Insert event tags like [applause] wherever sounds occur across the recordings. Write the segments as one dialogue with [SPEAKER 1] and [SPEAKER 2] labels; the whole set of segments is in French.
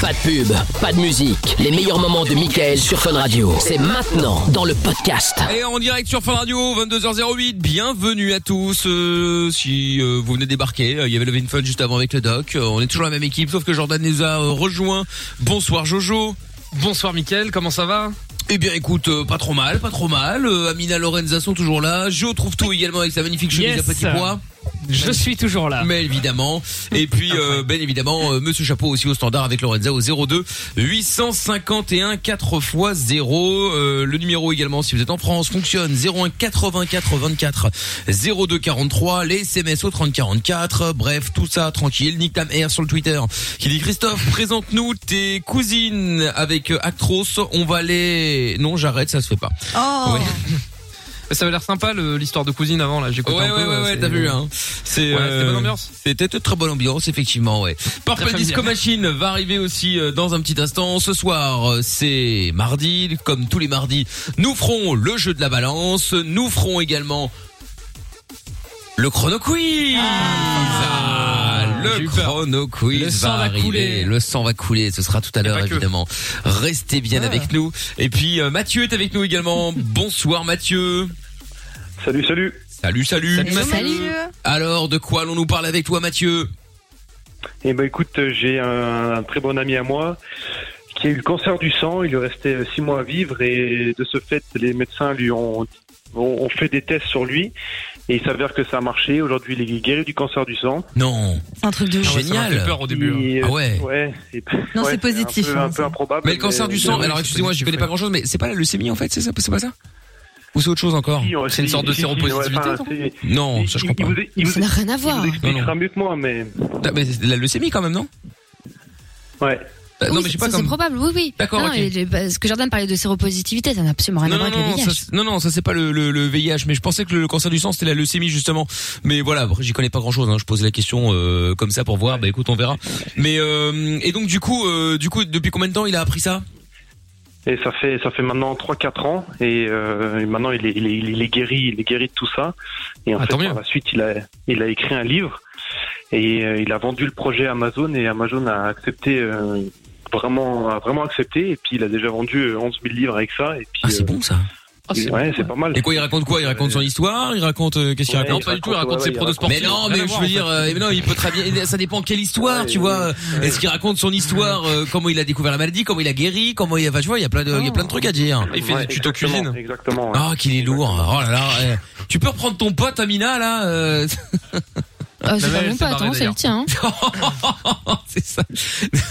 [SPEAKER 1] Pas de pub, pas de musique. Les meilleurs moments de Michael sur Fun Radio. C'est maintenant dans le podcast.
[SPEAKER 2] Et en direct sur Fun Radio, 22h08, bienvenue à tous. Euh, si euh, vous venez débarquer, euh, il y avait le Vin Fun juste avant avec le doc. Euh, on est toujours la même équipe, sauf que Jordan nous a euh, rejoint. Bonsoir Jojo. Bonsoir Mickaël, comment ça va eh bien écoute, euh, pas trop mal, pas trop mal. Euh, Amina Lorenza sont toujours là. Jo trouve tout également avec sa magnifique chemise
[SPEAKER 3] Yes.
[SPEAKER 2] à petits pois.
[SPEAKER 3] Je suis toujours là.
[SPEAKER 2] Mais évidemment. Et puis, euh, ben évidemment, euh, Monsieur Chapeau aussi au standard avec Lorenza au 02 851 4 x 0. Euh, le numéro également, si vous êtes en France, fonctionne 01 84 24 02 43. Les SMS au 30 44. Bref, tout ça tranquille. Nick Tam Air sur le Twitter qui dit
[SPEAKER 3] [laughs]
[SPEAKER 2] Christophe, présente-nous tes cousines avec euh, Actros. On va les. Non, j'arrête, ça se fait pas.
[SPEAKER 4] Oh.
[SPEAKER 3] Ça avait l'air sympa le- l'histoire de cousine avant là. J'ai
[SPEAKER 2] Ouais,
[SPEAKER 3] écouté
[SPEAKER 2] ouais,
[SPEAKER 3] un peu.
[SPEAKER 2] ouais, ouais,
[SPEAKER 3] c'est-
[SPEAKER 2] t'as vu, hein. C'est
[SPEAKER 3] Ouais,
[SPEAKER 2] euh,
[SPEAKER 3] c'était bonne ambiance.
[SPEAKER 2] C'était une très bonne ambiance, effectivement, ouais. Purple
[SPEAKER 3] familial.
[SPEAKER 2] Disco Machine va arriver aussi euh, dans un petit instant. Ce soir, euh, c'est mardi. Comme tous les mardis, nous ferons le jeu de la balance. Nous ferons également le chrono quiz. Ah,
[SPEAKER 3] J'ai
[SPEAKER 2] le
[SPEAKER 3] eu peur.
[SPEAKER 2] chrono quiz
[SPEAKER 3] Le sang
[SPEAKER 2] va
[SPEAKER 3] va
[SPEAKER 2] arriver.
[SPEAKER 3] couler.
[SPEAKER 2] Le sang va couler. Ce sera tout à l'heure,
[SPEAKER 3] pas que. Ah.
[SPEAKER 2] évidemment. Restez bien avec nous. Et puis, euh, Mathieu est avec nous également. Bonsoir, Mathieu.
[SPEAKER 5] Salut, salut.
[SPEAKER 2] Salut, salut.
[SPEAKER 3] Salut, Mathieu.
[SPEAKER 2] Alors, de quoi allons-nous parler avec toi, Mathieu
[SPEAKER 5] Eh ben écoute, euh, j'ai un, un très bon ami à moi qui a eu le cancer du sang. Il lui restait euh, six mois à vivre et de ce fait, les médecins lui ont, ont, ont fait des tests sur lui et il s'avère que ça a marché. Aujourd'hui, il est guéri du cancer du sang.
[SPEAKER 2] Non.
[SPEAKER 4] Un truc de
[SPEAKER 3] Ah
[SPEAKER 4] ouf.
[SPEAKER 3] ouais, ça m'a fait
[SPEAKER 2] Génial.
[SPEAKER 3] peur au début. hein.
[SPEAKER 5] Et, euh,
[SPEAKER 2] Ah ouais.
[SPEAKER 5] c'est-
[SPEAKER 4] Non,
[SPEAKER 5] ouais,
[SPEAKER 4] c'est positif,
[SPEAKER 5] Un peu, un
[SPEAKER 4] hein,
[SPEAKER 5] peu
[SPEAKER 4] ça.
[SPEAKER 5] improbable.
[SPEAKER 2] Mais le cancer du sang,
[SPEAKER 5] mais-
[SPEAKER 2] alors
[SPEAKER 3] c'est
[SPEAKER 2] excusez-moi, je
[SPEAKER 3] positif,
[SPEAKER 2] connais pas
[SPEAKER 3] ouais.
[SPEAKER 2] grand-chose, mais c'est pas la leucémie en fait, c'est ça C'est pas ça Ou c'est autre chose encore
[SPEAKER 5] Si, on-
[SPEAKER 3] c'est une
[SPEAKER 5] si,
[SPEAKER 3] sorte de
[SPEAKER 5] si, si, ouais,
[SPEAKER 3] séropositivité,
[SPEAKER 5] enfin, c'est-
[SPEAKER 2] Non,
[SPEAKER 5] il-
[SPEAKER 2] ça je
[SPEAKER 5] il-
[SPEAKER 2] comprends
[SPEAKER 5] il
[SPEAKER 2] pas.
[SPEAKER 5] vous- il vous-
[SPEAKER 4] Ça n'a rien à
[SPEAKER 5] il
[SPEAKER 4] voir.
[SPEAKER 5] vous expliquera mieux que moi, mais
[SPEAKER 2] Ah, mais c'est de la leucémie quand même, non
[SPEAKER 5] ouais.
[SPEAKER 2] Bah, Non,
[SPEAKER 6] Oui,
[SPEAKER 2] mais je sais
[SPEAKER 6] ça,
[SPEAKER 2] pas
[SPEAKER 6] C'est
[SPEAKER 2] comme.
[SPEAKER 6] probable, oui, oui.
[SPEAKER 2] D'accord,
[SPEAKER 6] Non,
[SPEAKER 2] ok.
[SPEAKER 6] et le- parce que Jordan parlait de séropositivité, ça n'a absolument rien
[SPEAKER 2] Non,
[SPEAKER 6] à voir
[SPEAKER 2] non,
[SPEAKER 6] avec le
[SPEAKER 2] non, ça,
[SPEAKER 6] VIH.
[SPEAKER 2] c'est- non, non, ça c'est pas le, le, le VIH, mais je pensais que le cancer du sang c'était la leucémie justement. Mais voilà, après, j'y connais pas grand chose, hein. je posais la question euh, comme ça pour voir, bah écoute, on verra. Mais euh, et donc du coup, euh, du coup, depuis combien de temps il a appris ça
[SPEAKER 5] Et ça fait ça fait maintenant 3-4 ans et, euh, et maintenant il est, il, est, il est- il est guéri il est guéri de tout ça et en
[SPEAKER 3] Ah,
[SPEAKER 5] fait
[SPEAKER 3] tant mieux.
[SPEAKER 5] par la suite il a il a écrit un livre et euh, il a vendu le projet à Amazon et Amazon a accepté euh, vraiment a vraiment accepté et puis il a déjà vendu euh, 11 000 livres avec ça et puis
[SPEAKER 2] Ah, c'est
[SPEAKER 5] euh,
[SPEAKER 2] bon ça.
[SPEAKER 3] Ah, c'est-
[SPEAKER 5] ouais c'est pas mal
[SPEAKER 2] Et quoi, il raconte quoi Il raconte son histoire Il raconte euh, qu'est-ce qu'il
[SPEAKER 5] Ouais,
[SPEAKER 2] raconte
[SPEAKER 3] Non, pas du tout. Il
[SPEAKER 5] raconte,
[SPEAKER 3] raconte ses
[SPEAKER 5] ouais,
[SPEAKER 3] pros de
[SPEAKER 5] il
[SPEAKER 3] sport.
[SPEAKER 2] Mais non, mais je veux dire, euh, mais non, il peut très bien. Ça dépend quelle histoire,
[SPEAKER 5] Ouais,
[SPEAKER 2] tu vois. Est-ce qu'il raconte son histoire, euh, comment il a découvert la maladie, comment il a guéri, comment il a. Enfin, tu vois, il y a plein de, il y a plein de trucs à dire.
[SPEAKER 3] Il fait
[SPEAKER 5] Ouais,
[SPEAKER 3] des tutos
[SPEAKER 5] exactement,
[SPEAKER 3] cuisine.
[SPEAKER 5] exactement ouais.
[SPEAKER 2] Ah, qu'il est lourd. Oh là là. eh. Tu peux reprendre ton pote Amina là euh,
[SPEAKER 6] Ah,
[SPEAKER 3] La
[SPEAKER 6] c'est
[SPEAKER 3] mère,
[SPEAKER 6] pas mon
[SPEAKER 3] elle
[SPEAKER 6] pote,
[SPEAKER 3] s'est barrée,
[SPEAKER 6] attends, c'est le tien.
[SPEAKER 2] [laughs] C'est ça.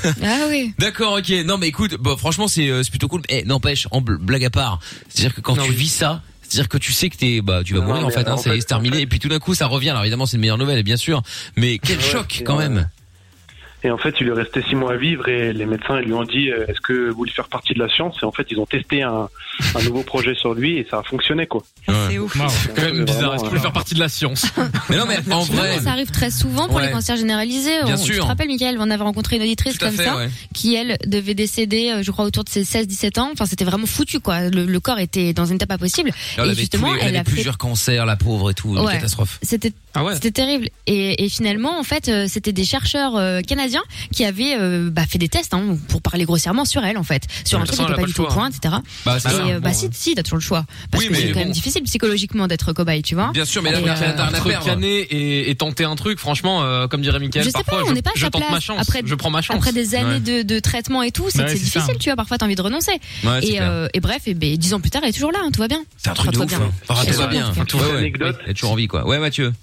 [SPEAKER 6] hein. Ah oui.
[SPEAKER 2] D'accord, ok. Non, mais écoute, bon, franchement, c'est euh, c'est plutôt cool. Eh, n'empêche, en bl- blague à part, c'est-à-dire que quand
[SPEAKER 3] Non,
[SPEAKER 2] tu
[SPEAKER 3] oui.
[SPEAKER 2] vis ça. C'est-à-dire que tu sais que t'es, bah, tu vas
[SPEAKER 5] Non,
[SPEAKER 2] mourir en
[SPEAKER 5] mais
[SPEAKER 2] fait, hein,
[SPEAKER 5] en
[SPEAKER 2] c'est
[SPEAKER 5] fait-
[SPEAKER 2] c'est terminé. Et puis tout d'un coup, ça revient. Alors évidemment, c'est une meilleure nouvelle, bien sûr. Mais quel
[SPEAKER 5] Ouais,
[SPEAKER 2] choc
[SPEAKER 5] c'est-
[SPEAKER 2] quand même.
[SPEAKER 5] et en fait il lui restait 6 mois à vivre et les médecins ils lui ont dit euh, est-ce que vous voulez faire partie de la science et en fait ils ont testé un, un nouveau projet sur lui et ça a fonctionné quoi
[SPEAKER 4] C'est ouf.
[SPEAKER 3] C'est quand même bizarre. Est-ce qu'il peut
[SPEAKER 5] euh,
[SPEAKER 3] faire partie de la
[SPEAKER 6] [laughs]
[SPEAKER 3] science
[SPEAKER 2] Mais non, mais en
[SPEAKER 6] Non,
[SPEAKER 2] vrai,
[SPEAKER 6] mais ça arrive très souvent pour
[SPEAKER 2] Ouais.
[SPEAKER 6] les cancers généralisés.
[SPEAKER 2] Bien
[SPEAKER 6] On- Tu
[SPEAKER 2] sûr.
[SPEAKER 6] te rappelles, Michael, on avait rencontré une auditrice
[SPEAKER 2] tout à
[SPEAKER 6] comme
[SPEAKER 2] fait,
[SPEAKER 6] ça,
[SPEAKER 2] ouais.
[SPEAKER 6] qui, elle, devait décéder, euh, je crois, autour de ses 16-17 ans. Enfin, c'était vraiment foutu, quoi. Le, le corps était dans une étape impossible.
[SPEAKER 2] Elle
[SPEAKER 6] Et
[SPEAKER 2] avait,
[SPEAKER 6] justement,
[SPEAKER 2] tous les-
[SPEAKER 6] elle
[SPEAKER 2] elle avait
[SPEAKER 6] a fait-
[SPEAKER 2] plusieurs cancers, la pauvre et tout, une
[SPEAKER 6] Ouais.
[SPEAKER 2] catastrophe.
[SPEAKER 6] C'était
[SPEAKER 3] Ah ouais.
[SPEAKER 6] C'était terrible. Et, et finalement, en fait, euh, c'était des chercheurs euh, canadiens qui avaient euh, bah, fait des tests, hein, pour parler grossièrement, sur elle, en fait. Sur
[SPEAKER 3] Mais
[SPEAKER 6] un
[SPEAKER 3] de toute façon,
[SPEAKER 6] truc
[SPEAKER 3] elle
[SPEAKER 6] qui
[SPEAKER 3] a pas
[SPEAKER 6] n'était pas
[SPEAKER 3] le
[SPEAKER 6] du tout au
[SPEAKER 3] choix, hein.
[SPEAKER 6] point, etc.
[SPEAKER 2] Bah, c'est
[SPEAKER 6] Et
[SPEAKER 2] ça.
[SPEAKER 6] euh, bah si, si, t'as toujours le choix. Parce
[SPEAKER 2] Oui,
[SPEAKER 6] que
[SPEAKER 2] mais
[SPEAKER 6] c'est quand
[SPEAKER 2] bon.
[SPEAKER 6] même difficile psychologiquement d'être cobaye, tu vois.
[SPEAKER 2] Bien sûr, mais là,
[SPEAKER 6] Et,
[SPEAKER 2] t'as
[SPEAKER 6] euh,
[SPEAKER 2] t'as rien à
[SPEAKER 3] Entre
[SPEAKER 2] perdre.
[SPEAKER 3] canner et, et tenter un truc, franchement, euh, comme dirait Mickaël,
[SPEAKER 6] Je sais pas,
[SPEAKER 3] parfois
[SPEAKER 6] on
[SPEAKER 3] je,
[SPEAKER 6] n'est pas à
[SPEAKER 3] je
[SPEAKER 6] sa
[SPEAKER 3] tente ma
[SPEAKER 6] place.
[SPEAKER 3] chance.
[SPEAKER 6] Après-
[SPEAKER 3] je prends ma chance.
[SPEAKER 6] Après des années de, de traitement et tout, c'est
[SPEAKER 3] Bah ouais,
[SPEAKER 6] c'est
[SPEAKER 3] c'est ça.
[SPEAKER 6] difficile, tu vois. Parfois, t'as envie de renoncer.
[SPEAKER 2] Ouais, c'est
[SPEAKER 6] et,
[SPEAKER 2] clair.
[SPEAKER 6] euh, et bref, et ben, dix ans plus tard, elle est toujours là, hein, tout va bien.
[SPEAKER 2] C'est un truc de
[SPEAKER 6] Enfin,
[SPEAKER 2] ouf.
[SPEAKER 6] toi, bien.
[SPEAKER 2] hein. Enfin,
[SPEAKER 6] Je
[SPEAKER 2] tout
[SPEAKER 6] sais
[SPEAKER 2] va
[SPEAKER 6] pas,
[SPEAKER 2] bien.
[SPEAKER 6] en tout cas.
[SPEAKER 2] Tout va
[SPEAKER 5] Petite
[SPEAKER 2] ouais.
[SPEAKER 5] anecdote.
[SPEAKER 2] Ouais, T'as toujours envie, quoi. Ouais, Mathieu.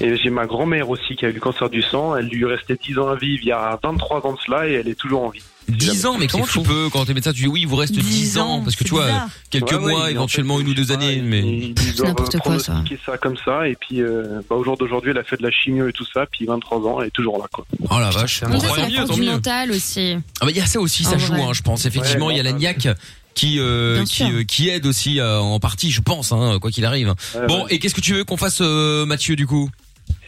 [SPEAKER 5] Et j'ai ma grand-mère aussi qui a eu le cancer du sang. Elle lui restait 10 ans à vivre il y a 23 ans de cela et elle est toujours en vie.
[SPEAKER 2] 10 ans, mais comment tu peux, quand t'es médecin, tu dis oui, il vous reste 10 ans, parce que tu vois, quelques
[SPEAKER 5] Ouais, ouais,
[SPEAKER 2] mois,
[SPEAKER 5] ils-
[SPEAKER 2] éventuellement
[SPEAKER 5] en fait,
[SPEAKER 2] une ou deux
[SPEAKER 5] ils-
[SPEAKER 2] années,
[SPEAKER 5] ils-
[SPEAKER 2] mais.
[SPEAKER 5] ils- ils doivent
[SPEAKER 6] n'importe quoi, ça.
[SPEAKER 5] pronostiquer ça comme ça. Et puis, euh, bah, au jour d'aujourd'hui, elle a fait de la chimio et tout ça. Puis 23 ans, elle est toujours là. Quoi.
[SPEAKER 2] Oh la vache.
[SPEAKER 3] c'est un
[SPEAKER 6] Donc ça,
[SPEAKER 3] Tant
[SPEAKER 6] c'est la
[SPEAKER 3] mieux,
[SPEAKER 6] force
[SPEAKER 3] tant
[SPEAKER 6] du
[SPEAKER 3] mieux.
[SPEAKER 6] mental aussi.
[SPEAKER 2] Ah, bah, il y a ça aussi, ça
[SPEAKER 6] En
[SPEAKER 2] joue,
[SPEAKER 6] vrai.
[SPEAKER 2] hein, je pense. Effectivement, il y a la
[SPEAKER 5] Ouais,
[SPEAKER 2] niaque qui, euh,
[SPEAKER 6] Bien
[SPEAKER 2] qui,
[SPEAKER 6] sûr.
[SPEAKER 2] euh, qui aide aussi, euh, en partie, je pense, hein, quoi qu'il arrive.
[SPEAKER 5] Ouais,
[SPEAKER 2] Bon,
[SPEAKER 5] ouais.
[SPEAKER 2] et qu'est-ce que tu veux qu'on fasse, euh, Mathieu, du coup?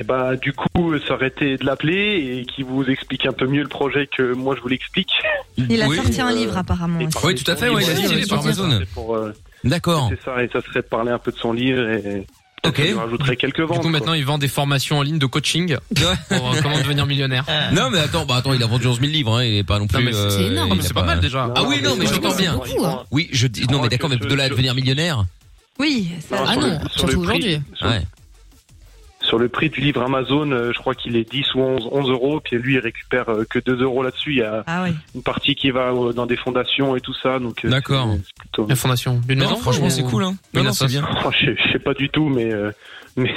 [SPEAKER 5] Et bah, du coup, euh, s'arrêter de l'appeler et qui vous explique un peu mieux le projet que moi je
[SPEAKER 2] [laughs]
[SPEAKER 5] vous l'explique.
[SPEAKER 4] Il a
[SPEAKER 2] Oui.
[SPEAKER 4] sorti un
[SPEAKER 5] euh,
[SPEAKER 4] livre apparemment.
[SPEAKER 5] Et
[SPEAKER 4] aussi.
[SPEAKER 5] parler
[SPEAKER 2] tout
[SPEAKER 5] de
[SPEAKER 2] à
[SPEAKER 5] son
[SPEAKER 2] fait, ouais,
[SPEAKER 6] il
[SPEAKER 5] livre,
[SPEAKER 6] a dit,
[SPEAKER 5] c'est
[SPEAKER 6] il est sur
[SPEAKER 5] pour-
[SPEAKER 2] Amazon.
[SPEAKER 5] c'est pour, euh,
[SPEAKER 2] D'accord.
[SPEAKER 5] C'est ça, et ça serait de parler un peu de son livre et.
[SPEAKER 2] Ok.
[SPEAKER 5] Je rajouterai quelques
[SPEAKER 3] Du
[SPEAKER 5] ventes.
[SPEAKER 3] coup, maintenant, il vend des formations en ligne de coaching pour euh, comment devenir millionnaire.
[SPEAKER 5] Ah.
[SPEAKER 2] Non mais attends, bah attends, il a vendu 11 000 livres, hein, il est pas non plus.
[SPEAKER 3] mais c'est-
[SPEAKER 2] euh,
[SPEAKER 6] c'est énorme.
[SPEAKER 2] il a
[SPEAKER 3] Mais C'est pas mal déjà.
[SPEAKER 2] Ah oui, non, mais j'entends
[SPEAKER 5] j'entends
[SPEAKER 2] bien. Oui, je dis. Non mais d'accord, mais de là à devenir millionnaire.
[SPEAKER 4] Oui, ça.
[SPEAKER 6] Ah non, surtout aujourd'hui.
[SPEAKER 2] Ouais.
[SPEAKER 5] Sur le prix du livre Amazon, euh, je crois qu'il est 10 ou 11, 11 euros, puis lui, il récupère euh, que 2 euros là-dessus. Il y a
[SPEAKER 4] Ah oui.
[SPEAKER 5] une partie qui va euh, dans des fondations et tout ça. donc, euh,
[SPEAKER 2] D'accord.
[SPEAKER 5] c'est- c'est plutôt-
[SPEAKER 3] La fondation. Une
[SPEAKER 2] Non,
[SPEAKER 3] maison,
[SPEAKER 2] franchement,
[SPEAKER 3] ou-
[SPEAKER 2] c'est cool. Hein.
[SPEAKER 3] Oui,
[SPEAKER 2] Non, non,
[SPEAKER 3] la
[SPEAKER 2] c'est bien.
[SPEAKER 5] Oh, [laughs] je, sais- je sais pas du tout, mais, euh, [laughs] mais,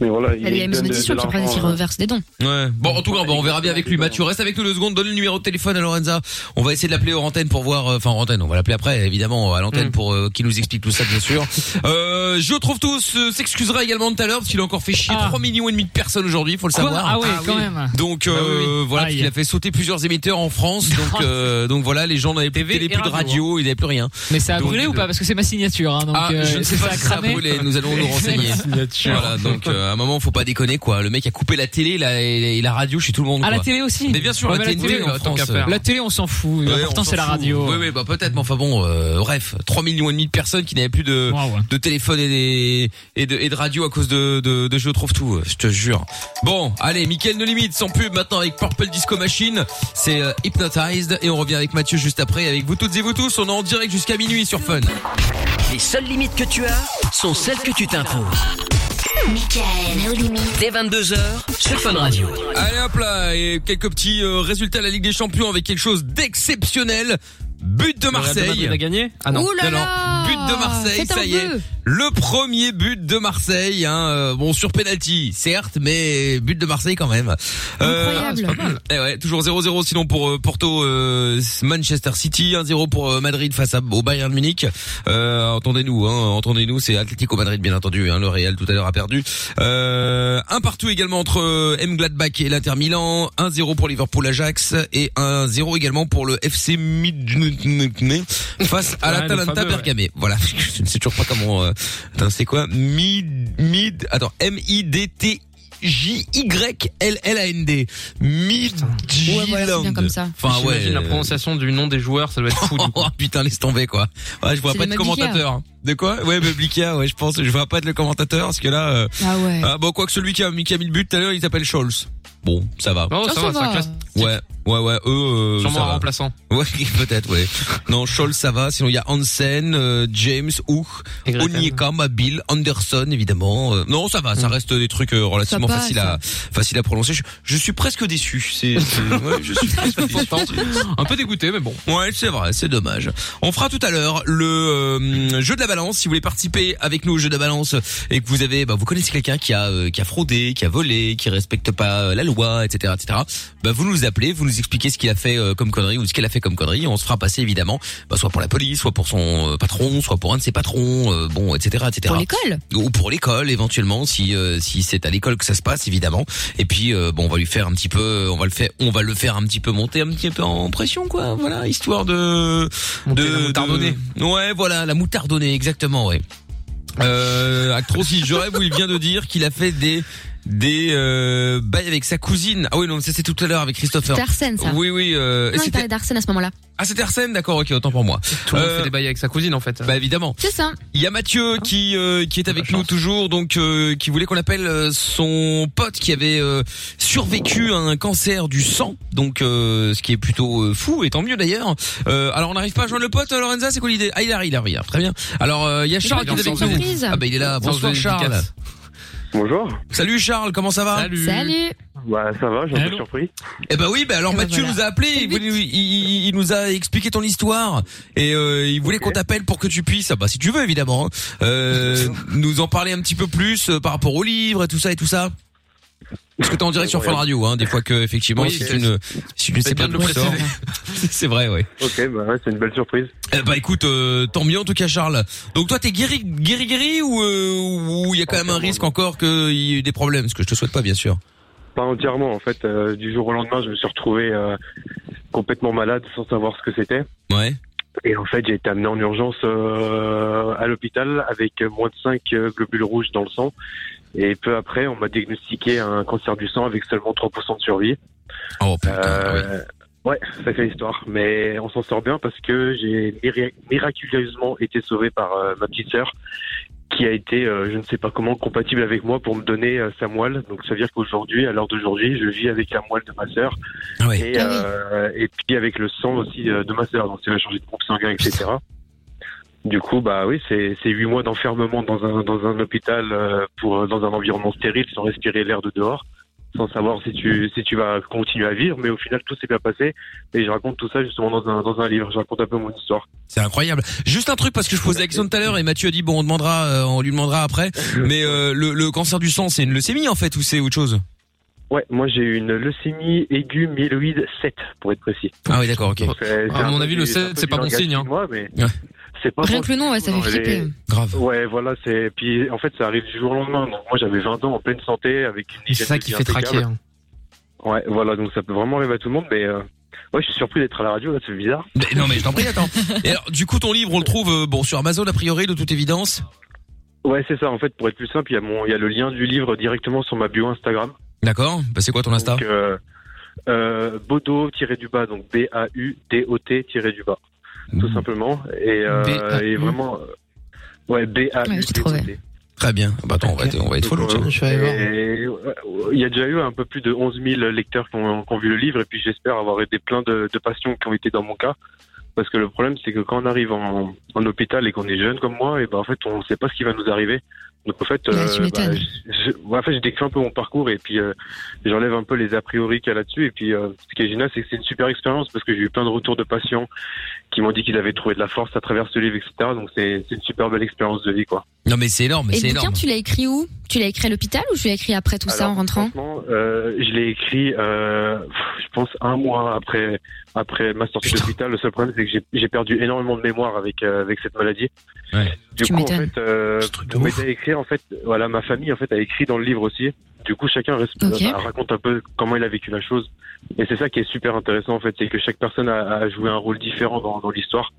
[SPEAKER 5] mais voilà.
[SPEAKER 6] Il y a
[SPEAKER 5] donne
[SPEAKER 6] même
[SPEAKER 5] de-
[SPEAKER 6] une
[SPEAKER 5] de
[SPEAKER 6] édition qui
[SPEAKER 5] l'argent,
[SPEAKER 6] propose qu'il
[SPEAKER 5] euh,
[SPEAKER 6] reverse des dons.
[SPEAKER 2] Ouais. Bon, en tout cas, bon, on verra bien avec lui. Mathieu, reste avec nous deux secondes. Donne le numéro de téléphone à Lorenza. On va essayer de l'appeler hors antenne pour voir. euh, Enfin, hors antenne. On va l'appeler après, évidemment, à l'antenne
[SPEAKER 3] Mm.
[SPEAKER 2] pour euh, qu'il nous explique tout ça, bien sûr. Euh, je trouve tous euh, s'excusera également tout à l'heure parce qu'il a encore fait chier
[SPEAKER 7] Ah.
[SPEAKER 2] 3 millions et demi de personnes aujourd'hui. Il faut le savoir.
[SPEAKER 7] Ah oui, quand même. Bah
[SPEAKER 2] Donc euh, voilà, parce
[SPEAKER 7] Aïe.
[SPEAKER 2] qu'il a fait sauter plusieurs émetteurs en
[SPEAKER 7] [laughs]
[SPEAKER 2] France. Donc euh, donc voilà, les gens n'avaient plus de
[SPEAKER 3] TV
[SPEAKER 2] télé,
[SPEAKER 3] et
[SPEAKER 2] plus de
[SPEAKER 3] radio,
[SPEAKER 2] radio, ils n'avaient plus rien.
[SPEAKER 7] Mais ça a
[SPEAKER 2] Donc,
[SPEAKER 7] brûlé ou
[SPEAKER 2] euh,
[SPEAKER 7] pas Parce que c'est ma signature. Hein, donc,
[SPEAKER 2] ah,
[SPEAKER 7] hein. euh,
[SPEAKER 2] je ne sais
[SPEAKER 7] ça
[SPEAKER 2] pas
[SPEAKER 7] a
[SPEAKER 2] si ça a
[SPEAKER 7] cramé.
[SPEAKER 2] brûlé.
[SPEAKER 7] [laughs]
[SPEAKER 2] Nous allons nous renseigner. Voilà, donc euh, à un moment, faut pas déconner quoi. Le mec a coupé la télé, la, et, et la radio chez tout le monde.
[SPEAKER 7] À Ah, la
[SPEAKER 2] quoi.
[SPEAKER 7] télé aussi.
[SPEAKER 2] Mais bien sûr,
[SPEAKER 7] Ouais,
[SPEAKER 2] la
[SPEAKER 7] mais
[SPEAKER 2] télé,
[SPEAKER 7] euh,
[SPEAKER 2] en France,
[SPEAKER 7] tant qu'à faire.
[SPEAKER 2] euh,
[SPEAKER 7] La télé, on s'en fout.
[SPEAKER 2] Ouais,
[SPEAKER 7] L'important,
[SPEAKER 2] on
[SPEAKER 7] c'est la
[SPEAKER 2] s'en fout.
[SPEAKER 7] radio.
[SPEAKER 2] Oui, oui, bah peut-être, mais enfin bon, euh, bref, 3 millions et demi de personnes qui n'avaient plus de
[SPEAKER 7] Ouais, ouais.
[SPEAKER 2] de téléphone et, des- et de, et de radio à cause de, de, de Je trouve tout, euh, je te jure. Bon, allez, Mickaël No Limite, sans pub, maintenant avec Purple Disco Machine, c'est euh, Hypnotized, et on revient avec Mathieu juste après, avec vous toutes et vous tous, on est en direct jusqu'à minuit sur Fun.
[SPEAKER 1] Les seules limites que tu as sont celles que tu t'imposes.
[SPEAKER 8] Michael, nos limites.
[SPEAKER 1] Dès 22h sur Fun Radio.
[SPEAKER 2] Allez hop là, et quelques petits euh, résultats de la Ligue des Champions avec quelque chose d'exceptionnel, but de
[SPEAKER 3] Le Real de
[SPEAKER 2] Marseille.
[SPEAKER 3] Madrid a gagné Ah non.
[SPEAKER 6] Ouh là
[SPEAKER 2] non, non.
[SPEAKER 6] là
[SPEAKER 2] But de Marseille,
[SPEAKER 6] Faites un
[SPEAKER 2] ça y est.
[SPEAKER 6] vœu.
[SPEAKER 2] Le premier but de Marseille, hein, euh, bon sur penalty, certes, mais but de Marseille quand même.
[SPEAKER 6] Incroyable.
[SPEAKER 2] eh ouais, toujours 0-0 sinon pour euh, Porto, euh, Manchester City, 1-0 pour euh, Madrid face à, au Bayern de Munich. Euh, entendez-nous, hein, entendez-nous, c'est Atlético Madrid bien entendu. Hein, le Real tout à l'heure a perdu. Euh, un partout également entre euh, M Gladbach et l'Inter Milan, 1-0 pour Liverpool Ajax et 1-0 également pour le FC Midtjylland face à
[SPEAKER 3] Ouais, le
[SPEAKER 2] l'Atalanta
[SPEAKER 3] fameux, ouais.
[SPEAKER 2] Bergame. Mais voilà, [laughs] je ne sais toujours pas comment. Euh, attends, c'est quoi Mid, mid. Attends, M I D T J Y L L A N D. Midjiland.
[SPEAKER 6] Ouais, voilà, c'est bien comme ça.
[SPEAKER 2] Enfin ouais. euh,
[SPEAKER 3] J'imagine la prononciation du nom des joueurs, ça doit être fou. du coup.
[SPEAKER 2] [laughs] Oh putain, laisse tomber quoi. Ouais, je vois
[SPEAKER 6] C'est
[SPEAKER 2] pas
[SPEAKER 6] le
[SPEAKER 2] de
[SPEAKER 6] Mablica.
[SPEAKER 2] commentateur. De quoi Ouais, Mablica, ouais, je pense. Je vois pas être le commentateur parce que là. euh,
[SPEAKER 6] Ah ouais.
[SPEAKER 2] Ah bon, quoi que celui qui a, qui a mis le but tout à l'heure, il s'appelle Scholz. Bon, ça va.
[SPEAKER 3] Oh,
[SPEAKER 6] Oh,
[SPEAKER 3] ça
[SPEAKER 6] ça
[SPEAKER 3] va, ça
[SPEAKER 6] va.
[SPEAKER 3] classe.
[SPEAKER 2] Ouais, ouais, ouais. Eux, euh,
[SPEAKER 3] Sûrement
[SPEAKER 2] ça
[SPEAKER 3] un
[SPEAKER 2] va.
[SPEAKER 3] remplaçant.
[SPEAKER 2] [laughs] Ouais, peut-être, ouais. Non, Scholz, ça va. Sinon, il y a Hansen, euh, James, Hook,
[SPEAKER 3] Et Gretel. Mm.
[SPEAKER 2] Onyekam, Abil, Anderson, évidemment. Euh, non, ça va, ça reste des trucs euh, relativement
[SPEAKER 6] Ça passe.
[SPEAKER 2] faciles à facile à prononcer. Je, je suis presque déçu. C'est, c'est- ouais,
[SPEAKER 6] [laughs]
[SPEAKER 2] je suis presque déçu. [laughs]
[SPEAKER 3] Un peu dégoûté, mais bon.
[SPEAKER 2] Ouais, c'est vrai, c'est dommage. On fera tout à l'heure le euh, jeu de la balance. Si vous voulez participer avec nous au jeu de la balance et que vous avez, bah, vous connaissez quelqu'un qui a euh, qui a fraudé, qui a volé, qui respecte pas euh, la loi, etc., etc. Bah, vous nous appelez, vous nous expliquez ce qu'il a fait euh, comme connerie ou ce qu'elle a fait comme connerie. et On se fera passer évidemment, bah, soit pour la police, soit pour son euh, patron, soit pour un de ses patrons, euh, bon, etc., etc.
[SPEAKER 6] Pour l'école.
[SPEAKER 2] ou pour l'école éventuellement si euh, si c'est à l'école que ça se passe évidemment et puis euh, bon on va lui faire un petit peu on va le faire on va le faire un petit peu monter un petit peu en pression quoi voilà histoire de
[SPEAKER 3] Monter
[SPEAKER 2] de
[SPEAKER 3] la moutardonnée.
[SPEAKER 2] de- ouais voilà la moutardonnée exactement ouais euh, Actrosis, je rêve où il vient de dire qu'il a fait des des euh, bails avec sa cousine ah oui non ça c'est tout à l'heure avec Christopher
[SPEAKER 6] C'était Arsène, ça.
[SPEAKER 2] oui oui euh, et
[SPEAKER 6] Non, il
[SPEAKER 2] c'était
[SPEAKER 6] parlait d'Arsène à ce moment-là.
[SPEAKER 2] ah c'était Arsène d'accord ok autant pour moi
[SPEAKER 3] Tout le monde
[SPEAKER 2] Euh,
[SPEAKER 3] fait des bails avec sa cousine, en fait.
[SPEAKER 2] bah évidemment
[SPEAKER 6] C'est ça.
[SPEAKER 2] il y a Mathieu qui euh, qui est avec nous toujours, donc euh, qui voulait qu'on appelle euh, son pote qui avait euh, survécu à un cancer du sang, donc euh, ce qui est plutôt euh, fou et tant mieux d'ailleurs. Euh, alors on n'arrive pas à joindre le pote euh, Lorenza, c'est quoi l'idée Ah il arrive, il arrive, très bien. Alors euh, il y a Charles qui est
[SPEAKER 6] Charles, il
[SPEAKER 2] avec
[SPEAKER 6] est en
[SPEAKER 2] nous.
[SPEAKER 6] surprise.
[SPEAKER 2] Ah bah il est là.
[SPEAKER 3] Sans zone
[SPEAKER 2] Bonsoir Charles.
[SPEAKER 3] efficace.
[SPEAKER 5] Bonjour.
[SPEAKER 2] Salut Charles, comment ça va
[SPEAKER 3] Salut.
[SPEAKER 6] Salut.
[SPEAKER 5] Bah, ça va, j'ai un peu
[SPEAKER 7] Allô
[SPEAKER 5] surpris.
[SPEAKER 2] Eh ben oui, ben alors
[SPEAKER 6] Eh ben
[SPEAKER 2] Mathieu
[SPEAKER 6] voilà.
[SPEAKER 2] nous a appelé, il, voulait- il- il- il nous a expliqué ton histoire et euh, il voulait qu'on t'appelle pour que tu puisses, ah bah si tu veux évidemment, hein,
[SPEAKER 3] [laughs]
[SPEAKER 2] euh, nous en parler un petit peu plus euh, par rapport au livre et tout ça et tout ça. Parce que t'es en direct sur Fun Radio, hein, des fois que effectivement
[SPEAKER 3] Oui,
[SPEAKER 2] si
[SPEAKER 3] c'est-
[SPEAKER 2] tu ne Euh, si tu ne
[SPEAKER 3] c'est
[SPEAKER 2] sais
[SPEAKER 3] bien
[SPEAKER 2] pas
[SPEAKER 3] de
[SPEAKER 2] d'où
[SPEAKER 3] le
[SPEAKER 2] ça sort. [laughs] c'est vrai, ouais.
[SPEAKER 5] Ok, bah ouais, c'est une belle surprise.
[SPEAKER 2] Eh ben écoute, euh, tant mieux en tout cas Charles. Donc toi t'es guéri, guéri, guéri ou euh, ou il y a
[SPEAKER 3] Ah,
[SPEAKER 2] quand même un risque encore qu'il y ait eu des problèmes, ce que je te souhaite pas bien sûr.
[SPEAKER 5] Pas entièrement, en fait. euh, du jour au lendemain, je me suis retrouvé euh, complètement malade sans savoir ce que c'était.
[SPEAKER 2] Ouais.
[SPEAKER 5] Et en fait, j'ai été amené en urgence euh, à l'hôpital avec moins de 5 globules rouges dans le sang. Et peu après, on m'a diagnostiqué un cancer du sang avec seulement 3% de survie.
[SPEAKER 2] Oh putain. ah oui.
[SPEAKER 5] Euh, Ouais, sacrée histoire. Mais on s'en sort bien parce que j'ai mira- miraculeusement été sauvé par euh, ma petite sœur qui a été, euh, je ne sais pas comment, compatible avec moi pour me donner euh, sa moelle. Donc ça veut dire qu'aujourd'hui, à l'heure d'aujourd'hui, je vis avec la moelle de ma sœur et,
[SPEAKER 9] Ah
[SPEAKER 5] euh, et puis avec le sang aussi euh, de ma sœur. Donc elle a changé de groupe sanguin, etc. Du coup, bah oui, c'est c'est huit mois d'enfermement dans un dans un hôpital euh, pour dans un environnement stérile sans respirer l'air de dehors, sans savoir si tu si tu vas continuer à vivre. Mais au final, tout s'est bien passé et je raconte tout ça justement dans un dans un livre. Je raconte un peu mon histoire.
[SPEAKER 2] C'est incroyable. Juste un truc parce que je posais la question tout à l'heure et Mathieu a dit bon on demandera, euh, on lui demandera après. Mais euh, le, le cancer du sang, c'est une leucémie en fait ou c'est autre chose
[SPEAKER 5] Ouais, moi j'ai eu une leucémie aiguë myéloïde 7 pour être précis.
[SPEAKER 2] Ah oui d'accord ok.
[SPEAKER 5] C'est- c'est
[SPEAKER 3] À
[SPEAKER 5] un
[SPEAKER 3] mon
[SPEAKER 5] peu
[SPEAKER 3] avis,
[SPEAKER 5] du-
[SPEAKER 3] le
[SPEAKER 5] un
[SPEAKER 3] 7,
[SPEAKER 5] peu
[SPEAKER 3] c'est
[SPEAKER 5] du
[SPEAKER 3] pas bon
[SPEAKER 5] langage
[SPEAKER 3] signe. hein.
[SPEAKER 5] chinois, mais
[SPEAKER 2] Ouais.
[SPEAKER 5] c'est pas
[SPEAKER 6] Rien
[SPEAKER 5] bon
[SPEAKER 6] que le nom, ouais, ça fait
[SPEAKER 5] signe, elle
[SPEAKER 6] flipper. hein.
[SPEAKER 5] est-
[SPEAKER 2] Grave.
[SPEAKER 5] Ouais, voilà, c'est. Puis en fait, ça arrive du jour au lendemain. Donc moi, j'avais 20 ans en pleine santé avec une
[SPEAKER 3] C'est
[SPEAKER 5] hygiène
[SPEAKER 3] ça
[SPEAKER 5] de
[SPEAKER 3] qui
[SPEAKER 5] vie
[SPEAKER 3] fait traquer.
[SPEAKER 5] impeccable.
[SPEAKER 3] hein.
[SPEAKER 5] Ouais, voilà, donc ça peut vraiment arriver à tout le monde, mais euh, ouais, je suis surpris d'être à la radio, là, c'est bizarre.
[SPEAKER 2] Mais non mais je t'en prie attends. Et alors du coup ton livre on le trouve euh, bon sur Amazon a priori de toute évidence.
[SPEAKER 5] Ouais, c'est ça, en fait, pour être plus simple, il y, a mon... il y a le lien du livre directement sur ma bio Instagram.
[SPEAKER 2] D'accord. Bah c'est quoi ton Insta
[SPEAKER 5] Donc, euh, euh, Bodo-du-bas, donc B-A-U-D-O-T-du-bas,
[SPEAKER 2] Hmm.
[SPEAKER 5] tout simplement. Et, euh,
[SPEAKER 9] [laughs]
[SPEAKER 5] et vraiment. euh, Ouais,
[SPEAKER 6] Ouais, je t'ai trouvé.
[SPEAKER 5] B-A-U-D-O-T.
[SPEAKER 2] Très bien. Bah attends on va, être- on va être follow.
[SPEAKER 5] Donc,
[SPEAKER 2] tiens.
[SPEAKER 5] euh,
[SPEAKER 7] Je vais aller voir.
[SPEAKER 5] et, euh, Il y a déjà eu un peu plus de 11 000 lecteurs qui ont, qui ont vu le livre, et puis j'espère avoir aidé plein de, de patients qui ont été dans mon cas. Parce que le problème, c'est que quand on arrive en, en hôpital et qu'on est jeune comme moi, et ben en fait, on ne sait pas ce qui va nous arriver. Donc en fait,
[SPEAKER 6] Ouais, tu m'étonnes.
[SPEAKER 5] je- je- ouais, en fait, j'ai décrit un peu mon parcours et puis euh, j'enlève un peu les a priori qu'il y a là-dessus. Et puis euh, ce qui est génial, c'est que c'est une super expérience parce que j'ai eu plein de retours de patients qui m'ont dit qu'ils avaient trouvé de la force à travers ce livre, etc. Donc c'est c'est une super belle expérience de vie, quoi.
[SPEAKER 2] Non mais c'est énorme
[SPEAKER 6] Et
[SPEAKER 2] c'est
[SPEAKER 6] le bouquin,
[SPEAKER 2] énorme.
[SPEAKER 6] tu l'as écrit où Tu l'as écrit à l'hôpital ou tu l'as écrit après tout ça en
[SPEAKER 5] Alors,
[SPEAKER 6] rentrant
[SPEAKER 5] franchement, euh, je l'ai écrit, euh, pff, je pense, un mois après, après ma sortie
[SPEAKER 2] Putain.
[SPEAKER 5] d'hôpital. Le seul problème, c'est que j'ai- j'ai perdu énormément de mémoire avec, euh, avec cette maladie.
[SPEAKER 2] Ouais.
[SPEAKER 5] Du
[SPEAKER 6] Tu
[SPEAKER 5] coup, en
[SPEAKER 6] m'étonnes.
[SPEAKER 5] fait, euh,
[SPEAKER 2] Ce truc de
[SPEAKER 5] on
[SPEAKER 2] ouf.
[SPEAKER 5] m'aide à écrire, en fait, voilà, ma famille, en fait, a écrit dans le livre aussi. Du coup, chacun res-
[SPEAKER 6] Ok.
[SPEAKER 5] euh, raconte un peu comment il a vécu la chose. Et c'est ça qui est super intéressant, en fait, c'est que chaque personne a, a joué un rôle différent dans, dans l'histoire.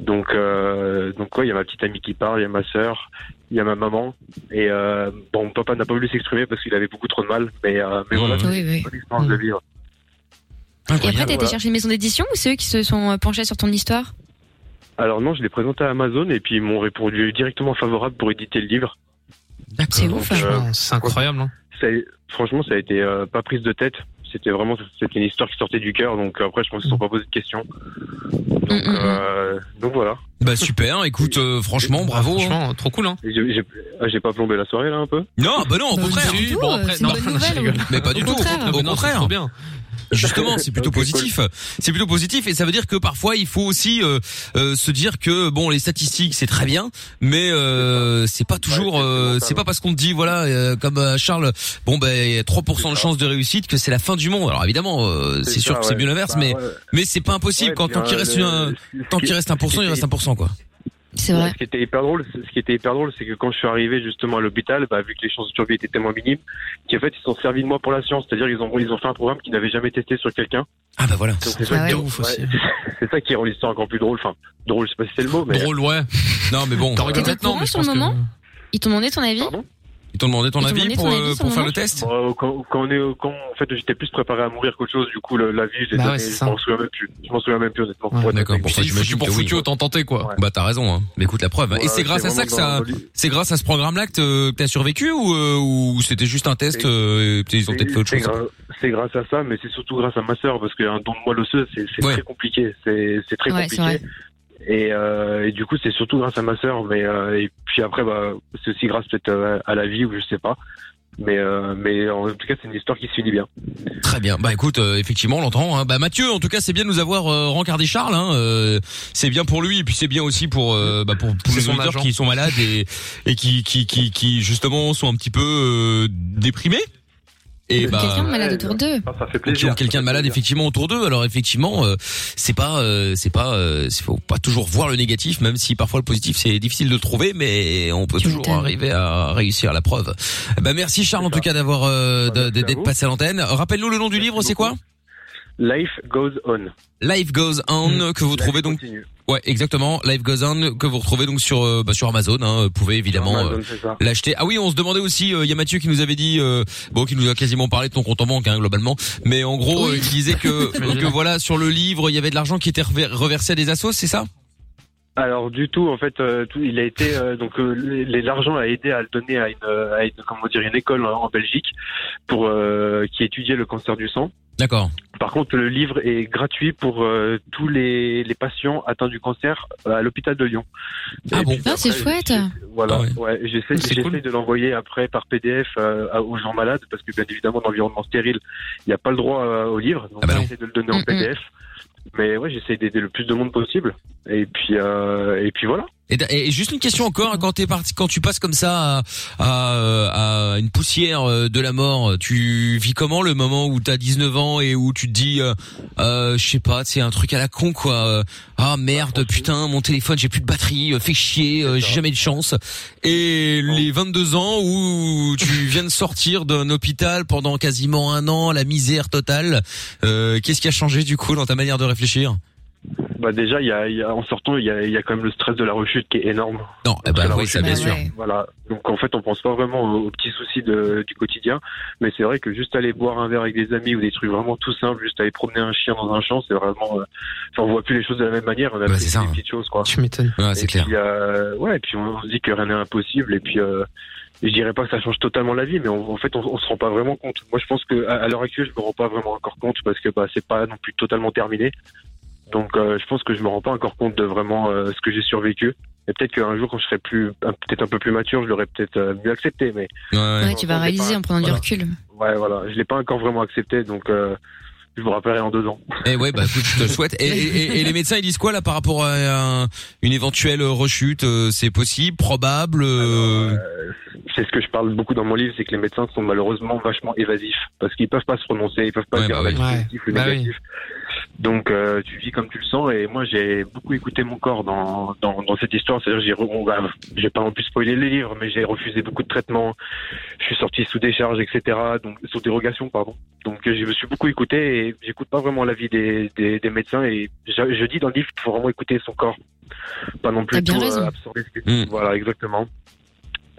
[SPEAKER 5] Donc, euh, donc ouais, il y a ma petite amie qui parle, il y a ma sœur, il y a ma maman. Et euh, bon, mon papa n'a pas voulu s'exprimer parce qu'il avait beaucoup trop de mal. Mais, euh, mais
[SPEAKER 2] Mmh.
[SPEAKER 5] voilà, c'est
[SPEAKER 6] Oui, oui.
[SPEAKER 5] une bonne expérience de vivre.
[SPEAKER 6] Et après, t'as été
[SPEAKER 5] Voilà.
[SPEAKER 6] chercher une maison d'édition ou c'est eux qui se sont euh, penchés sur ton histoire
[SPEAKER 5] Alors non, je l'ai présenté à Amazon et puis ils m'ont répondu directement favorable pour éditer le livre.
[SPEAKER 6] C'est ouf.
[SPEAKER 5] Donc,
[SPEAKER 6] hein.
[SPEAKER 5] euh,
[SPEAKER 3] Ah, C'est incroyable. hein.
[SPEAKER 5] ça, franchement, ça a été euh, pas prise de tête. C'était vraiment c'était une histoire qui sortait du cœur. Donc après, je pense qu'ils ne se sont pas posé de questions. Donc,
[SPEAKER 6] Mm, mm, mm.
[SPEAKER 5] euh, donc voilà.
[SPEAKER 2] Bah super. Écoute euh, franchement bravo. hein.
[SPEAKER 3] Franchement, trop cool. Hein.
[SPEAKER 5] Et J'ai j'ai- ah, j'ai pas plombé la soirée là un peu
[SPEAKER 2] Non bah non au
[SPEAKER 7] Bah,
[SPEAKER 2] contraire.
[SPEAKER 7] si.
[SPEAKER 6] Tout,
[SPEAKER 3] bon,
[SPEAKER 6] euh,
[SPEAKER 3] après,
[SPEAKER 6] c'est une
[SPEAKER 3] non, [laughs]
[SPEAKER 6] bonne
[SPEAKER 3] non, je
[SPEAKER 6] nouvelle.
[SPEAKER 3] rigole.
[SPEAKER 2] Mais pas du
[SPEAKER 6] Au
[SPEAKER 2] tout.
[SPEAKER 6] contraire.
[SPEAKER 2] Au
[SPEAKER 3] Mais non, c'est
[SPEAKER 2] contraire.
[SPEAKER 3] trop bien. [laughs]
[SPEAKER 2] Justement, c'est plutôt
[SPEAKER 5] Ok, cool.
[SPEAKER 2] positif. C'est plutôt positif et ça veut dire que parfois il faut aussi euh, euh, se dire que bon les statistiques c'est très bien, mais euh, c'est pas toujours,
[SPEAKER 5] Ouais, c'est
[SPEAKER 2] euh,
[SPEAKER 5] mental.
[SPEAKER 2] c'est pas parce qu'on te dit voilà euh, comme euh, Charles, bon ben 3% de
[SPEAKER 5] ça.
[SPEAKER 2] chance de réussite que c'est la fin du monde. Alors évidemment euh, c'est sûr
[SPEAKER 5] ça,
[SPEAKER 2] que
[SPEAKER 5] ouais.
[SPEAKER 2] c'est mieux l'inverse,
[SPEAKER 5] Bah,
[SPEAKER 2] mais
[SPEAKER 5] ouais.
[SPEAKER 2] mais c'est pas impossible
[SPEAKER 5] Ouais,
[SPEAKER 2] quand
[SPEAKER 5] puis,
[SPEAKER 2] tant
[SPEAKER 5] hein,
[SPEAKER 2] qu'il reste
[SPEAKER 5] le-
[SPEAKER 2] un
[SPEAKER 5] ce
[SPEAKER 2] tant
[SPEAKER 5] qui-
[SPEAKER 2] qu'il reste 1%, il reste 1% quoi.
[SPEAKER 6] C'est vrai.
[SPEAKER 5] Ce qui était hyper drôle, c'est- ce qui était hyper drôle, c'est que quand je suis arrivé justement à l'hôpital, bah, vu que les chances de survie étaient tellement minimes, qu'en fait ils se sont servis de moi pour la science, c'est-à-dire ils ont ils ont fait un programme qu'ils n'avaient jamais testé sur quelqu'un.
[SPEAKER 2] Ah bah voilà.
[SPEAKER 5] Donc, C'est
[SPEAKER 6] Ah
[SPEAKER 5] ça, qui-
[SPEAKER 6] ouais.
[SPEAKER 3] ouf
[SPEAKER 5] ouais,
[SPEAKER 3] aussi.
[SPEAKER 5] c'est ça qui rend l'histoire encore plus drôle. Enfin, drôle, je sais pas si c'est le mot, mais
[SPEAKER 3] Drôle, ouais.
[SPEAKER 2] Non mais bon,
[SPEAKER 3] T'en rigoles
[SPEAKER 6] T'étais au
[SPEAKER 3] maintenant,
[SPEAKER 6] courant
[SPEAKER 3] mais je
[SPEAKER 6] sur le
[SPEAKER 3] pense que-
[SPEAKER 6] moment Ils t'ont demandé ton avis
[SPEAKER 5] Pardon
[SPEAKER 2] ils t'ont demandé ton
[SPEAKER 6] Ils t'ont
[SPEAKER 2] avis
[SPEAKER 6] demandé
[SPEAKER 2] pour
[SPEAKER 6] ton
[SPEAKER 2] euh,
[SPEAKER 6] avis sur
[SPEAKER 2] pour
[SPEAKER 6] le
[SPEAKER 2] faire
[SPEAKER 6] moment
[SPEAKER 2] le test.
[SPEAKER 5] Bon, Euh, quand, quand on est au- quand en fait j'étais plus préparé à mourir qu'autre chose, du coup le- la vie je l'ai
[SPEAKER 3] Bah
[SPEAKER 5] donnée,
[SPEAKER 3] ouais, c'est
[SPEAKER 5] je
[SPEAKER 3] ça.
[SPEAKER 5] m'en souviens même plus. Je m'en souviens même plus honnêtement.
[SPEAKER 3] Ouais,
[SPEAKER 5] Pour être
[SPEAKER 2] d'accord,
[SPEAKER 5] honnête.
[SPEAKER 2] bon, ça,
[SPEAKER 3] Si,
[SPEAKER 2] j'imagine
[SPEAKER 3] pour
[SPEAKER 2] que oui.
[SPEAKER 3] foutu, autant tenter quoi.
[SPEAKER 5] Ouais.
[SPEAKER 2] Bah t'as raison. Hein. Mais écoute la preuve. et
[SPEAKER 5] Voilà,
[SPEAKER 2] c'est grâce à ça que ça.
[SPEAKER 5] vraiment dans- dans-
[SPEAKER 2] C'est grâce à ce programme-là que te- que t'as survécu ou, euh, ou c'était juste un test
[SPEAKER 5] C'est-
[SPEAKER 2] euh, et ils ont peut-être fait autre
[SPEAKER 5] c'est
[SPEAKER 2] chose
[SPEAKER 5] gra- C'est grâce à ça, mais c'est surtout grâce à ma sœur parce qu'un don de moelle osseuse c'est c'est
[SPEAKER 2] Ouais.
[SPEAKER 5] très compliqué, c'est c'est très
[SPEAKER 6] Ouais, c'est
[SPEAKER 5] compliqué. Et, euh, et du coup, c'est surtout grâce à ma sœur, mais euh, et puis après, bah, c'est aussi grâce peut-être euh, à la vie ou je sais pas. Mais euh, mais en tout cas, c'est une histoire qui se finit bien.
[SPEAKER 2] Très bien. Bah écoute, euh, effectivement, on l'entend. Hein. Bah Mathieu, en tout cas, c'est bien de nous avoir euh, rencardé Charles. Hein. Euh, c'est bien pour lui et puis c'est bien aussi pour euh, bah, pour, pour
[SPEAKER 3] C'est
[SPEAKER 2] les
[SPEAKER 3] son
[SPEAKER 2] auditeurs
[SPEAKER 3] agent.
[SPEAKER 2] qui sont malades et et qui qui qui, qui justement sont un petit peu euh, déprimés. Et bah,
[SPEAKER 6] Quelqu'un malade autour d'eux.
[SPEAKER 5] Ah, Ça fait
[SPEAKER 2] qui ont quelqu'un de malade effectivement autour d'eux. Alors effectivement, euh, c'est pas, euh, c'est pas, euh, c'est- faut pas toujours voir le négatif, même si parfois le positif c'est difficile de le trouver, mais on peut
[SPEAKER 6] Tu
[SPEAKER 2] toujours
[SPEAKER 6] m'étonnes.
[SPEAKER 2] arriver à réussir la preuve. Bah merci Charles en tout cas d'avoir euh,
[SPEAKER 5] Bah,
[SPEAKER 2] de-
[SPEAKER 5] merci à
[SPEAKER 2] d'être
[SPEAKER 5] vous.
[SPEAKER 2] passé à l'antenne. Rappelle-nous le nom du
[SPEAKER 5] Merci
[SPEAKER 2] livre, c'est quoi
[SPEAKER 5] beaucoup. Life goes on.
[SPEAKER 2] Life Goes On que vous trouvez
[SPEAKER 5] Life
[SPEAKER 2] donc,
[SPEAKER 5] Mm. continue.
[SPEAKER 2] ouais exactement, Life Goes On que vous retrouvez donc sur euh, bah, sur Amazon. Hein, vous pouvez évidemment. euh,
[SPEAKER 5] Amazon, c'est ça.
[SPEAKER 2] L'acheter. Ah oui, on se demandait aussi. Il y a Mathieu qui nous avait dit, euh, bon, qui nous a quasiment parlé de ton compte en banque hein, globalement, mais en gros, euh, il disait que, que voilà, sur le livre, il y avait de l'argent qui était rever- reversé à des assos, c'est ça
[SPEAKER 5] Alors du tout, en fait, euh, tout, il a été euh, donc euh, les- les- l'argent a aidé à le donner à une, euh, à une comment dire une école en en Belgique pour euh, qui étudiait le cancer du sang.
[SPEAKER 2] D'accord.
[SPEAKER 5] Par contre, le livre est gratuit pour euh, tous les, les patients atteints du cancer euh, à l'hôpital de Lyon.
[SPEAKER 2] Ah bon.
[SPEAKER 6] Non, bah, c'est
[SPEAKER 5] après,
[SPEAKER 6] chouette.
[SPEAKER 5] Voilà,
[SPEAKER 2] Ah
[SPEAKER 5] ouais. j'essaie
[SPEAKER 3] C'est
[SPEAKER 5] j'essaie
[SPEAKER 3] cool.
[SPEAKER 5] de l'envoyer après par PDF euh, à- aux gens malades parce que bien évidemment dans l'environnement stérile, il n'y a pas le droit euh, au livre, donc
[SPEAKER 2] Ah bah non.
[SPEAKER 5] j'essaie de le donner en
[SPEAKER 6] Mm-mm.
[SPEAKER 5] PDF. Mais ouais, j'essaie d'aider le plus de monde possible. Et puis euh, et puis voilà.
[SPEAKER 2] Et, d'a- et juste une question encore, quand t'es parti, quand tu passes comme ça à, à, euh, à une poussière euh, de la mort, tu vis comment le moment où t'as 19 ans et où tu te dis, euh, euh, je sais pas, c'est un truc à la con quoi. euh, ah merde, putain, mon téléphone, j'ai plus de batterie, euh, fait chier, euh, j'ai jamais de chance. Et les 22 ans où tu viens de sortir d'un hôpital pendant quasiment un an, la misère totale. euh, Qu'est-ce qui a changé du coup dans ta manière de réfléchir
[SPEAKER 5] Bah déjà, il y a, il y a- en sortant, il y a, il y a quand même le stress de la rechute qui est énorme.
[SPEAKER 2] Non, eh ben,
[SPEAKER 5] Parce que la
[SPEAKER 2] oui, ça
[SPEAKER 5] rechute, euh,
[SPEAKER 2] bien
[SPEAKER 6] Bah
[SPEAKER 2] sûr.
[SPEAKER 6] ouais.
[SPEAKER 5] Voilà. Donc en fait, on pense pas vraiment aux, aux petits soucis de- du quotidien, mais c'est vrai que juste aller boire un verre avec des amis ou des trucs vraiment tout simples, juste aller promener un chien dans un champ, c'est vraiment. euh, Enfin, on voit plus les choses de la même manière. On a
[SPEAKER 2] Bah,
[SPEAKER 5] plus
[SPEAKER 2] c'est ça,
[SPEAKER 5] des
[SPEAKER 2] hein.
[SPEAKER 5] petites choses, quoi.
[SPEAKER 3] Tu m'étonnes.
[SPEAKER 2] Ouais,
[SPEAKER 5] Et
[SPEAKER 2] c'est clair.
[SPEAKER 5] Puis, euh, ouais, et puis on se dit que rien n'est impossible. Et puis, euh, je dirais pas que ça change totalement la vie, mais on- en fait, on, on se rend pas vraiment compte. Moi, je pense que à, à l'heure actuelle, je me rends pas vraiment encore compte parce que bah, c'est pas non plus totalement terminé. Donc, euh, je pense que je me rends pas encore compte de vraiment euh, ce que j'ai survécu. Et peut-être qu'un jour, quand je serai plus, un- peut-être un peu plus mature, je l'aurais peut-être euh, mieux accepté. Mais
[SPEAKER 2] Ouais, ouais.
[SPEAKER 6] Ouais, tu vas réaliser en prenant du
[SPEAKER 5] Voilà.
[SPEAKER 6] recul.
[SPEAKER 5] ouais, voilà, je l'ai pas encore vraiment accepté. Donc, euh, je vous rappellerai en deux ans.
[SPEAKER 2] Eh ouais, bah écoute, je te le souhaite. Et, et- et- et les médecins, ils disent quoi là par rapport à un- une éventuelle rechute euh, C'est possible, probable euh,
[SPEAKER 5] c'est ce que je parle beaucoup dans mon livre, c'est que les médecins sont malheureusement vachement évasifs parce qu'ils peuvent pas se prononcer, ils peuvent pas
[SPEAKER 2] Ouais,
[SPEAKER 5] dire
[SPEAKER 2] bah oui.
[SPEAKER 5] la positif ou
[SPEAKER 3] Bah
[SPEAKER 5] négatif. Donc euh, tu vis comme tu le sens et moi j'ai beaucoup écouté mon corps dans dans, dans cette histoire, c'est-à-dire j'ai re- on va- j'ai pas non plus spoilé les livres, mais j'ai refusé beaucoup de traitements, je suis sorti sous décharge, etc. Donc sous dérogation pardon. Donc euh, je me suis beaucoup écouté et j'écoute pas vraiment l'avis des, des des médecins et je, je dis dans le livre qu'il faut vraiment écouter son corps, pas non plus
[SPEAKER 6] T'as bien
[SPEAKER 5] tout, euh,
[SPEAKER 6] raison.
[SPEAKER 5] absorber ce que-
[SPEAKER 2] Mm.
[SPEAKER 5] Voilà exactement.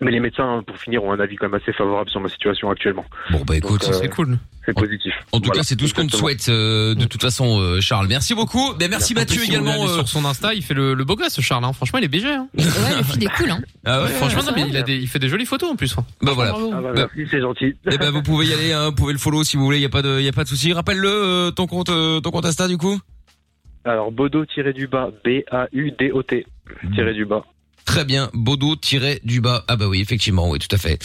[SPEAKER 5] Mais les médecins, pour finir, ont un avis quand même assez favorable sur ma situation actuellement.
[SPEAKER 2] Bon bah écoute,
[SPEAKER 5] Donc, euh,
[SPEAKER 3] C'est cool.
[SPEAKER 5] C'est
[SPEAKER 2] En-
[SPEAKER 5] positif.
[SPEAKER 2] en tout
[SPEAKER 5] Voilà,
[SPEAKER 2] cas c'est tout ce qu'on te
[SPEAKER 5] exactement.
[SPEAKER 2] souhaite euh, de toute façon, euh, Charles. Merci beaucoup. Ben merci
[SPEAKER 5] Merci
[SPEAKER 3] En
[SPEAKER 2] Mathieu
[SPEAKER 3] plus, si vous
[SPEAKER 2] également.
[SPEAKER 3] allez
[SPEAKER 2] euh,
[SPEAKER 3] Sur son Insta, il fait le, le beau gosse, ce Charles. hein. Franchement, il est BG. Hein.
[SPEAKER 6] Ouais, le feed est cool, hein.
[SPEAKER 2] Ah ouais,
[SPEAKER 3] Franchement,
[SPEAKER 2] franchement.
[SPEAKER 3] non, mais il, a des- il fait des jolies photos en plus. hein.
[SPEAKER 2] Bah voilà.
[SPEAKER 5] Ah bah, merci, c'est gentil.
[SPEAKER 2] Eh ben vous pouvez y aller, hein, vous pouvez le follow si vous voulez. Y a pas de, y a pas de souci. Rappelle-le euh, ton compte, euh, ton compte Insta du coup.
[SPEAKER 5] Alors, Bodo tiré du bas, B-A-U-D-O-T
[SPEAKER 2] Hmm.
[SPEAKER 5] tiré du bas.
[SPEAKER 2] Très bien, Bodo tiré du bas. Ah bah oui, effectivement, oui, tout à fait.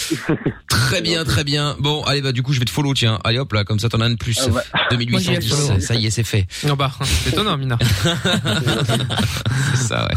[SPEAKER 2] très bien, très bien. Bon, allez bah du coup je vais te follow, tiens. Allez hop là, comme ça t'en as un de plus. [laughs]
[SPEAKER 5] Ah ouais.
[SPEAKER 6] Moi, j'ai
[SPEAKER 2] 2810,
[SPEAKER 6] un
[SPEAKER 2] ça,
[SPEAKER 6] follow.
[SPEAKER 2] y est, c'est fait.
[SPEAKER 3] Non, bah, [laughs] c'est étonnant, Mina.
[SPEAKER 2] [laughs] C'est ça, ouais.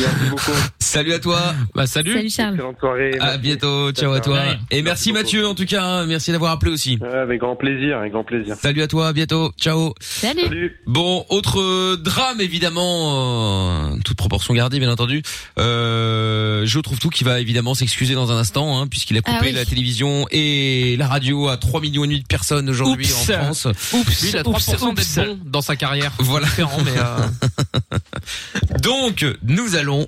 [SPEAKER 5] Merci beaucoup.
[SPEAKER 2] Salut à toi.
[SPEAKER 3] Bah, salut.
[SPEAKER 6] Salut Charles.
[SPEAKER 5] Excellente soirée.
[SPEAKER 2] À
[SPEAKER 5] Merci.
[SPEAKER 2] bientôt. Ciao à toi.
[SPEAKER 7] Ouais.
[SPEAKER 2] Et merci
[SPEAKER 5] Merci beaucoup.
[SPEAKER 2] Mathieu en tout cas. hein. Merci d'avoir appelé aussi.
[SPEAKER 5] Ouais, avec grand plaisir, avec grand plaisir.
[SPEAKER 2] Salut à toi. À bientôt. Ciao.
[SPEAKER 6] Salut.
[SPEAKER 5] Salut.
[SPEAKER 2] Bon, autre euh, drame évidemment, euh, toute proportion gardée bien entendu. Euh, je trouve tout qui va évidemment s'excuser dans un instant, hein, puisqu'il a coupé
[SPEAKER 6] Ah oui.
[SPEAKER 2] la télévision et la radio à 3 millions et demi de personnes aujourd'hui en
[SPEAKER 7] Oups.
[SPEAKER 2] France.
[SPEAKER 3] Oups, lui, il a
[SPEAKER 7] oups,
[SPEAKER 3] 3%
[SPEAKER 7] oups.
[SPEAKER 3] d'être bon dans sa carrière.
[SPEAKER 2] [laughs] Voilà.
[SPEAKER 3] Différent, mais euh,
[SPEAKER 2] [laughs] Donc, nous allons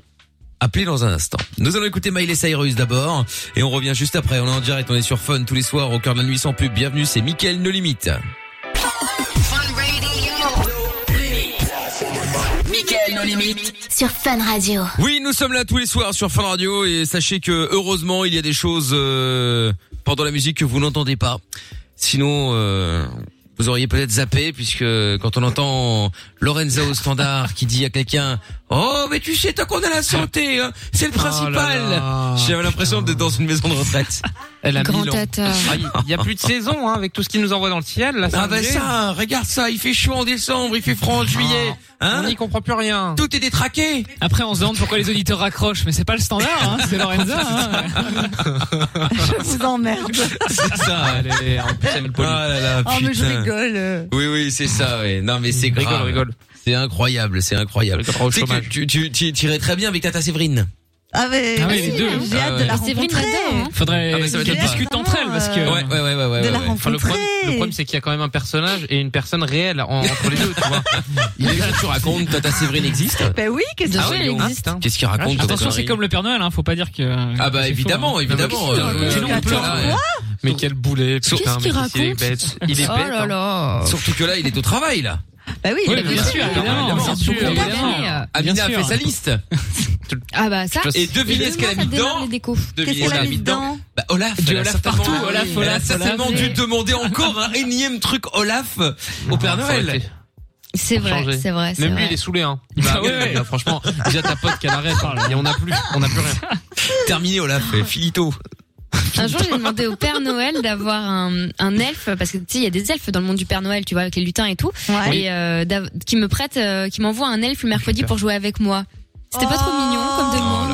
[SPEAKER 2] appeler dans un instant. Nous allons écouter Miley Cyrus d'abord et on revient juste après. On est en direct, on est sur Fun tous les soirs au cœur de la nuit sans pub. Bienvenue, c'est Mickaël No Limite.
[SPEAKER 1] Mickaël, nos limites.
[SPEAKER 8] Sur Fun Radio.
[SPEAKER 2] Oui, nous sommes là tous les soirs sur Fun Radio et sachez que heureusement, il y a des choses euh, pendant la musique que vous n'entendez pas. Sinon, euh, vous auriez peut-être zappé puisque quand on entend Lorenzo au standard qui dit à quelqu'un "Oh, mais tu sais tant qu'on a la santé, hein, c'est le
[SPEAKER 3] Oh là
[SPEAKER 2] principal."
[SPEAKER 3] là.
[SPEAKER 2] J'avais l'impression d'être dans une maison de retraite.
[SPEAKER 3] [laughs] Elle a
[SPEAKER 6] Grand
[SPEAKER 3] mille ans.
[SPEAKER 4] euh.
[SPEAKER 6] tata.
[SPEAKER 3] Ah, Il y a plus de saison hein, avec tout ce qu'il nous envoie dans le ciel. Là, c'est
[SPEAKER 2] Ah
[SPEAKER 3] un
[SPEAKER 2] bah
[SPEAKER 3] budget.
[SPEAKER 2] ça, regarde ça, il fait chaud en décembre, il fait froid en juillet,
[SPEAKER 3] on
[SPEAKER 2] hein
[SPEAKER 3] n'y comprend plus rien.
[SPEAKER 2] Tout est détraqué.
[SPEAKER 7] Après, on se demande pourquoi les auditeurs raccrochent, mais c'est pas le standard, hein, c'est Lorenza. hein.
[SPEAKER 4] Je vous emmerde.
[SPEAKER 2] C'est ça.
[SPEAKER 3] Elle est- en plus, elle me
[SPEAKER 2] Oh
[SPEAKER 3] polie.
[SPEAKER 2] là là,
[SPEAKER 4] Oh, mais je
[SPEAKER 2] putain.
[SPEAKER 4] rigole.
[SPEAKER 2] Oui oui, c'est ça. Ouais. Non mais c'est grave.
[SPEAKER 3] Rigole, rigole.
[SPEAKER 2] C'est incroyable, c'est incroyable.
[SPEAKER 3] Elle est au
[SPEAKER 2] Tu sais que
[SPEAKER 3] chômage.
[SPEAKER 2] tu tu tu irais très bien avec Tata Séverine.
[SPEAKER 4] Ah, mais
[SPEAKER 7] Ah oui,
[SPEAKER 4] j'ai
[SPEAKER 7] les deux.
[SPEAKER 4] j'ai hâte de la
[SPEAKER 6] Séverine
[SPEAKER 4] rencontrer.
[SPEAKER 6] l'adore, hein.
[SPEAKER 7] Faudrait
[SPEAKER 2] Ah, mais ça va être
[SPEAKER 7] qu'elles
[SPEAKER 2] pas.
[SPEAKER 7] discutent entre elles, parce que.
[SPEAKER 4] Ouais,
[SPEAKER 2] Euh, ouais ouais ouais ouais.
[SPEAKER 4] de
[SPEAKER 2] ouais,
[SPEAKER 4] la
[SPEAKER 2] ouais.
[SPEAKER 3] Enfin, le problème, le problème,
[SPEAKER 4] rencontrer.
[SPEAKER 3] c'est qu'il y a quand même un personnage et une personne réelle en- entre les deux, tu vois.
[SPEAKER 2] Il est que tu racontes Tata Séverine existe
[SPEAKER 4] Ben oui, qu'est-ce que
[SPEAKER 6] Bien
[SPEAKER 3] Ah
[SPEAKER 6] sûr,
[SPEAKER 3] ouais,
[SPEAKER 6] elle
[SPEAKER 3] donc,
[SPEAKER 6] existe.
[SPEAKER 3] hein.
[SPEAKER 2] Qu'est-ce qu'il raconte comme
[SPEAKER 7] Attention,
[SPEAKER 2] connerie
[SPEAKER 7] c'est comme le Père Noël, hein, faut pas dire que.
[SPEAKER 2] Ah bah
[SPEAKER 7] c'est faux,
[SPEAKER 2] évidemment,
[SPEAKER 7] hein.
[SPEAKER 2] évidemment.
[SPEAKER 7] Non, mais
[SPEAKER 2] euh,
[SPEAKER 7] qu'est-ce qu'il
[SPEAKER 2] sinon,
[SPEAKER 7] raconte
[SPEAKER 2] on pleure,
[SPEAKER 7] Quoi
[SPEAKER 2] ouais.
[SPEAKER 3] Mais quel boulet, putain,
[SPEAKER 6] Qu'est-ce qu'il
[SPEAKER 3] mais il est
[SPEAKER 6] raconte
[SPEAKER 3] bête. Il est bête.
[SPEAKER 6] Oh là
[SPEAKER 3] hein.
[SPEAKER 6] là.
[SPEAKER 2] Surtout que là, il est au travail là.
[SPEAKER 4] Bah oui,
[SPEAKER 7] Oui,
[SPEAKER 4] bah,
[SPEAKER 7] bien
[SPEAKER 4] bien
[SPEAKER 7] sûr,
[SPEAKER 4] sûr.
[SPEAKER 7] évidemment,
[SPEAKER 4] évidemment.
[SPEAKER 7] bien sûr,
[SPEAKER 4] Pourquoi pas
[SPEAKER 7] évidemment.
[SPEAKER 4] gagner, euh,
[SPEAKER 2] Amina a
[SPEAKER 7] Bien
[SPEAKER 2] fait
[SPEAKER 7] sûr.
[SPEAKER 2] sa liste.
[SPEAKER 6] Ah bah ça.
[SPEAKER 2] Et devinez ce qu'elle a
[SPEAKER 6] demain,
[SPEAKER 2] mis
[SPEAKER 6] ça démarre
[SPEAKER 2] dedans.
[SPEAKER 6] les décos.
[SPEAKER 4] Qu'est-ce
[SPEAKER 2] Devinez
[SPEAKER 4] qu'elle
[SPEAKER 2] ce
[SPEAKER 4] a mis dedans
[SPEAKER 2] Bah, Olaf,
[SPEAKER 7] Du
[SPEAKER 2] elle a
[SPEAKER 7] Olaf
[SPEAKER 2] certainement-
[SPEAKER 7] partout, Olaf,
[SPEAKER 2] elle a
[SPEAKER 7] Olaf,
[SPEAKER 2] certainement
[SPEAKER 6] Olaf.
[SPEAKER 2] dû demander encore un énième truc Olaf au Père
[SPEAKER 3] Ah, ça aurait
[SPEAKER 2] Noël.
[SPEAKER 3] été-
[SPEAKER 6] C'est vrai,
[SPEAKER 3] Changer.
[SPEAKER 6] c'est vrai, c'est
[SPEAKER 3] Même lui,
[SPEAKER 6] vrai.
[SPEAKER 3] il est saoulé, hein. Il va-
[SPEAKER 7] Ah ouais.
[SPEAKER 3] il va- Franchement, déjà ta pote qu'elle arrête, parle. Et on a plus, on a plus rien.
[SPEAKER 2] [laughs] Terminé Olaf, euh, finito.
[SPEAKER 6] Un jour, j'ai demandé au Père Noël d'avoir un, un elfe, parce que tu sais, il y a des elfes dans le monde du Père Noël, tu vois, avec les lutins et tout,
[SPEAKER 4] Ouais.
[SPEAKER 6] et euh, d'av- qui me prête, euh, qui m'envoie un elfe le mercredi pour jouer avec moi. C'était pas trop
[SPEAKER 4] Oh.
[SPEAKER 6] mignon comme demande.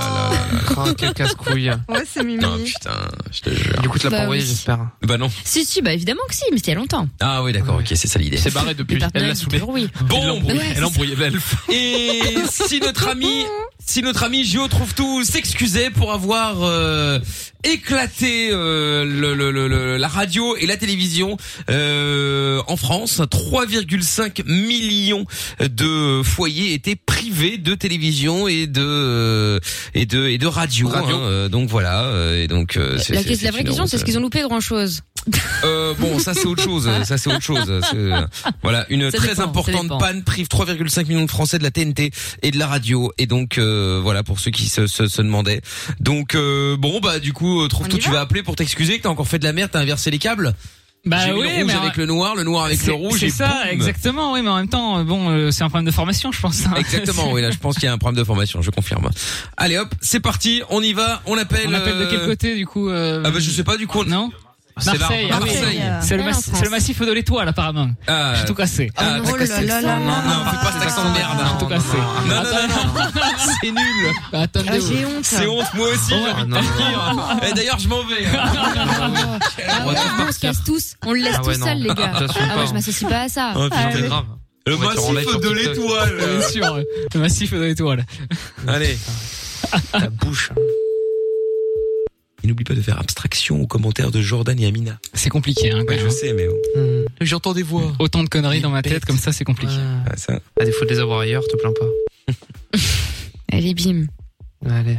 [SPEAKER 3] Ah, quel casse-couille.
[SPEAKER 2] Oh
[SPEAKER 4] Ouais, c'est
[SPEAKER 2] Non,
[SPEAKER 4] mimi.
[SPEAKER 2] putain, je te jure.
[SPEAKER 3] Du coup, tu l'as
[SPEAKER 6] Bah
[SPEAKER 3] pas envoyé,
[SPEAKER 6] oui.
[SPEAKER 3] j'espère.
[SPEAKER 2] Bah non.
[SPEAKER 6] Si, si, bah évidemment que si, mais c'était il y a longtemps.
[SPEAKER 2] Ah oui, d'accord, ok, c'est ça l'idée.
[SPEAKER 3] Il s'est barré
[SPEAKER 6] Le
[SPEAKER 3] depuis.
[SPEAKER 6] Père
[SPEAKER 3] Elle
[SPEAKER 6] Noël
[SPEAKER 3] l'a
[SPEAKER 6] dit
[SPEAKER 3] saoulé.
[SPEAKER 6] toujours oui.
[SPEAKER 2] Bon,
[SPEAKER 6] Ouais, c'est-
[SPEAKER 2] embrouillait l'elfe. [laughs] Et si notre ami, si notre ami Gio trouve tout, s'excusait pour avoir euh, éclaté euh, le, le- le- le- la radio et la télévision euh, en France, 3,5 millions de foyers étaient privés de télévision et de euh, et de et de radio.
[SPEAKER 3] Radio.
[SPEAKER 2] hein, euh, donc voilà. euh, Et donc euh, c'est-
[SPEAKER 6] La,
[SPEAKER 2] c'est-
[SPEAKER 6] que-
[SPEAKER 2] c'est
[SPEAKER 6] la vraie
[SPEAKER 2] une
[SPEAKER 6] question, c'est
[SPEAKER 2] honte.
[SPEAKER 6] ce qu'ils ont loupé grand chose.
[SPEAKER 2] Euh, bon, ça c'est autre chose. Ça c'est autre chose. C'est- Voilà, une
[SPEAKER 6] Ça
[SPEAKER 2] très
[SPEAKER 6] dépend, ça
[SPEAKER 2] importante
[SPEAKER 6] dépend.
[SPEAKER 2] panne prive 3,5 millions de Français de la TNT et de la radio. Et donc euh, voilà pour ceux qui se, se, se demandaient. Donc euh, bon bah du coup euh, trouve
[SPEAKER 6] On
[SPEAKER 2] tout.
[SPEAKER 6] y
[SPEAKER 2] Tu
[SPEAKER 6] va
[SPEAKER 2] vas appeler pour t'excuser que t'as encore fait de la merde, t'as inversé les câbles. J'ai
[SPEAKER 7] Bah
[SPEAKER 2] mis
[SPEAKER 7] oui,
[SPEAKER 2] le rouge
[SPEAKER 7] mais
[SPEAKER 2] avec le noir, le noir avec
[SPEAKER 7] c'est-
[SPEAKER 2] le rouge.
[SPEAKER 7] C'est
[SPEAKER 2] et
[SPEAKER 7] ça,
[SPEAKER 2] boum.
[SPEAKER 7] exactement. Oui, mais en même temps, euh, bon, euh, c'est un problème de formation, je pense. hein.
[SPEAKER 2] Exactement,
[SPEAKER 7] [laughs]
[SPEAKER 2] oui, là je pense qu'il y a un problème de formation, je confirme. Allez hop, c'est parti, on y va, on appelle.
[SPEAKER 7] On appelle de quel
[SPEAKER 2] euh,
[SPEAKER 7] côté, du coup euh,
[SPEAKER 2] Ah bah je sais pas du coup. on-
[SPEAKER 7] Non
[SPEAKER 2] C'est là,
[SPEAKER 7] Marseille, ah oui.
[SPEAKER 2] Marseille.
[SPEAKER 4] Marseille.
[SPEAKER 7] C'est le,
[SPEAKER 6] Ouais, en
[SPEAKER 7] massi-
[SPEAKER 6] France.
[SPEAKER 7] c'est le massif de l'étoile, apparemment.
[SPEAKER 2] Ah,
[SPEAKER 7] J'ai tout cassé.
[SPEAKER 2] ah,
[SPEAKER 4] Oh là là là
[SPEAKER 2] non, non, fais pas cet accent de merde.
[SPEAKER 7] J'ai tout cassé.
[SPEAKER 2] Non, non, non, non, c'est nul.
[SPEAKER 4] Ah,
[SPEAKER 7] Attendez.
[SPEAKER 4] J'ai honte.
[SPEAKER 2] C'est honte, moi aussi, j'ai envie de [laughs] partir. Et d'ailleurs, je m'en vais. hein.
[SPEAKER 6] Ah ouais, on se casse tous, on le laisse
[SPEAKER 3] Ah ouais,
[SPEAKER 6] tout
[SPEAKER 3] non.
[SPEAKER 6] seul, les gars.
[SPEAKER 3] J'assume
[SPEAKER 6] Ah ouais,
[SPEAKER 3] pas.
[SPEAKER 6] je m'associe pas à ça.
[SPEAKER 2] Oh,
[SPEAKER 6] Ah
[SPEAKER 3] C'est grave.
[SPEAKER 2] Le
[SPEAKER 3] On va te
[SPEAKER 2] massif
[SPEAKER 3] remettre sur
[SPEAKER 2] de
[SPEAKER 3] TikTok.
[SPEAKER 2] l'étoile.
[SPEAKER 7] [laughs] Bien sûr, ouais. le massif de l'étoile.
[SPEAKER 2] Allez.
[SPEAKER 3] Ta bouche.
[SPEAKER 2] Et n'oublie pas de faire abstraction aux commentaires de Jordan et Amina.
[SPEAKER 7] C'est compliqué,
[SPEAKER 3] Ah,
[SPEAKER 7] hein,
[SPEAKER 3] bah,
[SPEAKER 7] quand même.
[SPEAKER 2] sais, mais
[SPEAKER 3] oh.
[SPEAKER 7] Hmm.
[SPEAKER 3] J'entends des voix.
[SPEAKER 7] Autant de conneries dans ma
[SPEAKER 3] Bête.
[SPEAKER 7] tête, comme ça, c'est compliqué.
[SPEAKER 2] Ah, ça.
[SPEAKER 3] À défaut de les avoir ailleurs, te plains pas.
[SPEAKER 6] Allez, bim.
[SPEAKER 3] Allez.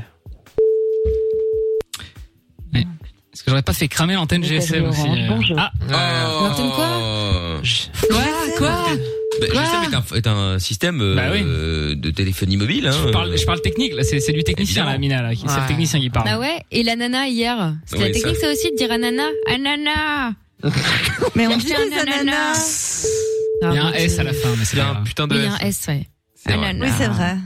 [SPEAKER 7] Parce que j'aurais pas fait cramer l'antenne GSM aussi. euh. Ah,
[SPEAKER 6] L'antenne
[SPEAKER 2] quoi
[SPEAKER 6] Quoi Quoi
[SPEAKER 2] GSM est un, est un système euh,
[SPEAKER 7] Bah oui.
[SPEAKER 2] euh, de téléphonie mobile. Hein,
[SPEAKER 7] je
[SPEAKER 3] euh,
[SPEAKER 7] parle, je parle technique, là, c'est c'est du technicien,
[SPEAKER 2] Évidemment.
[SPEAKER 7] là, Mina, là. qui- C'est le
[SPEAKER 3] Ouais.
[SPEAKER 7] technicien qui parle.
[SPEAKER 6] Ah ouais, et la nana hier. C'était
[SPEAKER 2] Oui,
[SPEAKER 6] la technique, ça. aussi, de dire anana. Anana
[SPEAKER 4] Mais on dit
[SPEAKER 6] Tiens,
[SPEAKER 4] les ananas.
[SPEAKER 7] Il y a un S à la fin, mais c'est
[SPEAKER 3] Il y a
[SPEAKER 7] pas
[SPEAKER 3] un
[SPEAKER 7] grave.
[SPEAKER 3] putain
[SPEAKER 6] Oui,
[SPEAKER 3] de.
[SPEAKER 6] Ah, il y a un S, ouais. Ah
[SPEAKER 2] C'est vrai.
[SPEAKER 6] Anana.
[SPEAKER 4] Oui, c'est vrai.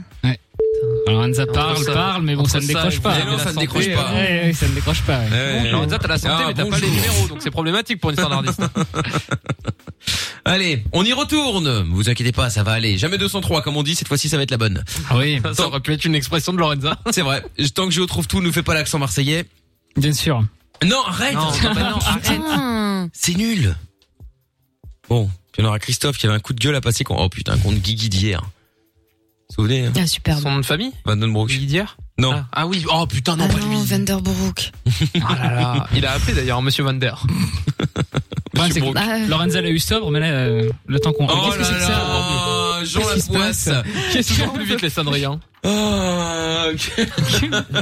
[SPEAKER 7] Alors, Anza
[SPEAKER 3] Entre
[SPEAKER 7] parle,
[SPEAKER 3] ça-
[SPEAKER 7] parle, mais bon,
[SPEAKER 3] entre
[SPEAKER 7] ça ne
[SPEAKER 3] ça et
[SPEAKER 7] décroche
[SPEAKER 3] vous
[SPEAKER 7] pas.
[SPEAKER 2] Mais non, ça ne
[SPEAKER 3] santé,
[SPEAKER 2] décroche pas.
[SPEAKER 7] Ouais, ouais, ça ne décroche pas. ouais.
[SPEAKER 2] Ouais.
[SPEAKER 3] Genre, Eh, t'as la santé,
[SPEAKER 2] Ah,
[SPEAKER 3] mais t'as pas
[SPEAKER 2] bonjour.
[SPEAKER 3] les numéros, donc c'est problématique pour une standardiste.
[SPEAKER 2] [laughs] Allez, on y retourne. Vous inquiétez pas, ça va aller. Jamais 203, comme on dit. Cette fois-ci, ça va être la bonne.
[SPEAKER 7] Ah oui,
[SPEAKER 3] ça aurait pu être une expression de Lorenza.
[SPEAKER 2] C'est vrai. Tant que je trouve tout, ne fais pas l'accent marseillais.
[SPEAKER 7] bien sûr.
[SPEAKER 2] Non, arrête.
[SPEAKER 3] bah non, arrête.
[SPEAKER 6] Putain.
[SPEAKER 2] C'est nul. Bon, puis on aura Christophe qui avait un coup de gueule à passer contre, oh putain, contre Guigui d'hier. Vous vous souvenez, hein
[SPEAKER 6] Ah, super.
[SPEAKER 3] Son nom de famille
[SPEAKER 2] Van den Broek.
[SPEAKER 3] Didier
[SPEAKER 2] Non.
[SPEAKER 3] Ah, ah oui, oh putain, non,
[SPEAKER 6] Ah
[SPEAKER 3] pas
[SPEAKER 6] non,
[SPEAKER 3] lui.
[SPEAKER 6] Vanderbroek.
[SPEAKER 3] [laughs] Ah là là. Il a appelé d'ailleurs Monsieur Van Der.
[SPEAKER 7] Enfin, c'est que
[SPEAKER 6] Bah, euh,
[SPEAKER 7] Lorenza l'a eu sobre, mais là, euh, le temps qu'on.
[SPEAKER 2] Oh
[SPEAKER 7] Qu'est-ce que
[SPEAKER 2] là
[SPEAKER 7] c'est que ça
[SPEAKER 2] là, Jean
[SPEAKER 7] Qu'est-ce qui se
[SPEAKER 2] Lapoisse.
[SPEAKER 7] passe Qu'est-ce qu'il y a
[SPEAKER 3] Toujours plus vite les Sandriens.
[SPEAKER 2] Ah, ok.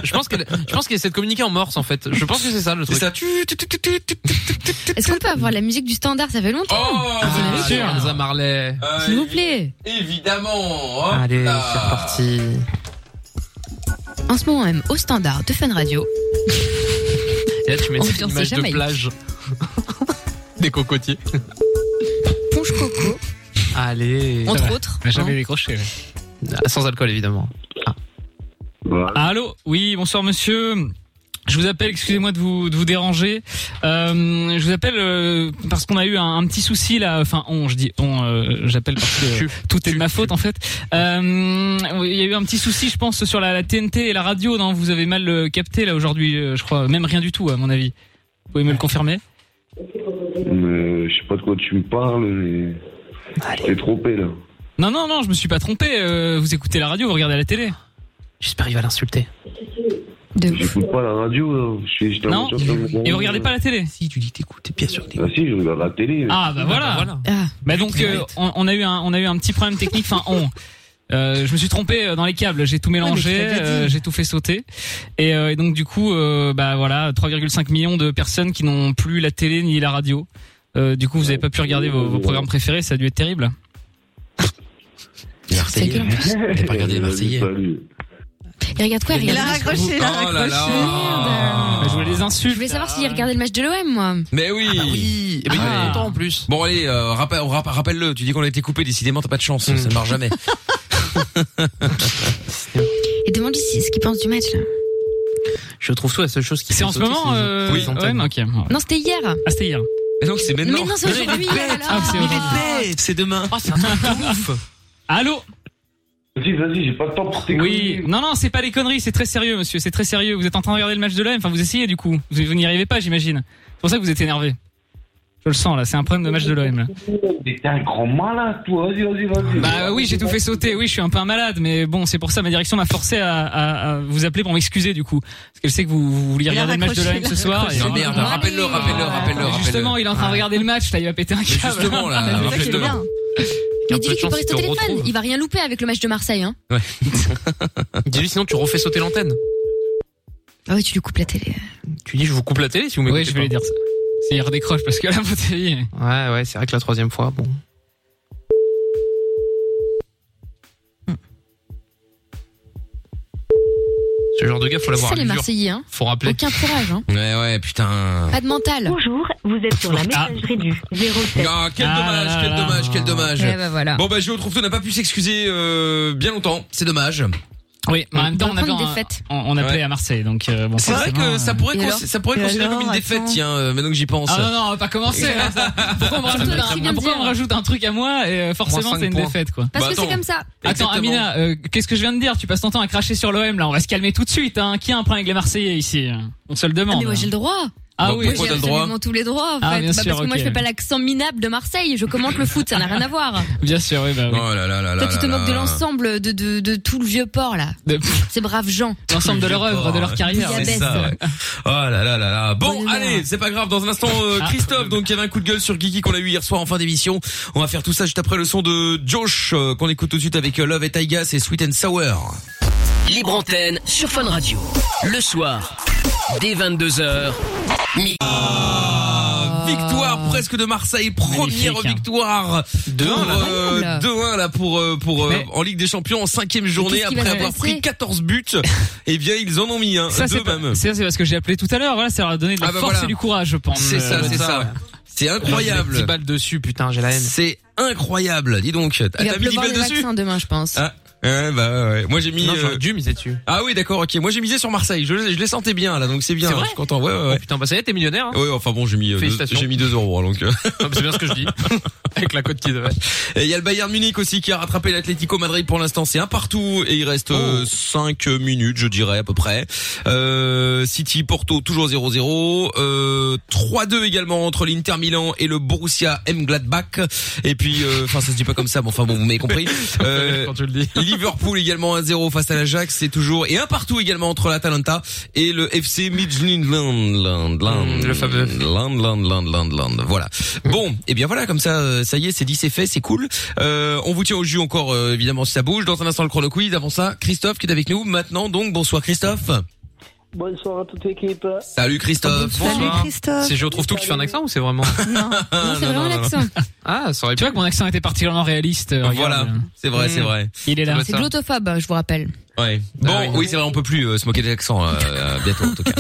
[SPEAKER 3] Je pense qu'elle, je pense qu'elle essaie de communiquer en morse en fait. Je pense que c'est ça le
[SPEAKER 2] C'est
[SPEAKER 3] truc.
[SPEAKER 2] ça. Tu, tu, tu, tu, tu, tu, tu.
[SPEAKER 6] Est-ce qu'on peut avoir la musique du standard Ça fait longtemps.
[SPEAKER 2] Oh,
[SPEAKER 6] Ah,
[SPEAKER 2] bien
[SPEAKER 6] bien
[SPEAKER 2] sûr.
[SPEAKER 6] sûr.
[SPEAKER 3] Lorenza Marley.
[SPEAKER 2] Euh,
[SPEAKER 6] S'il vous plaît.
[SPEAKER 2] Évidemment. Hop
[SPEAKER 3] Allez, c'est
[SPEAKER 2] là.
[SPEAKER 3] reparti.
[SPEAKER 6] En ce moment même, au standard de Fun Radio.
[SPEAKER 3] Et là, tu mets cette
[SPEAKER 6] Ambiance
[SPEAKER 3] image de
[SPEAKER 6] Jamaïque.
[SPEAKER 7] [laughs]
[SPEAKER 3] plage. Des cocotiers.
[SPEAKER 6] Ponche Coco,
[SPEAKER 3] Allez.
[SPEAKER 6] entre autres.
[SPEAKER 7] Bah, J'avais
[SPEAKER 6] hein.
[SPEAKER 7] décroché. ouais.
[SPEAKER 3] Ah, Sans alcool évidemment.
[SPEAKER 7] Ah, allô Oui, bonsoir monsieur. Je vous appelle, excusez-moi de vous, de vous déranger. Euh, je vous appelle euh, parce qu'on a eu un, un petit souci là. Enfin, on, je dis on, euh, j'appelle parce que
[SPEAKER 3] Tu-
[SPEAKER 7] tout est de ma faute en fait. Euh, Il y a eu un petit souci, je pense, sur la, la TNT et la radio. Non, vous avez mal euh, capté là aujourd'hui, euh, je crois. Même rien du tout, à mon avis. Vous pouvez me le confirmer
[SPEAKER 9] Mais je sais pas de quoi tu me parles, mais. T'es trompé là.
[SPEAKER 7] Non, non, non, je me suis pas trompé. euh, vous écoutez la radio, vous regardez la télé.
[SPEAKER 3] J'espère qu'il va l'insulter.
[SPEAKER 6] De ouf.
[SPEAKER 9] J'écoute pas la radio là. Je, je
[SPEAKER 7] Non,
[SPEAKER 9] t'avoue, ça me rend-
[SPEAKER 7] Et vous regardez pas la télé.
[SPEAKER 3] Si tu dis t'écoutes, bien sûr.
[SPEAKER 9] Ah si, je regarde la télé. mais-
[SPEAKER 7] Ah bah
[SPEAKER 2] [laughs]
[SPEAKER 7] voilà.
[SPEAKER 6] Ah,
[SPEAKER 7] Bah donc euh, on, on a eu un on a eu un petit problème technique. Enfin on. Euh, je me suis trompé euh, dans les câbles, j'ai tout mélangé, euh, j'ai tout fait sauter, et, euh, et donc du coup, euh, bah voilà, 3,5 millions de personnes qui n'ont plus la télé ni la radio. Euh, du coup, vous avez pas pu regarder vos, vos programmes préférés, ça a dû être terrible.
[SPEAKER 2] Marseillais,
[SPEAKER 6] gueule, en plus.
[SPEAKER 2] en plus. T'as pas regardé les Marseillais
[SPEAKER 6] Il regarde quoi Il
[SPEAKER 4] Il
[SPEAKER 6] regarde
[SPEAKER 4] a raccroché, il a
[SPEAKER 2] Oh là
[SPEAKER 4] raccroché.
[SPEAKER 2] là
[SPEAKER 7] Je voulais les
[SPEAKER 6] Je
[SPEAKER 7] insultes.
[SPEAKER 6] voulais savoir s'il regardait le match de l'OM, moi.
[SPEAKER 2] Mais oui Ah.
[SPEAKER 10] Oui, et ben, il est content en plus.
[SPEAKER 2] Bon allez, euh, rappel- rapp- rappelle-le, tu dis qu'on a été coupé, décidément t'as pas de chance,
[SPEAKER 10] Hmm.
[SPEAKER 2] ça ne marche jamais.
[SPEAKER 6] Et demande-lui si- ce qu'il pense du match, là.
[SPEAKER 10] Je trouve tout la seule chose qui
[SPEAKER 7] C'est
[SPEAKER 10] fait
[SPEAKER 7] en ce
[SPEAKER 10] sauter,
[SPEAKER 7] moment
[SPEAKER 10] c'est les-
[SPEAKER 7] euh,
[SPEAKER 10] les antennes.
[SPEAKER 7] OM, ok.
[SPEAKER 6] Non, c'était hier.
[SPEAKER 7] Ah, c'était hier.
[SPEAKER 2] Mais non, c'est maintenant.
[SPEAKER 6] Mais non, c'est
[SPEAKER 2] Mais non, il est
[SPEAKER 6] aujourd'hui.
[SPEAKER 2] bête.
[SPEAKER 6] oh là là.
[SPEAKER 7] Ah, c'est aujourd'hui.
[SPEAKER 10] Bête.
[SPEAKER 2] C'est demain.
[SPEAKER 10] Oh, c'est un truc de ouf.
[SPEAKER 7] Allô
[SPEAKER 9] Vas-y, vas-y, j'ai pas le temps pour tes
[SPEAKER 7] Oui.
[SPEAKER 9] conneries.
[SPEAKER 7] Non, non, c'est pas des conneries, c'est très sérieux, monsieur. C'est très sérieux. Vous êtes en train de regarder le match de l'OM, enfin vous essayez du coup. Vous, vous n'y arrivez pas, j'imagine. C'est pour ça que vous êtes énervé. Je le sens là, c'est un problème de match de l'OM là.
[SPEAKER 10] Bah,
[SPEAKER 9] Mais T'es un grand malade, toi. Vas-y, vas-y, vas-y.
[SPEAKER 7] Bah oui, j'ai tout fait sauter. Oui, je suis un peu un malade, mais bon, c'est pour ça ma direction m'a forcé à, à- à vous appeler pour m'excuser du coup, parce qu'elle sait que vous, vous vouliez
[SPEAKER 4] Il a
[SPEAKER 7] regarder le match de
[SPEAKER 4] raccroché,
[SPEAKER 7] l'OM
[SPEAKER 4] il a
[SPEAKER 7] ce soir.
[SPEAKER 4] raccroché.
[SPEAKER 7] et-
[SPEAKER 2] Non,
[SPEAKER 10] euh,
[SPEAKER 2] merde,
[SPEAKER 6] Allez.
[SPEAKER 2] rappelle-le, rappelle-le, rappelle-le,
[SPEAKER 7] Mais
[SPEAKER 2] rappelle-le.
[SPEAKER 7] Justement, il est en train de regarder le match là, il va péter un câble. [laughs]
[SPEAKER 2] Justement, là,
[SPEAKER 4] C'est ça qui est
[SPEAKER 2] rappelle-le.
[SPEAKER 4] bien.
[SPEAKER 6] Mais
[SPEAKER 10] Un peu
[SPEAKER 6] dis-lui
[SPEAKER 10] de
[SPEAKER 6] qu'il peut
[SPEAKER 10] chance,
[SPEAKER 6] rester
[SPEAKER 10] il
[SPEAKER 6] au
[SPEAKER 10] te
[SPEAKER 6] téléphone.
[SPEAKER 10] retrouve.
[SPEAKER 6] Il va rien louper avec le match de Marseille, hein.
[SPEAKER 10] Dis-lui sinon tu refais sauter l'antenne.
[SPEAKER 6] Ah ouais, tu lui coupes la télé.
[SPEAKER 10] Tu dis je vous coupe la
[SPEAKER 2] Eh,
[SPEAKER 10] télé si vous m'écoutez.
[SPEAKER 7] Oui, je voulais
[SPEAKER 10] pas.
[SPEAKER 7] dire ça. C'est il redécroche parce que là, vous savez,
[SPEAKER 10] Ouais ouais, c'est vrai que la troisième fois, bon. Ce genre de gars, faut
[SPEAKER 6] C'est
[SPEAKER 10] l'avoir
[SPEAKER 6] ça,
[SPEAKER 10] à
[SPEAKER 6] les
[SPEAKER 10] l'usure.
[SPEAKER 6] Marseillais, hein.
[SPEAKER 10] Faut rappeler.
[SPEAKER 6] Aucun courage, hein.
[SPEAKER 2] Ouais, ouais, putain.
[SPEAKER 6] Pas de mental.
[SPEAKER 8] Bonjour, vous êtes sur la
[SPEAKER 7] Ah.
[SPEAKER 8] messagerie du 07.
[SPEAKER 2] Ah, quel
[SPEAKER 7] Ah
[SPEAKER 2] dommage,
[SPEAKER 7] là
[SPEAKER 2] quel
[SPEAKER 7] là.
[SPEAKER 2] dommage, quel dommage.
[SPEAKER 6] Ouais, bah voilà.
[SPEAKER 2] Bon bah Géo Trouve-Tout n'a pas pu s'excuser euh, bien longtemps, c'est dommage.
[SPEAKER 7] Oui, mais en même temps,
[SPEAKER 6] Dans
[SPEAKER 7] on
[SPEAKER 6] le
[SPEAKER 7] avait
[SPEAKER 6] camp des
[SPEAKER 7] un-
[SPEAKER 6] fêtes.
[SPEAKER 7] on, on appelait
[SPEAKER 2] Ouais.
[SPEAKER 7] à Marseille, donc euh, bon.
[SPEAKER 2] C'est vrai
[SPEAKER 7] forcément,
[SPEAKER 2] que ça
[SPEAKER 7] euh,
[SPEAKER 2] pourrait
[SPEAKER 4] Et
[SPEAKER 2] cons-
[SPEAKER 4] alors
[SPEAKER 2] ça pourrait
[SPEAKER 4] Et
[SPEAKER 2] considérer
[SPEAKER 4] alors,
[SPEAKER 2] comme une défaite,
[SPEAKER 4] attends.
[SPEAKER 2] tiens, euh, maintenant que j'y pense.
[SPEAKER 7] Ah non, non, on va pas commencer.
[SPEAKER 2] [laughs]
[SPEAKER 7] là, ça. Pourquoi on me rajoute,
[SPEAKER 6] Surtout
[SPEAKER 7] un-
[SPEAKER 6] qu'il vient de
[SPEAKER 7] pourquoi on
[SPEAKER 6] dire.
[SPEAKER 7] me rajoute un truc à moi et euh, forcément
[SPEAKER 10] Moins cinq
[SPEAKER 7] c'est une
[SPEAKER 10] points.
[SPEAKER 7] défaite quoi.
[SPEAKER 6] Parce
[SPEAKER 2] Bah,
[SPEAKER 6] que c'est
[SPEAKER 2] attends.
[SPEAKER 6] comme ça.
[SPEAKER 7] Attends
[SPEAKER 2] Exactement.
[SPEAKER 7] Amina, euh, qu'est-ce que je viens de dire Tu passes ton temps à cracher sur l'OM là, on va se calmer tout de suite hein. Qui a un problème avec les Marseillais ici On se le
[SPEAKER 6] Ah,
[SPEAKER 7] demande.
[SPEAKER 6] mais moi, j'ai le droit.
[SPEAKER 7] Ah
[SPEAKER 2] Bon,
[SPEAKER 7] oui,
[SPEAKER 2] Bah, pourquoi
[SPEAKER 6] J'ai
[SPEAKER 2] t'as le droit
[SPEAKER 6] absolument tous les droits, en
[SPEAKER 7] Ah,
[SPEAKER 6] fait.
[SPEAKER 7] bien
[SPEAKER 6] Bah,
[SPEAKER 7] sûr,
[SPEAKER 6] parce que moi,
[SPEAKER 7] ok.
[SPEAKER 6] je fais pas l'accent minable de Marseille. Je commente le foot, ça
[SPEAKER 7] [laughs]
[SPEAKER 6] n'a rien à voir.
[SPEAKER 7] bien sûr, oui bah oui.
[SPEAKER 2] Oh là là là là.
[SPEAKER 6] Toi, tu te
[SPEAKER 2] là
[SPEAKER 6] moques de
[SPEAKER 2] là.
[SPEAKER 6] l'ensemble de, de, de tout le vieux port, là.
[SPEAKER 7] De-
[SPEAKER 6] Ces braves gens.
[SPEAKER 7] L'ensemble de leur œuvre, de leur carrière.
[SPEAKER 6] Diabète. Ah,
[SPEAKER 2] C'est ça, ouais. Oh là là là là. Bon,
[SPEAKER 6] Bonne
[SPEAKER 2] allez,
[SPEAKER 6] humeur.
[SPEAKER 2] c'est pas grave. Dans un instant, euh,
[SPEAKER 7] Ah.
[SPEAKER 2] Christophe, donc, il y avait un coup de gueule sur Guigui qu'on a eu hier soir en fin d'émission. On va faire tout ça juste après le son de Josh, euh, qu'on écoute tout de suite avec euh, Love et Taiga, c'est Sweet and Sour.
[SPEAKER 1] Libre antenne sur Fun Radio. Le soir, dès 22h.
[SPEAKER 2] Ah, Victoire presque de Marseille, première
[SPEAKER 7] Magnifique, hein.
[SPEAKER 2] victoire. 2-1 là.
[SPEAKER 6] Incroyable.
[SPEAKER 2] 2-1 là pour, euh, pour, euh,
[SPEAKER 7] Mais-
[SPEAKER 2] en Ligue des Champions en cinquième journée
[SPEAKER 6] qu'est-ce qui
[SPEAKER 2] après
[SPEAKER 6] va se
[SPEAKER 2] avoir
[SPEAKER 6] passer
[SPEAKER 2] pris 14 buts.
[SPEAKER 6] [laughs]
[SPEAKER 2] Eh bien, ils en ont mis un.
[SPEAKER 7] Ça
[SPEAKER 2] Euh, deux
[SPEAKER 7] c'est pas-
[SPEAKER 2] même.
[SPEAKER 7] c'est c'est parce que j'ai appelé tout à l'heure, voilà, ça leur a donné de la
[SPEAKER 2] Ah, bah,
[SPEAKER 7] force
[SPEAKER 2] voilà.
[SPEAKER 7] et du courage, je pense.
[SPEAKER 2] C'est ça,
[SPEAKER 7] Euh,
[SPEAKER 2] c'est
[SPEAKER 10] ça, ouais.
[SPEAKER 2] ça. C'est incroyable.
[SPEAKER 10] Petit balle dessus, putain, j'ai la haine.
[SPEAKER 2] C'est incroyable, dis donc. Ah,
[SPEAKER 6] Il va
[SPEAKER 2] T'as mis 10
[SPEAKER 6] pleuvoir
[SPEAKER 2] balles
[SPEAKER 6] les
[SPEAKER 2] dessus
[SPEAKER 6] vaccins demain, je pense.
[SPEAKER 2] Ah, ouais, bah ouais. Moi j'ai mis.
[SPEAKER 10] Non,
[SPEAKER 2] euh,
[SPEAKER 10] j'aurais dû miser dessus.
[SPEAKER 2] Ah oui, d'accord, ok. Moi j'ai misé sur Marseille. Je, je les sentais bien là, donc c'est bien.
[SPEAKER 10] C'est vrai
[SPEAKER 2] je suis content. Ouais, ouais,
[SPEAKER 10] Oh
[SPEAKER 2] ouais.
[SPEAKER 10] putain, bah ça y est, t'es millionnaire. hein.
[SPEAKER 2] Ouais, enfin bon, j'ai mis, euh, deux-
[SPEAKER 10] Félicitations.
[SPEAKER 2] j'ai mis 2 euros, hein, donc. euh.
[SPEAKER 10] Ah, bah, C'est bien ce que je
[SPEAKER 2] [laughs]
[SPEAKER 10] dis. Avec la cote qui devait.
[SPEAKER 2] Et il y a le Bayern Munich aussi qui a rattrapé l'Atlético Madrid pour l'instant. C'est un partout et il reste
[SPEAKER 10] Oh.
[SPEAKER 2] 5 minutes, je dirais à peu près. Euh, City Porto toujours 0-0. Euh, 3-2 également entre l'Inter Milan et le Borussia M Gladbach. Et puis, euh, enfin ça se dit pas comme ça, mais enfin bon, vous
[SPEAKER 10] [laughs]
[SPEAKER 2] m'avez compris. Euh,
[SPEAKER 10] Quand tu le dis. [laughs]
[SPEAKER 2] Liverpool également 1-0 face à l'Ajax, c'est toujours et un partout également entre l'Atalanta et le FC Midtjylland.
[SPEAKER 10] Mm, Le fameux.
[SPEAKER 2] Land, land, land, land, land. Voilà. Bon, et bien voilà, comme ça, euh, ça y est, c'est dit, c'est fait, c'est cool. Euh, on vous tient au jus encore, euh, évidemment, si ça bouge. Dans un instant, le chrono quiz. Avant ça, Christophe qui est avec nous maintenant. Donc, bonsoir Christophe.
[SPEAKER 11] Bonsoir à toute l'équipe.
[SPEAKER 2] Salut Christophe.
[SPEAKER 4] Salut
[SPEAKER 10] Bonsoir.
[SPEAKER 4] Christophe.
[SPEAKER 10] C'est je trouve tout qui fait un accent ou c'est vraiment
[SPEAKER 2] [laughs]
[SPEAKER 4] Non.
[SPEAKER 6] Non, c'est vraiment l'accent.
[SPEAKER 10] Ah, ça aurait
[SPEAKER 7] Tu
[SPEAKER 10] pu.
[SPEAKER 7] vois que mon accent était particulièrement réaliste. euh,
[SPEAKER 2] Voilà,
[SPEAKER 7] regarde.
[SPEAKER 2] c'est vrai, c'est
[SPEAKER 10] Mm.
[SPEAKER 2] vrai.
[SPEAKER 7] Il est là.
[SPEAKER 6] C'est de l'autophobe, je vous rappelle.
[SPEAKER 2] Ouais. Bon,
[SPEAKER 10] Ah oui.
[SPEAKER 2] oui, c'est vrai, on peut plus euh, se moquer des accents euh, euh, bientôt en tout cas.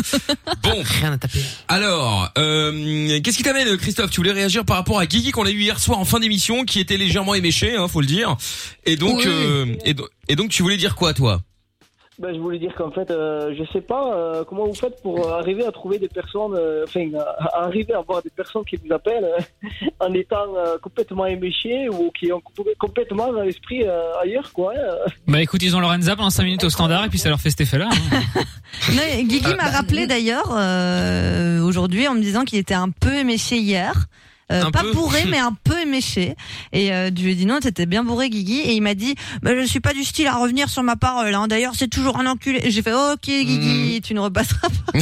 [SPEAKER 2] Bon,
[SPEAKER 10] Rien à taper.
[SPEAKER 2] Alors, euh, qu'est-ce qui t'amène, Christophe Tu voulais réagir par rapport à Guigui qu'on a eu hier soir en fin d'émission, qui était légèrement éméché, hein, faut le dire. Et donc,
[SPEAKER 6] Oui.
[SPEAKER 2] euh, et, do- et donc, tu voulais dire quoi, toi
[SPEAKER 11] Ben, je voulais dire qu'en fait, euh, je sais pas euh, comment vous faites pour euh, arriver à trouver des personnes, euh, enfin, à, à arriver à avoir des personnes qui vous appellent euh, [laughs] en étant euh, complètement éméchés ou qui ont coupé- complètement dans l'esprit euh, ailleurs, quoi. hein.
[SPEAKER 7] Bah écoute, ils ont Lorenza pendant 5 minutes au standard et puis ça leur fait cet effet-là. hein.
[SPEAKER 4] Non, et
[SPEAKER 2] Ah.
[SPEAKER 4] Guigui m'a rappelé d'ailleurs euh, aujourd'hui en me disant qu'il était un peu éméché hier. Euh,
[SPEAKER 10] Un
[SPEAKER 4] pas
[SPEAKER 10] peu.
[SPEAKER 2] [laughs]
[SPEAKER 4] bourré mais un peu éméché et euh, je lui ai dit non t'étais bien bourré Guigui et il m'a dit bah, je suis pas du style à revenir sur ma parole hein. d'ailleurs c'est toujours un enculé Et j'ai fait ok
[SPEAKER 2] Mm.
[SPEAKER 4] Guigui tu ne repasseras pas [laughs]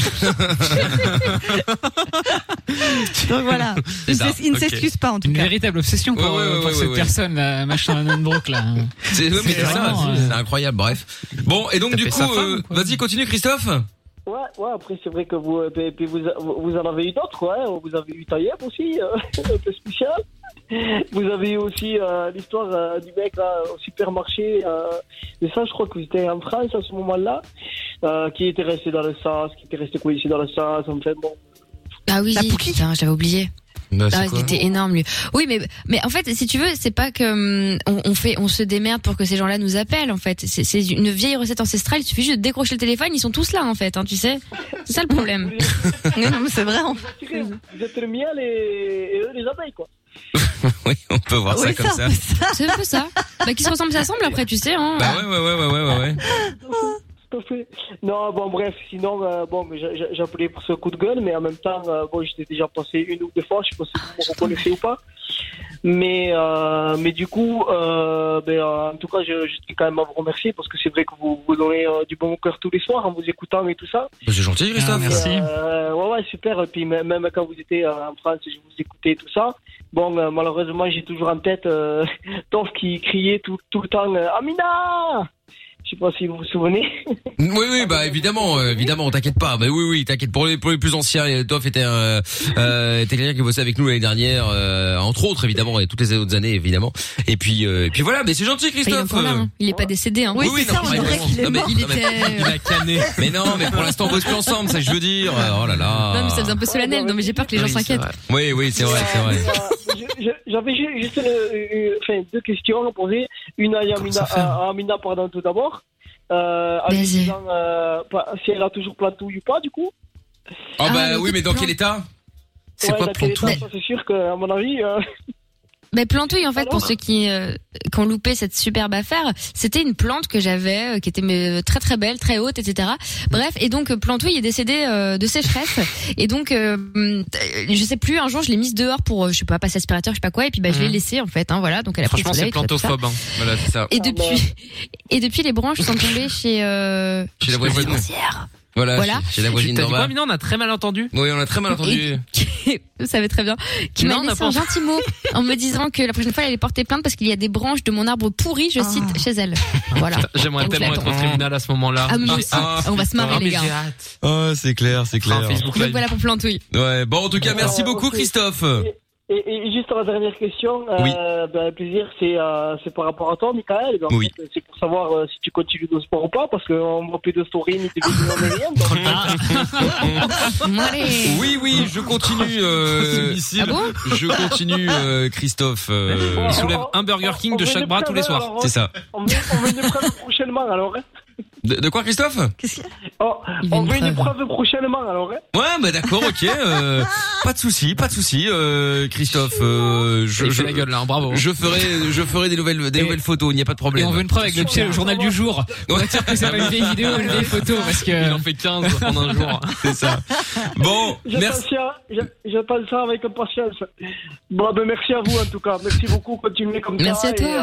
[SPEAKER 4] donc voilà il
[SPEAKER 2] ça,
[SPEAKER 4] s'ex- il ne
[SPEAKER 10] ok.
[SPEAKER 4] s'excuse pas en tout
[SPEAKER 7] Une
[SPEAKER 4] cas
[SPEAKER 7] véritable obsession pour,
[SPEAKER 2] Ouais, ouais,
[SPEAKER 7] euh, pour
[SPEAKER 2] ouais,
[SPEAKER 7] cette
[SPEAKER 2] ouais, ouais.
[SPEAKER 7] personne, là, machin, Nunbrook, là.
[SPEAKER 2] C'est non, mais
[SPEAKER 7] C'est
[SPEAKER 2] c'est ça,
[SPEAKER 7] vraiment,
[SPEAKER 2] c'est-
[SPEAKER 7] euh,
[SPEAKER 2] c'est incroyable. Bref. Bon, et donc
[SPEAKER 10] T'as
[SPEAKER 2] du
[SPEAKER 10] fait
[SPEAKER 2] coup,
[SPEAKER 10] sa femme,
[SPEAKER 2] euh,
[SPEAKER 10] quoi.
[SPEAKER 2] vas-y, continue, Christophe.
[SPEAKER 11] Ouais, ouais, après, c'est vrai que [laughs] vous, euh, puis- puis vous, vous en avez eu d'autres, quoi. hein. Vous avez eu Taïeb aussi, euh, un peu spécial. Vous avez eu aussi euh, l'histoire euh, du mec là, au supermarché. euh, mais ça, je crois que vous étiez en France à ce moment-là, euh, qui était resté dans le sas, qui était resté coincé dans le sas. En fait, bon.
[SPEAKER 6] Ah oui, putain, j'avais oublié.
[SPEAKER 11] Bah, c'est
[SPEAKER 6] ah,
[SPEAKER 11] quoi
[SPEAKER 6] c'était énorme lui. Oui, mais mais en fait, si tu veux, c'est pas que hum, on, on fait, on se démerde pour que ces gens-là nous appellent. En fait, c'est c'est une vieille recette ancestrale. Il suffit juste de décrocher le téléphone, ils sont tous là en fait. hein, tu sais, c'est ça le
[SPEAKER 4] [laughs]
[SPEAKER 6] problème.
[SPEAKER 4] non, mais c'est vrai.
[SPEAKER 11] Vous attirez- vous êtes le miel et, et eux les abeilles, quoi.
[SPEAKER 2] On
[SPEAKER 6] Ah
[SPEAKER 2] peut voir ça comme ça.
[SPEAKER 6] C'est un peu ça. Bah, qui se ressemble, ça semble après, tu sais. Hein.
[SPEAKER 2] Bah ouais, ouais, ouais, ouais, ouais, ouais, ouais.
[SPEAKER 11] Tout à fait. Non, bon, bref, sinon, euh, bon, mais j'a- j'a- j'appelais pour ce coup de gueule, mais en même temps, euh, bon, j'étais déjà passé une ou deux fois, je sais pas si vous me reconnaissez ou pas. Mais, euh, mais du coup, euh, ben, euh, en tout cas, je, je tiens quand même à vous remercier parce que c'est vrai que vous vous donnez euh, du bon cœur tous les soirs en vous écoutant et tout ça.
[SPEAKER 2] C'est gentil,
[SPEAKER 9] Ah,
[SPEAKER 2] Christophe.
[SPEAKER 11] Euh, ouais, ouais, super. Et puis même même quand vous étiez euh, en France, je vous écoutais et tout ça. Bon, euh, malheureusement, j'ai toujours en tête euh, [laughs] Toff qui criait tout, tout le temps euh, Amina Je sais pas si vous vous souvenez.
[SPEAKER 2] Oui, oui, bah évidemment, euh, évidemment, t'inquiète pas. Mais oui, oui, t'inquiète. Pour les, pour les plus anciens, euh, Toff était, euh, euh, était quelqu'un qui bossait avec nous l'année dernière, euh, entre autres, évidemment, et toutes les autres années, évidemment. Et puis, euh, et puis voilà. Mais c'est gentil,
[SPEAKER 6] Enfin, il est
[SPEAKER 2] Christophe.
[SPEAKER 6] encore là, hein. Il est pas décédé. Hein.
[SPEAKER 2] Oui, oui, non, mais non, non, mais- non, mais-
[SPEAKER 6] était- euh,
[SPEAKER 2] canné. Mais non, mais pour l'instant, on bosse plus ensemble, ça je veux dire. Oh là là.
[SPEAKER 6] Non, mais ça faisait un
[SPEAKER 4] Ah,
[SPEAKER 6] peu solennel. Non, mais j'ai peur que les gens s'inquiètent.
[SPEAKER 2] Oui, oui, c'est vrai, c'est vrai.
[SPEAKER 11] Je- je- J'avais ju- juste euh, euh, enfin, deux questions à poser. Une à Amina, à- à Amina, pardon, tout d'abord. Euh, en lui disant, euh, pas- si elle a toujours plantouille ou pas, du coup.
[SPEAKER 2] Oh
[SPEAKER 6] Ah,
[SPEAKER 2] bah oui, mais dans quel état C'est
[SPEAKER 11] Ouais,
[SPEAKER 2] quoi
[SPEAKER 11] laquelle est
[SPEAKER 2] Plantouille
[SPEAKER 11] ça, C'est sûr qu'à mon avis. euh,
[SPEAKER 6] Mais plantouille en fait pour ceux qui euh, qui ont loupé cette superbe affaire, c'était une plante que j'avais euh, qui était mais, euh, très très belle, très haute, etc. Bref, et donc euh, plantouille est décédée euh, de sécheresse et donc euh, hum, euh, je sais plus un jour je l'ai mise dehors pour euh, je sais pas passer aspirateur, je sais pas quoi et puis bah je l'ai
[SPEAKER 10] Mhm.
[SPEAKER 6] laissée en fait, hein, voilà donc elle a pris le
[SPEAKER 10] Franchement,
[SPEAKER 6] soleil,
[SPEAKER 10] c'est
[SPEAKER 6] tout ça, tout ça.
[SPEAKER 10] plantophobe. hein. Voilà, c'est ça.
[SPEAKER 6] Et
[SPEAKER 2] Ah,
[SPEAKER 6] depuis [laughs] et depuis les branches sont tombées chez euh,
[SPEAKER 2] Chez la voisine. Voilà,
[SPEAKER 6] Voilà.
[SPEAKER 2] chez- chez la voisine
[SPEAKER 10] T'as
[SPEAKER 2] d'en
[SPEAKER 10] dit
[SPEAKER 2] bas.
[SPEAKER 10] quoi, Mina on a très mal entendu.
[SPEAKER 2] Oui, on a très mal entendu.
[SPEAKER 6] [laughs] vous savez très bien, qui m'a
[SPEAKER 10] Non, on
[SPEAKER 6] laissé
[SPEAKER 10] n'a
[SPEAKER 6] un
[SPEAKER 10] pas-
[SPEAKER 6] gentil mot en me disant que la prochaine fois elle allait porter plainte parce qu'il y a des branches de mon arbre pourri, je
[SPEAKER 10] Ah.
[SPEAKER 6] cite, chez elle. Voilà.
[SPEAKER 10] Putain, [laughs] J'aimerais
[SPEAKER 6] Donc,
[SPEAKER 10] tellement
[SPEAKER 6] j'attends.
[SPEAKER 10] être au tribunal à ce moment-là.
[SPEAKER 6] Ah, mais moi aussi. On va se marrer,
[SPEAKER 10] Ah, mais
[SPEAKER 6] les gars.
[SPEAKER 10] j'ai hâte.
[SPEAKER 2] Oh, c'est clair, c'est clair.
[SPEAKER 10] Facebook
[SPEAKER 6] Donc voilà pour Plantouille.
[SPEAKER 2] Ouais, bon, en tout cas, merci beaucoup, Christophe.
[SPEAKER 11] Euh, Et, et juste la dernière question, euh, ben, plaisir, c'est euh, c'est par rapport à toi, Michael. Ben, en
[SPEAKER 2] Oui.
[SPEAKER 11] fait, C'est pour savoir euh, si tu continues dans le sport ou pas, parce qu'on ne voit plus de story ni de vidéo ni rien. donc-
[SPEAKER 2] Oui, oui,
[SPEAKER 10] [laughs]
[SPEAKER 2] je continue. euh,
[SPEAKER 10] Ah bon
[SPEAKER 2] je continue, euh, Christophe. euh,
[SPEAKER 10] Il soulève un Burger King de
[SPEAKER 11] On veut
[SPEAKER 10] chaque
[SPEAKER 11] une
[SPEAKER 10] bras tous les
[SPEAKER 11] preuve,
[SPEAKER 10] soirs.
[SPEAKER 11] alors,
[SPEAKER 2] C'est ça.
[SPEAKER 11] On veut, on
[SPEAKER 2] [laughs]
[SPEAKER 11] veut une épreuve prochainement, alors. hein.
[SPEAKER 2] De, de quoi, Christophe
[SPEAKER 11] Oh, on veut une épreuve prochainement, alors. hein.
[SPEAKER 2] Ouais, bah d'accord, ok. euh, pas de souci, pas de souci, euh, Christophe. euh, je,
[SPEAKER 10] Il fait
[SPEAKER 2] je
[SPEAKER 10] la gueule, là, hein, bravo.
[SPEAKER 2] Je ferai, je ferai des nouvelles, des nouvelles photos. Il n'y a pas de problème.
[SPEAKER 7] Et on veut une preuve avec le, le journal du jour. On va dire que ça va une vieille vidéo, une vieille photo parce que. Il en
[SPEAKER 10] fait
[SPEAKER 6] [laughs]
[SPEAKER 10] 15 en un
[SPEAKER 7] [laughs]
[SPEAKER 10] jour.
[SPEAKER 2] C'est ça. Bon,
[SPEAKER 11] J'attends ça, j'a- j'attends ça avec impatience. Bon, ben, merci à vous en tout cas. Merci beaucoup. Continuez comme
[SPEAKER 6] Merci
[SPEAKER 11] ça.
[SPEAKER 6] à toi.
[SPEAKER 11] Et, euh,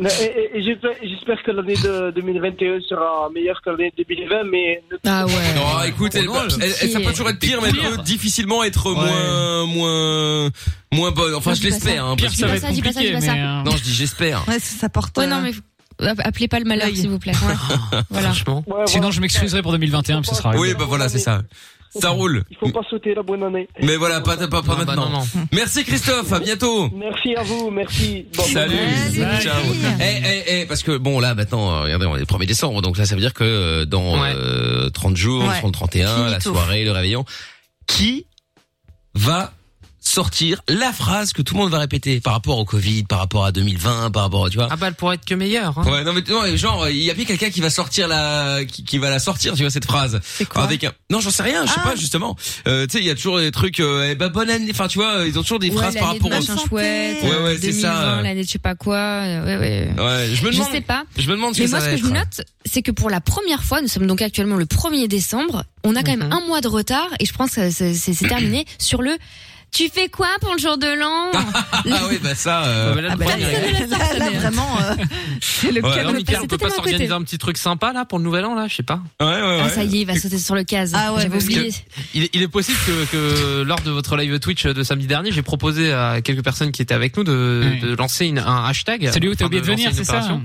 [SPEAKER 11] et- et- et j'espère- j'espère que l'année de 2021 sera meilleure que l'année 2020, mais ne-
[SPEAKER 6] Ah ouais.
[SPEAKER 2] Non, écoute, elle, elle- elle- ça peut toujours être pire, mais elle peut difficilement être moins, moins, moins bonne. Enfin,
[SPEAKER 6] Non,
[SPEAKER 2] je
[SPEAKER 6] dis pas
[SPEAKER 2] l'espère.
[SPEAKER 6] ça.
[SPEAKER 2] hein,
[SPEAKER 6] Pire,
[SPEAKER 2] parce
[SPEAKER 6] ça
[SPEAKER 2] que-
[SPEAKER 6] va être Dis pas ça, dis pas ça, dis pas compliqué, ça. mais, euh,
[SPEAKER 2] Non, je dis j'espère.
[SPEAKER 4] Ouais, ça, ça porte. euh,
[SPEAKER 6] Ouais, non, mais app- appelez pas le malheur, s'il vous plaît.
[SPEAKER 2] [laughs]
[SPEAKER 6] Voilà.
[SPEAKER 10] Franchement.
[SPEAKER 7] Sinon, je m'excuserai pour 2021 parce que ce sera.
[SPEAKER 2] Oui, bah voilà, c'est ça. Ça roule.
[SPEAKER 11] il faut pas sauter la bonne année.
[SPEAKER 2] Mais voilà, pas, pas, pas maintenant.
[SPEAKER 10] non,
[SPEAKER 2] Merci Christophe, à bientôt.
[SPEAKER 11] Merci à vous, merci. Bon,
[SPEAKER 2] Salut.
[SPEAKER 11] bon, bon.
[SPEAKER 2] Ciao. Eh, eh, eh, parce que bon là maintenant, euh, regardez, on est le 1er décembre, donc là ça veut dire que euh, dans euh, 30 jours,
[SPEAKER 10] Ouais.
[SPEAKER 2] sur le 31, la
[SPEAKER 10] Finito.
[SPEAKER 2] soirée, le réveillon, qui va sortir la phrase que tout le monde va répéter par rapport au Covid, par rapport à 2020, par rapport, à- tu vois.
[SPEAKER 10] Ah bah, elle pourrait être que meilleure. hein.
[SPEAKER 2] Ouais, non mais non, mais genre il y a bien quelqu'un qui va sortir la qui, qui va la sortir, tu vois cette phrase. Avec un Non, j'en sais rien, je sais
[SPEAKER 10] Ah.
[SPEAKER 2] pas justement. Euh, tu sais, il y a toujours des trucs euh, eh ben, bonne année, enfin tu vois, ils ont toujours des
[SPEAKER 6] Ouais,
[SPEAKER 2] phrases par
[SPEAKER 6] l'année de
[SPEAKER 2] rapport
[SPEAKER 6] machin chouette. euh,
[SPEAKER 2] Ouais ouais, c'est
[SPEAKER 6] 2020,
[SPEAKER 2] ça.
[SPEAKER 6] L'année de je sais pas quoi. euh, Ouais, ouais.
[SPEAKER 2] Ouais, je me demande
[SPEAKER 6] sais pas.
[SPEAKER 2] Je me demande ce
[SPEAKER 6] Mais
[SPEAKER 2] que
[SPEAKER 6] moi,
[SPEAKER 2] ça
[SPEAKER 6] ce
[SPEAKER 2] va
[SPEAKER 6] que je
[SPEAKER 2] être. hein.
[SPEAKER 6] note, c'est que pour la première fois, nous sommes donc actuellement le 1er décembre, on a quand
[SPEAKER 4] Mhm.
[SPEAKER 6] même un mois de retard, et je pense que c'est- c'est c'est
[SPEAKER 2] [clears throat]
[SPEAKER 6] terminé sur le tu fais quoi pour le jour de l'an?
[SPEAKER 2] [laughs] Ah oui, bah ça euh,
[SPEAKER 10] Ah bah là, le premier,
[SPEAKER 4] Là, là, vraiment, euh, [laughs] c'est le
[SPEAKER 10] Ouais,
[SPEAKER 4] câble
[SPEAKER 10] alors,
[SPEAKER 4] passé.
[SPEAKER 10] Mickaël, on peut
[SPEAKER 4] C'était
[SPEAKER 10] pas
[SPEAKER 4] à côté.
[SPEAKER 10] s'organiser un petit truc sympa là pour le nouvel an là, je sais pas.
[SPEAKER 2] Ouais, ouais,
[SPEAKER 6] Ah, ça y est, il va sauter sur le case. Ah ouais, J'avais
[SPEAKER 10] Parce que
[SPEAKER 6] oublié.
[SPEAKER 10] il, est- il est possible que, que lors de votre live Twitch de samedi dernier, j'ai proposé à quelques personnes qui étaient avec nous de, de lancer une- un hashtag.
[SPEAKER 7] Celui où t'as
[SPEAKER 10] Enfin,
[SPEAKER 7] oublié de
[SPEAKER 10] lancer
[SPEAKER 7] venir,
[SPEAKER 10] une
[SPEAKER 7] c'est ça
[SPEAKER 10] opération.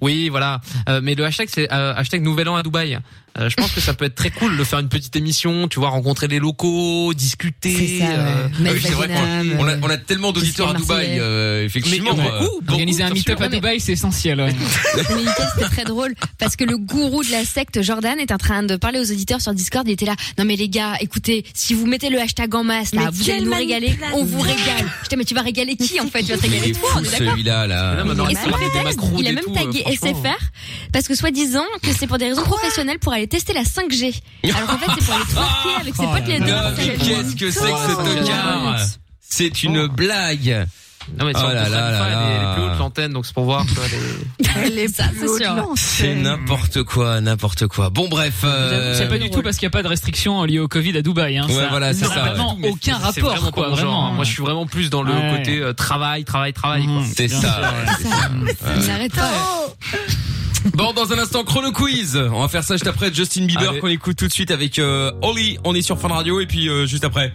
[SPEAKER 10] Oui, voilà. Euh, mais le hashtag, c'est euh, hashtag Nouvel An à Dubaï. Euh, je pense que ça peut être très cool de faire une petite émission, tu vois, rencontrer les locaux, discuter.
[SPEAKER 6] C'est ça, ouais.
[SPEAKER 10] euh,
[SPEAKER 2] Ah oui, c'est vrai qu'on-
[SPEAKER 4] euh,
[SPEAKER 2] on, a, on a tellement d'auditeurs à
[SPEAKER 7] euh, Marseillais.
[SPEAKER 2] Dubaï, euh, effectivement.
[SPEAKER 7] Mais,
[SPEAKER 2] euh,
[SPEAKER 7] beaucoup,
[SPEAKER 2] beaucoup,
[SPEAKER 7] organiser un
[SPEAKER 2] bien
[SPEAKER 7] meet-up
[SPEAKER 2] sûr.
[SPEAKER 7] à Dubaï, c'est essentiel. ouais.
[SPEAKER 6] Mais Mickaël, c'était très drôle parce que le gourou de la secte Jordan est en train de parler aux auditeurs sur Discord. Il était là. Non mais les gars, écoutez, si vous mettez le hashtag en masse, là,
[SPEAKER 12] Mais
[SPEAKER 6] vous
[SPEAKER 12] quel
[SPEAKER 6] allez nous
[SPEAKER 12] manipulateur.
[SPEAKER 6] régaler. On vous régale. J'étais mais tu vas régaler qui en fait Tu vas te
[SPEAKER 2] Il
[SPEAKER 6] régaler
[SPEAKER 2] est
[SPEAKER 6] toi.
[SPEAKER 2] fou,
[SPEAKER 6] on est d'accord
[SPEAKER 2] celui-là, là.
[SPEAKER 6] et sur le texte, il a même tagué
[SPEAKER 2] euh,
[SPEAKER 6] SFR parce que soi-disant que c'est pour des raisons professionnelles pour aller tester la
[SPEAKER 2] [laughs]
[SPEAKER 6] 5G. Alors qu'en fait, c'est pour aller twerker avec ses
[SPEAKER 2] Oh,
[SPEAKER 6] potes les deux.
[SPEAKER 2] Non, Euh, mais Qu'est-ce que c'est que ce tocard C'est une blague.
[SPEAKER 10] Oh. Non, mais sur
[SPEAKER 2] Oh là
[SPEAKER 10] Ultra
[SPEAKER 2] là
[SPEAKER 10] Alpha,
[SPEAKER 2] là
[SPEAKER 10] elle est- elle
[SPEAKER 2] là.
[SPEAKER 10] est plus haute l'antenne, donc c'est pour voir. quoi, les-
[SPEAKER 4] Les
[SPEAKER 6] ça, c'est sûr.
[SPEAKER 2] C'est n'importe quoi, n'importe quoi. Bon, bref. euh,
[SPEAKER 7] C'est pas du tout parce qu'il n'y a pas de restrictions liées au Covid à Dubaï. Hein,
[SPEAKER 2] Ouais, voilà, c'est
[SPEAKER 7] n'a
[SPEAKER 2] ça,
[SPEAKER 7] vraiment
[SPEAKER 2] ouais.
[SPEAKER 7] aucun
[SPEAKER 10] C'est
[SPEAKER 7] rapport,
[SPEAKER 10] vraiment
[SPEAKER 7] quoi,
[SPEAKER 10] pas mon genre,
[SPEAKER 7] vraiment.
[SPEAKER 10] hein. Moi, je suis vraiment plus dans le
[SPEAKER 7] Ouais.
[SPEAKER 10] côté euh, travail, travail, travail. quoi.
[SPEAKER 2] C'est ça.
[SPEAKER 10] Ah,
[SPEAKER 6] Ça n'arrête pas.
[SPEAKER 2] Bon, dans un instant, chrono quiz. On va faire ça juste après Justin Bieber qu'on écoute tout de suite avec euh, Oli. On est sur Fun Radio et puis euh, juste après,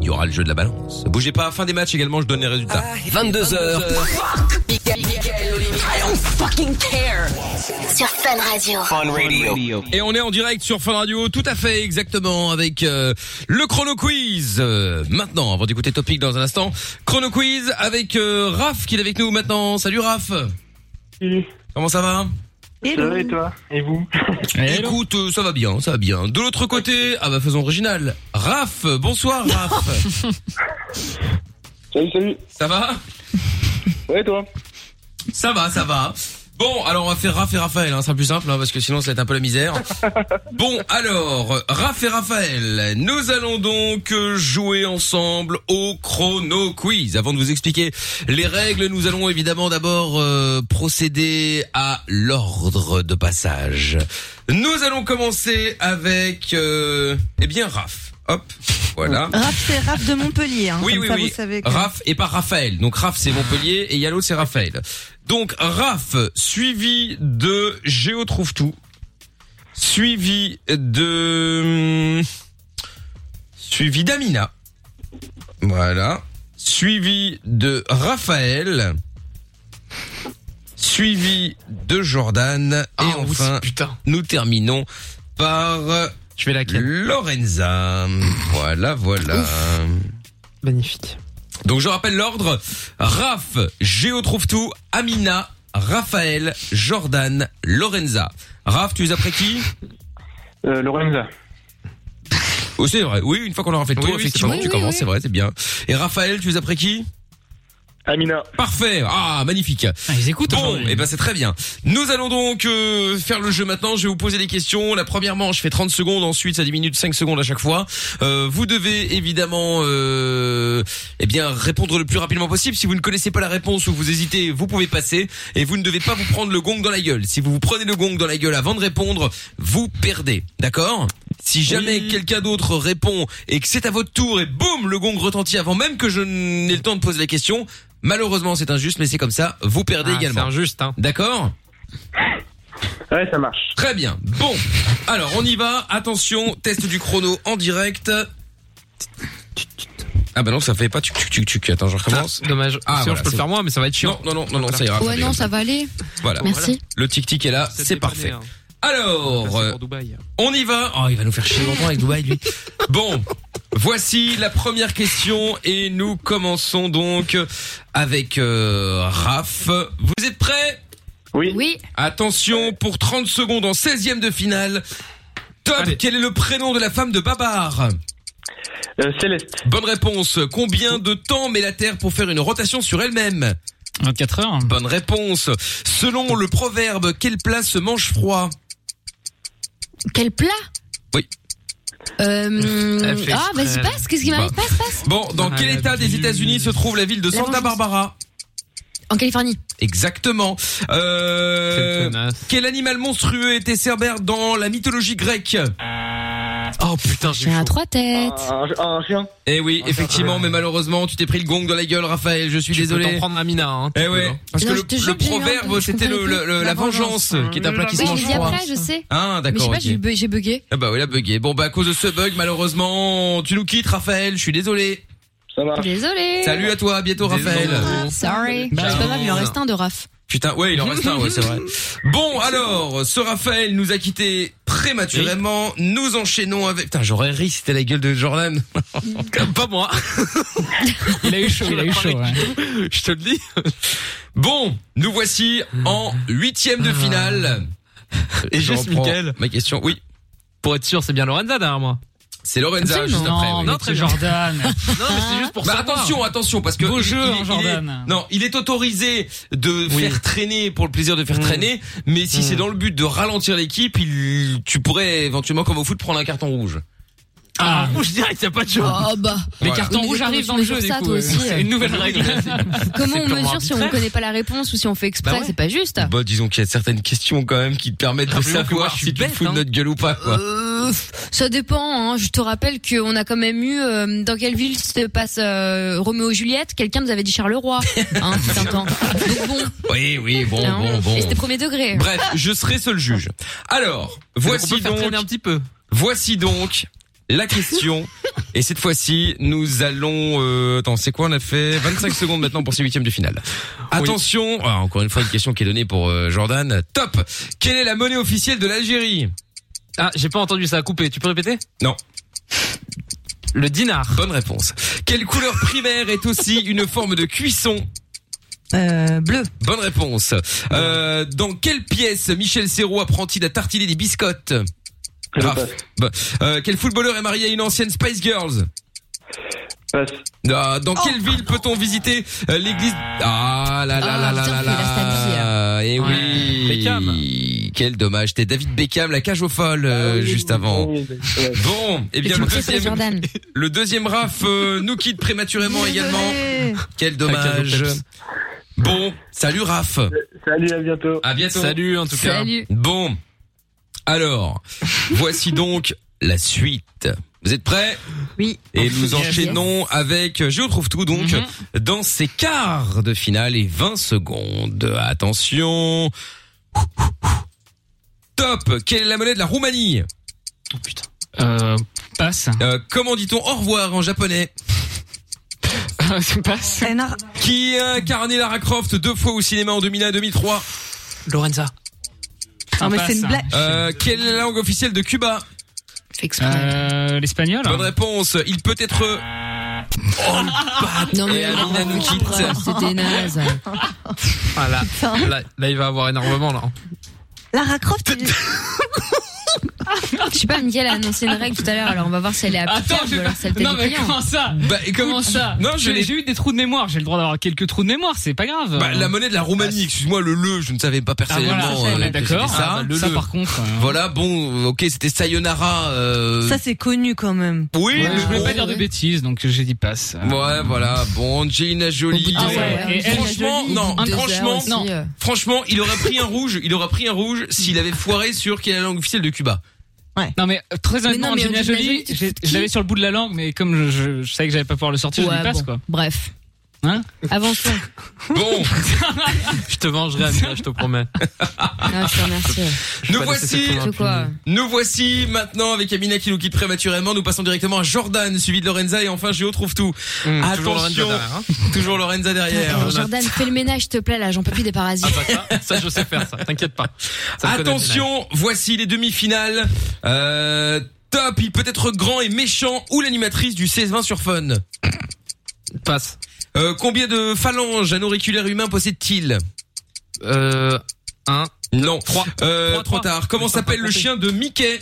[SPEAKER 2] il y aura le jeu de la balance. Bougez pas, fin des matchs également, je donne les résultats.
[SPEAKER 1] 22h.
[SPEAKER 12] I don't fucking care. Sur Fun Radio.
[SPEAKER 2] Et on est en direct sur Fun Radio, tout à fait exactement, avec euh, le Chrono Quiz. Euh, maintenant, avant d'écouter Topic dans un instant, Chrono Quiz avec euh, Raph qui est avec nous maintenant. Salut Raph Comment ça va
[SPEAKER 5] Ça va et toi Et vous
[SPEAKER 2] [laughs] Écoute, euh, ça va bien, ça va bien. De l'autre côté, ah bah faisons original. Raph, bonsoir Raph.
[SPEAKER 5] Salut, salut.
[SPEAKER 2] Ça va
[SPEAKER 5] Ouais, toi
[SPEAKER 2] Ça va, ça va. Bon, alors on va faire Raph et Raphaël, hein, ça sera plus simple, hein, parce que sinon ça va être un peu la
[SPEAKER 5] [laughs]
[SPEAKER 2] misère. bon, alors, Raph et Raphaël, nous allons donc euh, jouer ensemble au Chrono Quiz. Avant de vous expliquer les règles, nous allons évidemment d'abord euh, procéder à l'ordre de passage. Nous allons commencer avec, euh, eh bien, Raph. Hop,
[SPEAKER 4] [laughs]
[SPEAKER 2] voilà.
[SPEAKER 4] [laughs] Raph, c'est Raph de Montpellier. Hein,
[SPEAKER 2] Oui,
[SPEAKER 4] comme
[SPEAKER 2] oui,
[SPEAKER 4] ça,
[SPEAKER 2] oui.
[SPEAKER 4] Vous savez que...
[SPEAKER 2] Raph et pas Raphaël. Donc Raph c'est Montpellier et Yalo c'est Raphaël. Donc Raph suivi de Géo trouve tout, suivi de hmm, suivi d'Amina. Voilà. Suivi de Raphaël. Suivi de Jordan.
[SPEAKER 10] Ah,
[SPEAKER 2] Et enfin, nous terminons par
[SPEAKER 10] je vais la
[SPEAKER 2] Lorenza. Voilà, voilà.
[SPEAKER 10] Magnifique.
[SPEAKER 2] Donc je rappelle l'ordre. Raph, Géo trouve tout, Amina, Raphaël, Jordan, Lorenza. Raph, tu es après qui
[SPEAKER 5] euh, Lorenza.
[SPEAKER 2] Oh, c'est vrai. Oui, une fois qu'on aura fait le
[SPEAKER 5] Oui,
[SPEAKER 2] tour,
[SPEAKER 5] oui,
[SPEAKER 2] effectivement,
[SPEAKER 5] c'est bon.
[SPEAKER 2] tu
[SPEAKER 5] Oui,
[SPEAKER 2] commences,
[SPEAKER 5] oui,
[SPEAKER 2] c'est vrai, c'est bien. Et Raphaël, tu es après qui
[SPEAKER 5] Amina.
[SPEAKER 2] Parfait. Ah, magnifique.
[SPEAKER 7] ils écoutent hein.
[SPEAKER 2] Bon,
[SPEAKER 7] aujourd'hui.
[SPEAKER 2] et ben c'est très bien. Nous allons donc euh, faire le jeu maintenant. Je vais vous poser des questions. La première manche fait 30 secondes, ensuite ça diminue de 5 secondes à chaque fois. Euh, vous devez évidemment euh, eh bien répondre le plus rapidement possible. Si vous ne connaissez pas la réponse ou vous hésitez, vous pouvez passer et vous ne devez pas vous prendre le gong dans la gueule. Si vous vous prenez le gong dans la gueule avant de répondre, vous perdez. D'accord si jamais quelqu'un d'autre répond et que c'est à votre tour et boum, le gong retentit avant même que je n'ai le temps de poser la question, malheureusement c'est injuste mais c'est comme ça, vous perdez
[SPEAKER 10] Ah,
[SPEAKER 2] également.
[SPEAKER 10] c'est injuste, hein.
[SPEAKER 2] D'accord
[SPEAKER 5] Ouais, ça marche.
[SPEAKER 2] Très bien. Bon, alors on y va. Attention, test du chrono en direct. Ah bah non, ça fait pas tu tu hein, tu Attends, je recommence.
[SPEAKER 10] Ah,
[SPEAKER 2] Ah,
[SPEAKER 10] dommage. Sinon, je peux le
[SPEAKER 2] c'est-
[SPEAKER 10] faire moi, mais ça va être chiant.
[SPEAKER 2] Non, non, non, non, non, ça ira.
[SPEAKER 6] Ouais, non, ça va aller.
[SPEAKER 2] Voilà.
[SPEAKER 6] Merci.
[SPEAKER 2] Le tic tic est là, c'est parfait.
[SPEAKER 10] hein.
[SPEAKER 2] Alors, euh,
[SPEAKER 10] Dubaï.
[SPEAKER 2] on y va. Oh, il va nous faire chier longtemps avec Dubaï, lui. Bon, voici la première question et nous commençons donc avec euh, Raph. Vous êtes prêts
[SPEAKER 5] Oui.
[SPEAKER 6] Oui.
[SPEAKER 2] Attention pour 30 secondes en 16e de finale. Top, quel est le prénom de la femme de Babar
[SPEAKER 5] Euh, Céleste.
[SPEAKER 2] Bonne réponse. Combien de temps met la Terre pour faire une rotation sur elle-même
[SPEAKER 7] 24 heures.
[SPEAKER 2] Bonne réponse. Selon le proverbe, quelle place se mange froid
[SPEAKER 6] Quel plat
[SPEAKER 2] Oui.
[SPEAKER 6] Euh,
[SPEAKER 2] Elle fait
[SPEAKER 6] ah,
[SPEAKER 2] exprès,
[SPEAKER 6] vas-y,
[SPEAKER 2] elle.
[SPEAKER 6] passe. Qu'est-ce qui m'arrive
[SPEAKER 2] Bah.
[SPEAKER 6] Passe, passe.
[SPEAKER 2] Bon, dans quel état des États-Unis se trouve la ville de
[SPEAKER 6] La
[SPEAKER 2] Santa
[SPEAKER 6] vengeance.
[SPEAKER 2] Barbara
[SPEAKER 6] En Californie.
[SPEAKER 2] Exactement. Euh, quel animal monstrueux était Cerbère dans la mythologie grecque
[SPEAKER 10] Oh putain,
[SPEAKER 6] J'ai un trois têtes.
[SPEAKER 5] Un, un chien.
[SPEAKER 2] Eh oui, effectivement, mais malheureusement, tu t'es pris le gong dans la gueule, Raphaël. Je suis
[SPEAKER 10] Tu peux
[SPEAKER 2] désolé.
[SPEAKER 10] t'en prendre Amina. Hein,
[SPEAKER 2] Eh ouais, parce
[SPEAKER 6] Non,
[SPEAKER 2] que
[SPEAKER 6] je
[SPEAKER 2] le,
[SPEAKER 6] te jure
[SPEAKER 2] le
[SPEAKER 6] que j'ai eu un
[SPEAKER 2] proverbe
[SPEAKER 6] doute, je
[SPEAKER 2] c'était
[SPEAKER 6] comprenais
[SPEAKER 2] le, le-
[SPEAKER 6] plus.
[SPEAKER 2] le- la,
[SPEAKER 6] La
[SPEAKER 2] vengeance,
[SPEAKER 6] vengeance.
[SPEAKER 2] qui est un plat qui se
[SPEAKER 6] Oui, je
[SPEAKER 2] mange
[SPEAKER 6] l'ai dit
[SPEAKER 2] froid.
[SPEAKER 6] après, je sais.
[SPEAKER 2] Ah
[SPEAKER 6] Mais je sais
[SPEAKER 2] d'accord.
[SPEAKER 6] pas,
[SPEAKER 2] ok.
[SPEAKER 6] j'ai bu- j'ai bugué.
[SPEAKER 2] Ah bah oui, il a bugué. Bon bah à cause de ce bug, malheureusement, tu nous quittes Raphaël, je suis désolé.
[SPEAKER 5] Ça va.
[SPEAKER 6] Désolé.
[SPEAKER 2] Ah. Salut à toi, à bientôt Raphaël.
[SPEAKER 6] Ah, Sorry.
[SPEAKER 2] Bah,
[SPEAKER 6] C'est pas grave, il en
[SPEAKER 2] non.
[SPEAKER 6] reste un de Raph.
[SPEAKER 2] Putain, ouais, il en reste un,
[SPEAKER 7] [laughs]
[SPEAKER 2] ouais, c'est vrai. Bon, alors, ce Raphaël nous a quitté prématurément. Nous enchaînons avec... Putain, j'aurais ri si c'était la gueule
[SPEAKER 7] [laughs]
[SPEAKER 2] de Jordan. Pas [laughs] moi.
[SPEAKER 7] Il a eu chaud, il a eu chaud.
[SPEAKER 2] Je te le dis. Bon, nous voici en huitième
[SPEAKER 7] Ah.
[SPEAKER 2] de finale.
[SPEAKER 10] Et
[SPEAKER 2] Je
[SPEAKER 10] juste,
[SPEAKER 2] reprends
[SPEAKER 10] Mickaël.
[SPEAKER 2] Ma question, oui.
[SPEAKER 10] Pour être sûr, c'est bien Lorenza derrière moi.
[SPEAKER 2] C'est Lorenza juste après. oui.
[SPEAKER 10] [laughs] Non, très bien.
[SPEAKER 2] non, mais c'est juste pour
[SPEAKER 10] Bah,
[SPEAKER 2] Attention, attention, parce que
[SPEAKER 10] Beau
[SPEAKER 2] il-
[SPEAKER 10] jeu,
[SPEAKER 2] il-
[SPEAKER 10] hein,
[SPEAKER 2] il est-
[SPEAKER 10] Jordan.
[SPEAKER 2] non, il est autorisé de
[SPEAKER 10] Oui. Mm.
[SPEAKER 2] faire traîner pour le plaisir de faire traîner, mais si c'est dans le but de ralentir l'équipe, il- tu pourrais éventuellement, comme au foot, prendre un carton rouge.
[SPEAKER 10] Ah, rouge direct, y a pas de jeu.
[SPEAKER 6] Ah, bah.
[SPEAKER 2] Les cartons
[SPEAKER 6] Mais
[SPEAKER 2] rouges
[SPEAKER 6] comment
[SPEAKER 2] arrivent
[SPEAKER 6] tu
[SPEAKER 2] dans le
[SPEAKER 6] mesures
[SPEAKER 2] jeu,
[SPEAKER 6] ça,
[SPEAKER 2] du
[SPEAKER 6] toi
[SPEAKER 2] coup,
[SPEAKER 6] aussi,
[SPEAKER 2] c'est
[SPEAKER 6] euh.
[SPEAKER 2] une [laughs] nouvelle règle.
[SPEAKER 6] Comment
[SPEAKER 2] Ah, C'est
[SPEAKER 6] on
[SPEAKER 2] purement
[SPEAKER 6] mesure si on
[SPEAKER 2] arbitraire.
[SPEAKER 6] connaît pas la réponse ou si on fait exprès C'est pas juste.
[SPEAKER 2] Bah, disons qu'il y a certaines questions quand même qui te permettent de
[SPEAKER 10] Ah. Rappelons que moi,
[SPEAKER 2] savoir
[SPEAKER 10] je suis
[SPEAKER 2] si tu te
[SPEAKER 10] bête,
[SPEAKER 2] fous de
[SPEAKER 10] hein.
[SPEAKER 2] notre gueule ou pas, quoi.
[SPEAKER 6] Euh, ça dépend. Hein. Je te rappelle qu'on a quand même eu euh, dans quelle ville se passe euh, Roméo et Juliette. Quelqu'un nous avait dit
[SPEAKER 2] [laughs]
[SPEAKER 6] Charleroi. Hein, fut un temps. Donc bon,
[SPEAKER 2] Oui, oui, bon,
[SPEAKER 6] hein.
[SPEAKER 2] bon, bon.
[SPEAKER 6] Et c'était premier degré.
[SPEAKER 2] Bref, je serai seul juge. Alors, voici
[SPEAKER 10] Eh on peut faire
[SPEAKER 2] donc
[SPEAKER 10] traîner un petit peu.
[SPEAKER 2] Voici donc
[SPEAKER 10] [laughs]
[SPEAKER 2] la question. Et cette fois-ci, nous allons. Euh, attends, c'est quoi On a fait 25 secondes maintenant pour ces huitièmes de finale. Attention, ah, encore une fois une question qui est donnée pour euh, Jordan. Top. Quelle est la monnaie officielle de l'Algérie
[SPEAKER 10] Ah, j'ai pas entendu ça a coupé. Tu peux répéter
[SPEAKER 2] Non.
[SPEAKER 10] Le dinar.
[SPEAKER 2] Bonne réponse. Quelle couleur primaire est aussi une forme de cuisson
[SPEAKER 4] Euh, bleu.
[SPEAKER 2] Bonne réponse. Euh, dans quelle pièce Michel Serrault apprend-il à tartiner des biscottes Raph. Bah, euh, quel footballeur est marié à une ancienne Spice Girls Ah, dans quelle
[SPEAKER 4] Oh.
[SPEAKER 2] ville peut-on visiter euh, l'église Ah là là là là là là Et oui Quel dommage, c'était David Beckham, la cage aux folles euh, juste avant. Bon, et bien
[SPEAKER 6] tu
[SPEAKER 2] le
[SPEAKER 6] me fais sur les
[SPEAKER 2] deuxième,
[SPEAKER 6] Jordan.
[SPEAKER 2] [laughs] le deuxième Raph euh, nous quitte prématurément également. Quel dommage. Bon, salut Raph.
[SPEAKER 11] Salut, à bientôt.
[SPEAKER 2] À bientôt. Salut en tout cas.
[SPEAKER 11] Salut.
[SPEAKER 2] Bon. Alors, voici donc la suite. Vous êtes prêts
[SPEAKER 4] Oui.
[SPEAKER 2] Et
[SPEAKER 11] Yes.
[SPEAKER 2] nous enchaînons avec Je trouve tout donc dans ces quarts de finale et 20 secondes. Attention. Top Quelle est la monnaie de la Roumanie Oh,
[SPEAKER 7] Euh, passe.
[SPEAKER 2] Euh, Comment dit-on au revoir en [laughs] japonais
[SPEAKER 7] passe.
[SPEAKER 2] Qui a incarné Lara Croft deux fois au cinéma en 2001 et 2003
[SPEAKER 10] Lorenza.
[SPEAKER 7] Non, Ah, mais c'est une blague.
[SPEAKER 2] Euh, quelle est la langue officielle de Cuba
[SPEAKER 7] Euh, l'espagnol.
[SPEAKER 2] Bonne réponse. Il peut être. Oh, le
[SPEAKER 6] non,
[SPEAKER 2] mais Amina nous quitte.
[SPEAKER 6] C'était naze.
[SPEAKER 10] Ah là, là, là, il va avoir énormément là. hein.
[SPEAKER 4] Lara Croft.
[SPEAKER 2] [laughs]
[SPEAKER 6] Je sais pas, Miguel a annoncé une règle tout à l'heure. Alors on va voir si elle est applicable.
[SPEAKER 7] Attends, je-
[SPEAKER 6] ou alors si elle t'a
[SPEAKER 7] non
[SPEAKER 6] dit
[SPEAKER 7] mais
[SPEAKER 6] rien.
[SPEAKER 7] comment ça
[SPEAKER 2] Bah,
[SPEAKER 7] comment ça
[SPEAKER 2] Non, je l'ai-
[SPEAKER 7] j'ai j'ai eu des trous de mémoire. J'ai le droit d'avoir quelques trous de mémoire. C'est pas grave.
[SPEAKER 2] Bah, la monnaie de la Roumanie, excuse-moi, le le, je ne savais pas personnellement.
[SPEAKER 7] Ah, voilà,
[SPEAKER 2] euh,
[SPEAKER 7] ouais,
[SPEAKER 2] que
[SPEAKER 7] d'accord.
[SPEAKER 2] c'était ça,
[SPEAKER 7] Ah, bah,
[SPEAKER 2] le
[SPEAKER 7] ça,
[SPEAKER 2] le.
[SPEAKER 7] par contre,
[SPEAKER 2] Voilà, bon, ok, c'était Sayonara. euh,
[SPEAKER 4] Ça c'est connu quand même.
[SPEAKER 2] Oui,
[SPEAKER 7] Ouais,
[SPEAKER 2] mais
[SPEAKER 7] je voulais
[SPEAKER 2] bon.
[SPEAKER 7] pas dire de bêtises, donc j'ai dit passe.
[SPEAKER 2] Ouais, voilà, bon, Angelina Jolie.
[SPEAKER 7] Ah ouais,
[SPEAKER 2] euh,
[SPEAKER 7] et elle,
[SPEAKER 2] franchement,
[SPEAKER 7] Jolie,
[SPEAKER 2] non,
[SPEAKER 7] deux heures
[SPEAKER 2] franchement,
[SPEAKER 7] aussi,
[SPEAKER 2] non.
[SPEAKER 7] euh.
[SPEAKER 2] Franchement, il aurait pris un rouge, il aurait pris un rouge s'il avait foiré sur quelle est la langue officielle de Cuba.
[SPEAKER 7] Non mais euh, très
[SPEAKER 2] Mais
[SPEAKER 7] honnêtement,
[SPEAKER 2] non, mais
[SPEAKER 7] Angelina
[SPEAKER 2] Angelina
[SPEAKER 7] Jolie,
[SPEAKER 2] Jolie, tu te
[SPEAKER 7] j'ai-
[SPEAKER 2] fous de
[SPEAKER 7] je l'avais
[SPEAKER 2] qui
[SPEAKER 7] sur le bout de la langue, mais comme je, je- je savais que j'allais pas pouvoir le sortir, je
[SPEAKER 6] Ouais,
[SPEAKER 7] dis passe
[SPEAKER 6] bon, [laughs]
[SPEAKER 7] quoi.
[SPEAKER 6] Bref.
[SPEAKER 7] Hein [laughs]
[SPEAKER 6] Avançons.
[SPEAKER 2] Bon.
[SPEAKER 10] je te vengerai, Amina, je te
[SPEAKER 2] [laughs]
[SPEAKER 10] promets.
[SPEAKER 6] Non, je te remercie.
[SPEAKER 2] Nous voici,
[SPEAKER 6] N'importe quoi.
[SPEAKER 2] nous voici maintenant avec Amina qui nous quitte prématurément. Nous passons directement à Jordan, suivi de Lorenza et enfin Géo trouve tout.
[SPEAKER 10] Mmh, toujours
[SPEAKER 2] Attention,
[SPEAKER 10] Lorenza derrière, hein.
[SPEAKER 2] [laughs] toujours Lorenza derrière.
[SPEAKER 6] Attends,
[SPEAKER 2] [laughs]
[SPEAKER 6] Jordan, fais le ménage, s'il te plaît, là, j'en peux plus des parasites.
[SPEAKER 7] Ah, bah,
[SPEAKER 10] Ça, je sais faire ça, t'inquiète pas. Ça me connaît,
[SPEAKER 2] Attention, voici les demi-finales. Euh, top, il peut être grand et méchant ou l'animatrice du 16-20 sur Fun. Euh,
[SPEAKER 10] Passe.
[SPEAKER 2] combien de phalanges un auriculaire humain possède-t-il
[SPEAKER 10] Euh, un.
[SPEAKER 2] Non.
[SPEAKER 10] Trois.
[SPEAKER 2] Euh,
[SPEAKER 10] Trois,
[SPEAKER 2] trop
[SPEAKER 10] trois.
[SPEAKER 2] tard. Comment
[SPEAKER 10] Je sais pas
[SPEAKER 2] s'appelle le
[SPEAKER 10] compter.
[SPEAKER 2] chien de Mickey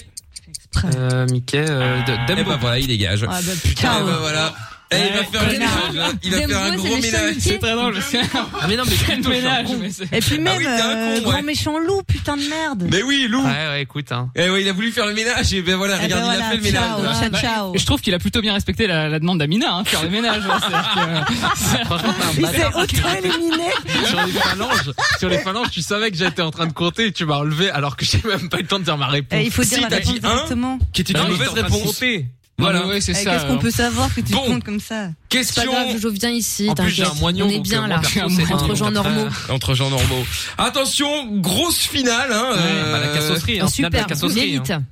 [SPEAKER 10] Euh, Mickey, euh, de-
[SPEAKER 2] Eh
[SPEAKER 10] Dumbo.
[SPEAKER 2] ben voilà, il dégage.
[SPEAKER 10] Ah bah,
[SPEAKER 2] Eh ben voilà. Eh, il va
[SPEAKER 10] Ouais,
[SPEAKER 2] faire un
[SPEAKER 10] connard.
[SPEAKER 2] ménage, là. Il va
[SPEAKER 10] Dumbo,
[SPEAKER 2] faire un
[SPEAKER 10] c'est
[SPEAKER 2] gros
[SPEAKER 10] le chien
[SPEAKER 2] ménage.
[SPEAKER 10] Mickey. C'est très drôle, je sais. Ah, mais non, mais
[SPEAKER 7] Quel
[SPEAKER 10] plutôt, je suis un
[SPEAKER 7] ménage,
[SPEAKER 10] con.
[SPEAKER 7] mais c'est-
[SPEAKER 4] Et puis même
[SPEAKER 7] Ah oui, t'es un
[SPEAKER 4] euh,
[SPEAKER 7] con, ouais.
[SPEAKER 4] grand méchant loup, putain de merde.
[SPEAKER 2] Mais oui, Lou.
[SPEAKER 10] Ouais, ouais, écoute, hein.
[SPEAKER 2] Eh ouais, il a voulu faire le ménage et ben voilà,
[SPEAKER 4] Eh ben
[SPEAKER 2] regarde, il a
[SPEAKER 4] voilà,
[SPEAKER 2] fait le ménage.
[SPEAKER 4] ciao, ciao, ciao.
[SPEAKER 7] Bah, Je trouve qu'il a plutôt bien respecté la, la demande d'Amina, hein, faire le ménage. hein, [laughs] c'est-à-dire
[SPEAKER 10] Ah,
[SPEAKER 7] que-
[SPEAKER 10] Il
[SPEAKER 6] [laughs]
[SPEAKER 10] s'est
[SPEAKER 4] auto-éliminé.
[SPEAKER 10] sur les phalanges, sur les phalanges, tu savais que j'étais en train de compter et tu m'as relevé alors que j'ai même pas eu le temps de dire ma réponse.
[SPEAKER 4] Eh, il faut
[SPEAKER 10] Si,
[SPEAKER 4] dire la
[SPEAKER 10] t'as
[SPEAKER 4] réponse
[SPEAKER 10] dit un,
[SPEAKER 4] directement.
[SPEAKER 2] qui était une
[SPEAKER 10] Non, mais
[SPEAKER 2] mauvaise
[SPEAKER 10] t'es en train de
[SPEAKER 2] réponse.
[SPEAKER 10] compter.
[SPEAKER 2] Voilà.
[SPEAKER 10] Non, mais ouais, c'est
[SPEAKER 4] Eh,
[SPEAKER 10] ça,
[SPEAKER 4] Qu'est-ce qu'on
[SPEAKER 10] alors.
[SPEAKER 4] peut savoir que tu
[SPEAKER 2] Bon.
[SPEAKER 4] comptes comme ça
[SPEAKER 6] C'est pas
[SPEAKER 2] Question.
[SPEAKER 6] grave, Jojo, viens ici.
[SPEAKER 2] En plus,
[SPEAKER 6] t'inquiète.
[SPEAKER 2] j'ai un moignon,
[SPEAKER 6] On est
[SPEAKER 2] donc,
[SPEAKER 6] bien
[SPEAKER 2] euh,
[SPEAKER 6] là,
[SPEAKER 2] mon garçon, c'est un,
[SPEAKER 6] entre
[SPEAKER 2] donc euh,
[SPEAKER 6] gens
[SPEAKER 2] après-
[SPEAKER 6] normaux.
[SPEAKER 2] Entre gens normaux. Attention, grosse finale. Hein, euh,
[SPEAKER 10] bah, la cassosserie, hein,
[SPEAKER 6] Oh,
[SPEAKER 10] au final,
[SPEAKER 6] super,
[SPEAKER 10] la cassosserie,
[SPEAKER 6] l'élite.
[SPEAKER 7] hein.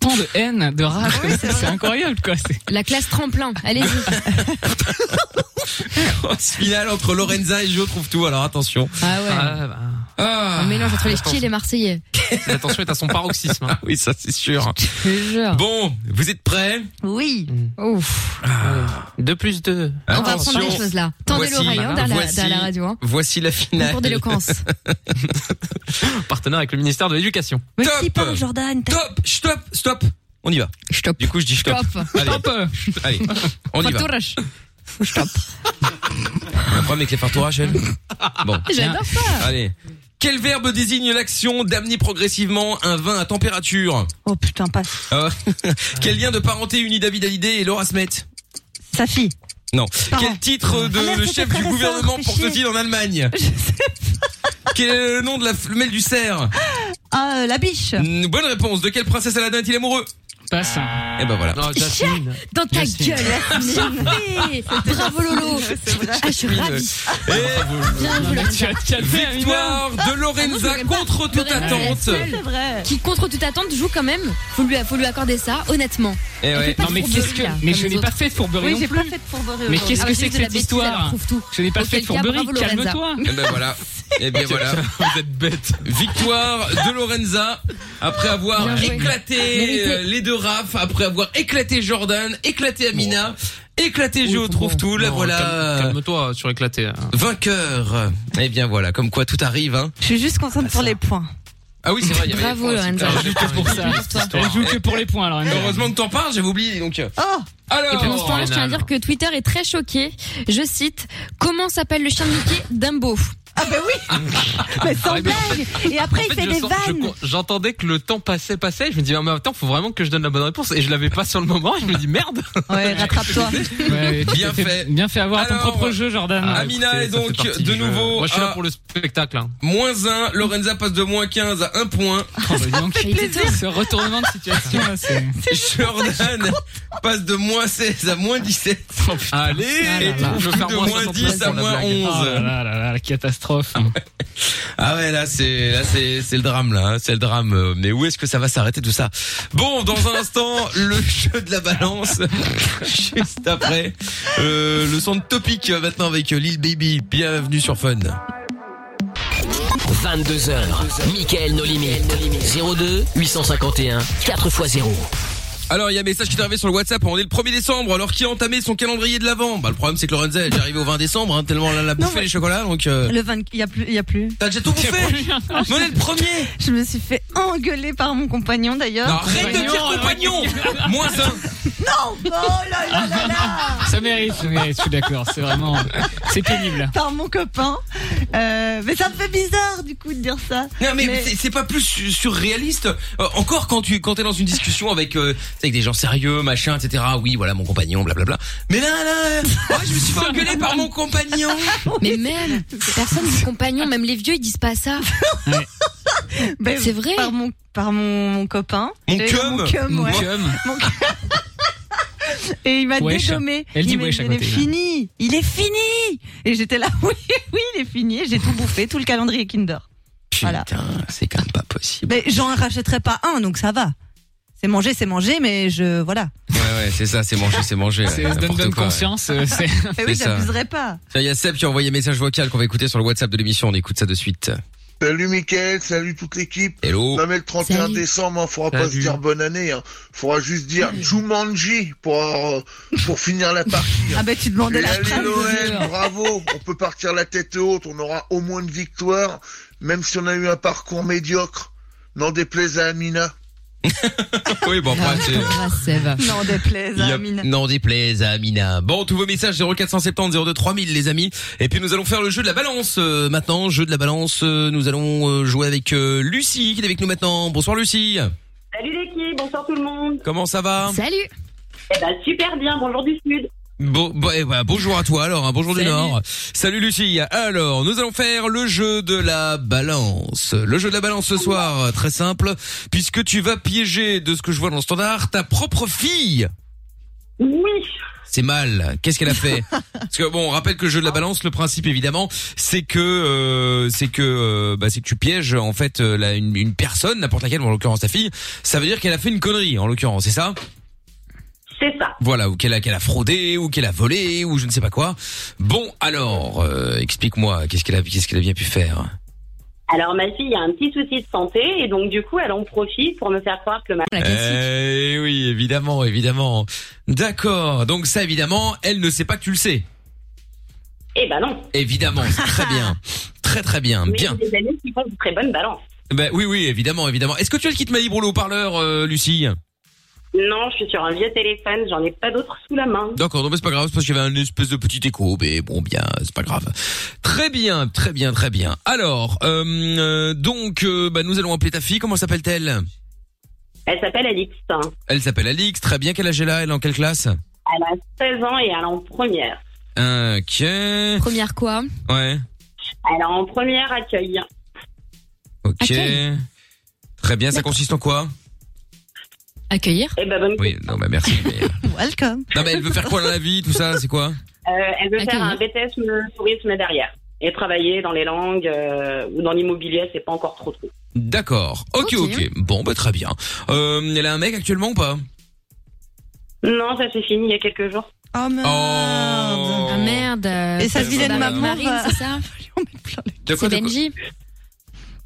[SPEAKER 7] Tant de haine, de rage, c'est incroyable quoi. c'est- [laughs]
[SPEAKER 6] La classe tremplin, allez-y.
[SPEAKER 2] [laughs] Grosse finale entre Lorenza et Jo trouve tout. Alors attention.
[SPEAKER 6] Ah ouais.
[SPEAKER 2] bah.
[SPEAKER 6] Un mélange entre les ch'tis et les Marseillais.
[SPEAKER 2] L'attention est à son paroxysme. hein. [laughs] Oui, ça c'est sûr.
[SPEAKER 6] Je te jure.
[SPEAKER 2] Bon, vous êtes prêts
[SPEAKER 4] Oui.
[SPEAKER 6] Ouf.
[SPEAKER 10] De plus de.
[SPEAKER 2] Ah,
[SPEAKER 6] On va prendre les choses là. Tendez
[SPEAKER 10] Voici-
[SPEAKER 6] l'oreille hein, dans, la-
[SPEAKER 10] voici-
[SPEAKER 6] dans la radio. Hein.
[SPEAKER 2] Voici la finale.
[SPEAKER 6] Concours
[SPEAKER 2] [laughs]
[SPEAKER 6] d'éloquence.
[SPEAKER 10] Partenaire avec le ministère de l'Éducation.
[SPEAKER 2] Top.
[SPEAKER 4] Jordan.
[SPEAKER 2] Stop, stop, stop. On y va.
[SPEAKER 6] Stop.
[SPEAKER 2] Du coup, je dis stop.
[SPEAKER 6] Stop.
[SPEAKER 2] Allez. Allez, on y va.
[SPEAKER 6] Fartourache.
[SPEAKER 2] Un problème avec les fartourages, elle Bon.
[SPEAKER 6] [laughs] J'adore ça.
[SPEAKER 2] Allez. Quel verbe désigne l'action d'amener progressivement un vin à température
[SPEAKER 4] Oh putain, passe.
[SPEAKER 2] Euh,
[SPEAKER 4] [laughs]
[SPEAKER 2] Quel lien de parenté unit David Hallyday et Laura Smet
[SPEAKER 4] Sa fille.
[SPEAKER 2] Non.
[SPEAKER 4] Parent.
[SPEAKER 2] Quel titre de
[SPEAKER 4] Ah merde,
[SPEAKER 2] le
[SPEAKER 4] c'était
[SPEAKER 2] chef
[SPEAKER 4] très
[SPEAKER 2] du
[SPEAKER 4] récent,
[SPEAKER 2] gouvernement
[SPEAKER 4] fais
[SPEAKER 2] porte-t-il
[SPEAKER 4] chier. [laughs]
[SPEAKER 2] en Allemagne Quel est le nom de la femelle du cerf
[SPEAKER 4] Ah, euh, la biche.
[SPEAKER 2] Mm, Bonne réponse. De quelle princesse Aladdin est-il amoureux
[SPEAKER 7] Passe.
[SPEAKER 2] Et ben voilà.
[SPEAKER 6] Dans ta
[SPEAKER 2] Yacine.
[SPEAKER 6] gueule.
[SPEAKER 2] [laughs] Ah.
[SPEAKER 6] Yacine. Bravo Lolo. Ah, je suis ravie. Bien joué, Lorenza.
[SPEAKER 2] Victoire de
[SPEAKER 6] [laughs] Ah,
[SPEAKER 2] Lorenza contre toute attente.
[SPEAKER 6] Qui contre toute attente joue quand même. Faut lui, faut lui accorder ça, honnêtement.
[SPEAKER 2] Eh ouais.
[SPEAKER 6] Elle fait pas
[SPEAKER 7] Non,
[SPEAKER 6] de
[SPEAKER 7] mais
[SPEAKER 6] fourberie,
[SPEAKER 7] qu'est-ce que-
[SPEAKER 6] là,
[SPEAKER 7] mais
[SPEAKER 6] comme
[SPEAKER 7] je
[SPEAKER 6] les
[SPEAKER 7] n'ai pas
[SPEAKER 6] autres. Ah,
[SPEAKER 7] fait de fourberie Oui, non j'ai plus. pas
[SPEAKER 4] fait de fourberie.
[SPEAKER 7] Mais qu'est-ce que c'est que cette histoire Je n'ai pas
[SPEAKER 6] Auquel
[SPEAKER 7] fait de
[SPEAKER 6] cas,
[SPEAKER 7] fourberie,
[SPEAKER 6] bravo, Lorenza.
[SPEAKER 7] calme-toi.
[SPEAKER 2] Et ben voilà. Et bien voilà. Vous êtes bête. Victoire de Lorenza après avoir
[SPEAKER 7] Bien joué.
[SPEAKER 2] éclaté
[SPEAKER 7] Mérité.
[SPEAKER 2] euh, les deux Raph, après avoir éclaté Jordan, éclaté Amina, éclaté Jo trouve tout. Là
[SPEAKER 10] Non,
[SPEAKER 2] voilà.
[SPEAKER 10] calme- Calme-toi sur éclaté.
[SPEAKER 2] Vainqueur. Eh bien voilà, comme quoi tout arrive. Hein.
[SPEAKER 4] Je suis juste contente pour les points.
[SPEAKER 2] Ah oui, c'est vrai. il y avait-
[SPEAKER 4] Bravo,
[SPEAKER 2] Oh, c'est
[SPEAKER 4] Lorenza.
[SPEAKER 2] clair,
[SPEAKER 4] Elle joue
[SPEAKER 2] j'avais
[SPEAKER 4] que
[SPEAKER 2] pas
[SPEAKER 4] pour
[SPEAKER 2] vu
[SPEAKER 4] ça.
[SPEAKER 2] cette histoire.
[SPEAKER 7] Elle joue que pour les points, Lorenza.
[SPEAKER 2] Heureusement que t'en parles, j'avais oublié donc.
[SPEAKER 4] Oh
[SPEAKER 2] Alors.
[SPEAKER 6] Et pendant ce temps-là, je tiens à dire que Twitter est très choqué. Je cite Comment s'appelle le chien de Mickey Dumbo
[SPEAKER 4] Ah, ben oui Mais sans
[SPEAKER 10] Ouais, mais en
[SPEAKER 4] blague Et après, il
[SPEAKER 10] fait,
[SPEAKER 4] fait
[SPEAKER 10] je
[SPEAKER 4] des
[SPEAKER 10] sens- je
[SPEAKER 4] vannes
[SPEAKER 10] con- J'entendais que le temps passait, passait. Je me dis, ah, mais en même temps, faut vraiment que je donne la bonne réponse. Et je l'avais pas sur le moment. Et je me dis, merde. [laughs]
[SPEAKER 4] Ouais, rattrape-toi.
[SPEAKER 2] Bien fait.
[SPEAKER 7] Bien fait avoir ton
[SPEAKER 2] Alors,
[SPEAKER 7] propre jeu, Jordan.
[SPEAKER 10] euh,
[SPEAKER 2] Ah,
[SPEAKER 10] écoutez,
[SPEAKER 2] Amina
[SPEAKER 10] ça
[SPEAKER 2] est
[SPEAKER 10] fait
[SPEAKER 2] donc
[SPEAKER 10] partie
[SPEAKER 2] de
[SPEAKER 10] du jeu.
[SPEAKER 2] nouveau
[SPEAKER 10] Moi, je suis là
[SPEAKER 2] à
[SPEAKER 10] pour le [laughs] spectacle. hein.
[SPEAKER 2] moins 1. Lorenza passe de moins 15 à 1 point.
[SPEAKER 7] Oh, bah, Ce retournement de situation, là, c'est.
[SPEAKER 2] [laughs] Jordan passe de moins 16 à moins 17. Allez,
[SPEAKER 7] Ah là
[SPEAKER 2] et
[SPEAKER 7] là.
[SPEAKER 2] trouve de moins 10 à moins
[SPEAKER 7] Oh
[SPEAKER 2] 11.
[SPEAKER 7] là là là là, la catastrophe.
[SPEAKER 2] Ah ouais, là c'est là c'est c'est le drame là, hein, c'est le drame. Euh, Mais où est-ce que ça va s'arrêter tout ça Bon, dans un instant, [laughs] le jeu de la balance. [laughs] Juste après, euh, le son de Topic euh, maintenant avec euh, Lil Baby. Bienvenue sur Fun.
[SPEAKER 1] 22h, Mickaël nos limites. 02 851 4x0.
[SPEAKER 2] Alors, il y a un message qui est arrivé sur le WhatsApp. On est le 1er décembre. Alors, qui a entamé son calendrier de l'avant Bah, le problème, c'est que Lorenza, elle est arrivée au 20 décembre, hein, tellement elle a bouffé les chocolats. Donc, euh,
[SPEAKER 4] Le 24, il y a plus, il y a plus.
[SPEAKER 2] T'as déjà tout bouffé On est le premier
[SPEAKER 4] Je me suis fait engueuler par mon compagnon d'ailleurs.
[SPEAKER 2] Non, arrête de dire compagnon [laughs] Moins un
[SPEAKER 4] Non Oh là là là là
[SPEAKER 7] [laughs] Ça mérite, ça mérite, je suis d'accord. C'est vraiment. C'est pénible.
[SPEAKER 4] Par mon copain. Euh, mais ça me fait bizarre du coup de dire ça.
[SPEAKER 2] Non mais, c'est- c'est pas plus su- surréaliste. Euh, encore quand tu quand t'es dans une discussion avec euh, tu sais, avec des gens sérieux, machin, etc. Oui, voilà mon compagnon, blablabla. Mais là, là, là, ouais, je me suis fait engueuler par mon compagnon.
[SPEAKER 4] Ah
[SPEAKER 6] Mais même, personne dit compagnon, même les vieux, ils disent pas
[SPEAKER 4] [laughs]
[SPEAKER 6] ça.
[SPEAKER 4] Ben,
[SPEAKER 6] C'est vrai.
[SPEAKER 4] Par mon, par mon, mon copain.
[SPEAKER 2] Mon
[SPEAKER 4] J'allais dire
[SPEAKER 2] cum.
[SPEAKER 4] Mon cum,
[SPEAKER 7] Mon
[SPEAKER 4] ouais.
[SPEAKER 7] cum.
[SPEAKER 4] [laughs] Mon cum. Et il m'a
[SPEAKER 7] Wesh.
[SPEAKER 4] dégommé.
[SPEAKER 7] Elle dit
[SPEAKER 4] il m'a
[SPEAKER 7] wesh à
[SPEAKER 4] il est
[SPEAKER 7] côté.
[SPEAKER 4] fini. Il est fini. Et j'étais là, [laughs] oui, oui, il est fini. J'ai tout bouffé, tout le calendrier Kinder. Voilà.
[SPEAKER 2] c'est quand même pas possible.
[SPEAKER 4] Mais j'en rachèterai pas un, donc ça va. C'est manger, c'est manger, mais je, voilà.
[SPEAKER 2] Ouais ouais, c'est ça, c'est manger, c'est manger.
[SPEAKER 7] C'est
[SPEAKER 2] ouais,
[SPEAKER 7] donne
[SPEAKER 2] n'importe
[SPEAKER 7] bonne
[SPEAKER 2] quoi, ouais.
[SPEAKER 7] conscience. euh, C'est.
[SPEAKER 4] Mais Eh oui,
[SPEAKER 2] C'est ça.
[SPEAKER 4] j'abuserai pas.
[SPEAKER 2] Tiens, Il y a Seb qui a envoyé un message vocal qu'on va écouter sur le WhatsApp de l'émission. On écoute ça de suite.
[SPEAKER 13] Salut Mickaël, salut toute l'équipe.
[SPEAKER 2] Hello.
[SPEAKER 13] Non mais le 31
[SPEAKER 2] Salut.
[SPEAKER 13] décembre, hein, faudra pas
[SPEAKER 2] Salut.
[SPEAKER 13] se dire bonne année. Hein. Faudra juste dire Jumanji pour euh, pour finir la partie.
[SPEAKER 4] Ah ben tu demandais la
[SPEAKER 13] allez
[SPEAKER 4] phrase.
[SPEAKER 13] Noël, bravo. On peut partir la tête haute. On aura au moins une victoire, même si on a eu un parcours médiocre. N'en déplaise à Amina.
[SPEAKER 2] [laughs] oui, bon après c'est
[SPEAKER 6] Ah,
[SPEAKER 4] Non, déplaise,
[SPEAKER 2] Il y a-
[SPEAKER 4] Amine.
[SPEAKER 2] Non déplaise à Amina. Bon, tous vos messages 0470 02 3000 les amis. Et puis nous allons faire le jeu de la balance euh, maintenant. Jeu de la balance, euh, nous allons euh, jouer avec euh, Lucie qui est avec nous maintenant. Bonsoir Lucie.
[SPEAKER 14] Salut l'équipe, bonsoir tout le monde.
[SPEAKER 2] Comment ça va
[SPEAKER 6] Salut.
[SPEAKER 14] Eh ben super bien, bonjour du sud.
[SPEAKER 2] Bon, bon, eh ben, bonjour à toi alors, hein, bonjour du
[SPEAKER 14] Salut.
[SPEAKER 2] Nord. Salut Lucie. Alors, nous allons faire le jeu de la balance. Le jeu de la balance ce soir, euh, très simple, puisque tu vas piéger de ce que je vois dans le standard ta propre fille.
[SPEAKER 14] Oui.
[SPEAKER 2] C'est mal. Qu'est-ce qu'elle a fait Parce que bon, on rappelle que le jeu de la balance, le principe évidemment, c'est que euh, c'est que euh, bah, c'est que tu pièges en fait euh, la- une, une personne, n'importe laquelle, bon, en l'occurrence ta fille. Ça veut dire qu'elle a fait une connerie, en l'occurrence, c'est ça
[SPEAKER 14] C'est ça.
[SPEAKER 2] Voilà, ou qu'elle a, qu'elle a fraudé, ou qu'elle a volé, ou je ne sais pas quoi. Bon, alors, euh, explique-moi, qu'est-ce qu'elle a, qu'est-ce qu'elle a bien pu faire
[SPEAKER 14] Alors, ma fille a un petit souci de santé et donc, du coup, elle en profite pour me faire croire que ma.
[SPEAKER 2] Eh oui, évidemment, évidemment. D'accord, donc ça, évidemment, elle ne sait pas que tu le sais.
[SPEAKER 14] Eh ben non.
[SPEAKER 2] Évidemment, c'est
[SPEAKER 14] [laughs]
[SPEAKER 2] très bien. Très très bien,
[SPEAKER 14] Mais
[SPEAKER 2] Ah, bien.
[SPEAKER 14] j'ai des amis qui font une très bonne balance.
[SPEAKER 2] Ben oui, oui, évidemment, évidemment. Est-ce que tu as le kit Maï pour le haut-parleur, euh, Lucie
[SPEAKER 14] Non, je suis sur un vieux téléphone, j'en ai pas d'autre sous la main.
[SPEAKER 2] D'accord, non mais c'est pas grave, c'est parce qu'il y avait une espèce de petit écho, mais bon bien, c'est pas grave. Très bien, très bien, très bien. Alors, euh, euh, donc, euh, bah, nous allons appeler ta fille, comment s'appelle-t-elle
[SPEAKER 14] Elle s'appelle Alix. Elle
[SPEAKER 2] Elle s'appelle Alix, très bien, quel âge elle a, elle est en quelle classe
[SPEAKER 14] a 16 ans et elle est en première.
[SPEAKER 2] Ok,
[SPEAKER 6] Première quoi
[SPEAKER 2] ouais,
[SPEAKER 14] Elle est en première accueil.
[SPEAKER 2] ok. Très bien, ça consiste en quoi
[SPEAKER 6] Accueillir
[SPEAKER 14] Eh ben, bonne
[SPEAKER 2] Oui, non bah merci. [laughs] mais-
[SPEAKER 4] Welcome.
[SPEAKER 2] non mais elle veut faire quoi dans la vie, tout ça, c'est quoi
[SPEAKER 14] Euh, elle veut faire un BTS me- tourisme derrière et travailler dans les langues euh, ou dans l'immobilier, c'est pas encore trop trop.
[SPEAKER 2] D'accord, ok, ok, bon bah très bien. Euh, elle a un mec actuellement ou pas
[SPEAKER 14] Non, ça c'est fini il y a quelques jours.
[SPEAKER 4] Oh merde.
[SPEAKER 6] Ah merde. euh,
[SPEAKER 4] Et sa
[SPEAKER 6] c'est
[SPEAKER 4] vilaine
[SPEAKER 6] Barbara
[SPEAKER 4] maman
[SPEAKER 6] Marine,
[SPEAKER 4] va- [laughs]
[SPEAKER 6] c'est ça
[SPEAKER 2] De
[SPEAKER 6] C'est Benji.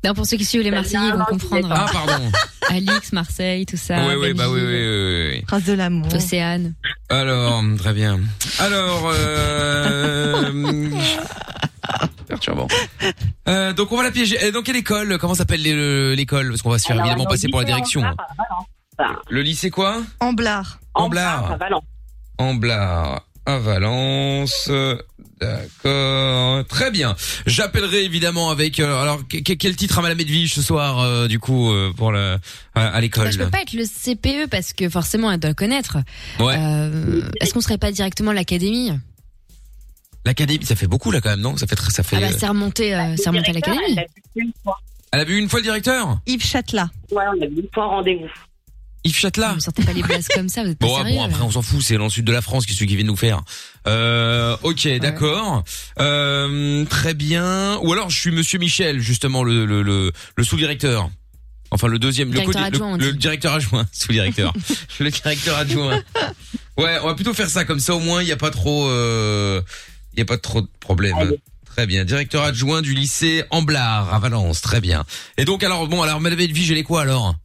[SPEAKER 6] Non, pour ceux qui suivent les Marseillais, ils vont comprendre.
[SPEAKER 2] Ah, pardon.
[SPEAKER 6] Alix, Marseille, tout ça.
[SPEAKER 2] Ouais, ouais,
[SPEAKER 6] Benji,
[SPEAKER 2] bah oui, oui, oui, oui, oui.
[SPEAKER 4] Prince de l'amour.
[SPEAKER 6] Océane.
[SPEAKER 2] Alors, très bien. Alors, euh... perturbant. Euh, donc on va la piéger. Et dans quelle école Comment s'appelle l'é- le- l'école Parce qu'on va se faire
[SPEAKER 4] Alors,
[SPEAKER 2] évidemment
[SPEAKER 4] dans
[SPEAKER 2] passer pour la
[SPEAKER 4] le lycée
[SPEAKER 2] direction.
[SPEAKER 4] Amblard,
[SPEAKER 2] hein. Le lycée quoi
[SPEAKER 4] Amblard.
[SPEAKER 2] Amblard. Amblard à Valence. D'accord. Très bien. J'appellerai évidemment avec. euh, alors que- que- quel titre à Madame Edwige ce soir euh, du coup euh, pour la à, à l'école
[SPEAKER 6] Bah, je peux pas être le CPE parce que forcément, elle doit le connaître.
[SPEAKER 2] Ouais.
[SPEAKER 6] Euh, Est-ce qu'on serait pas directement l'académie
[SPEAKER 2] L'académie, ça fait beaucoup là quand même, non Ça fait très- ça fait.
[SPEAKER 6] Ah bah, c'est remonté, euh, c'est remonté à l'académie.
[SPEAKER 2] Elle a vu une fois le directeur
[SPEAKER 6] Bah
[SPEAKER 4] Yves Châtelat.
[SPEAKER 14] Ouais, on a vu point rendez-vous.
[SPEAKER 2] Oh. Yves Châtelat.
[SPEAKER 6] Vous sortez pas les blases comme ça, vous êtes pas
[SPEAKER 2] Bon, ah,
[SPEAKER 6] sérieux.
[SPEAKER 2] bon après on s'en fout, c'est dans le sud de la France qui celui qui vient de nous faire. Euh, ok, d'accord. Euh, très bien. Ou alors je suis Monsieur Michel, justement le le le, le sous-directeur. Enfin le deuxième, le,
[SPEAKER 6] Directeur
[SPEAKER 2] co-
[SPEAKER 6] adjoint, on
[SPEAKER 2] le, le
[SPEAKER 6] dit.
[SPEAKER 2] directeur adjoint, [laughs] sous-directeur, le directeur adjoint. Ouais, on va plutôt faire ça comme ça au moins il y a pas trop euh, il y a pas trop de problèmes. Très bien, directeur adjoint du lycée Amblard à Valence, très bien. Et donc alors bon alors Madame Edwige elle est quoi alors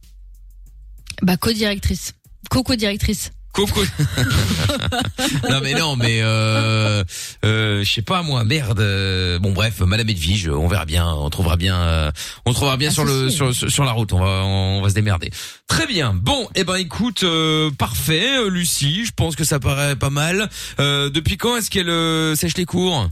[SPEAKER 6] Bah, co-directrice. Co-co-directrice. [laughs]
[SPEAKER 2] Coco. non mais non mais euh, euh, je sais pas moi merde euh, bon bref madame Edwige on verra bien on trouvera bien euh, on trouvera bien sur le sur, sur sur la route on va on va se démerder. Très bien. Bon eh ben écoute euh, parfait euh, Lucie, je pense que ça paraît pas mal. Euh, depuis quand est-ce qu'elle euh, sèche les cours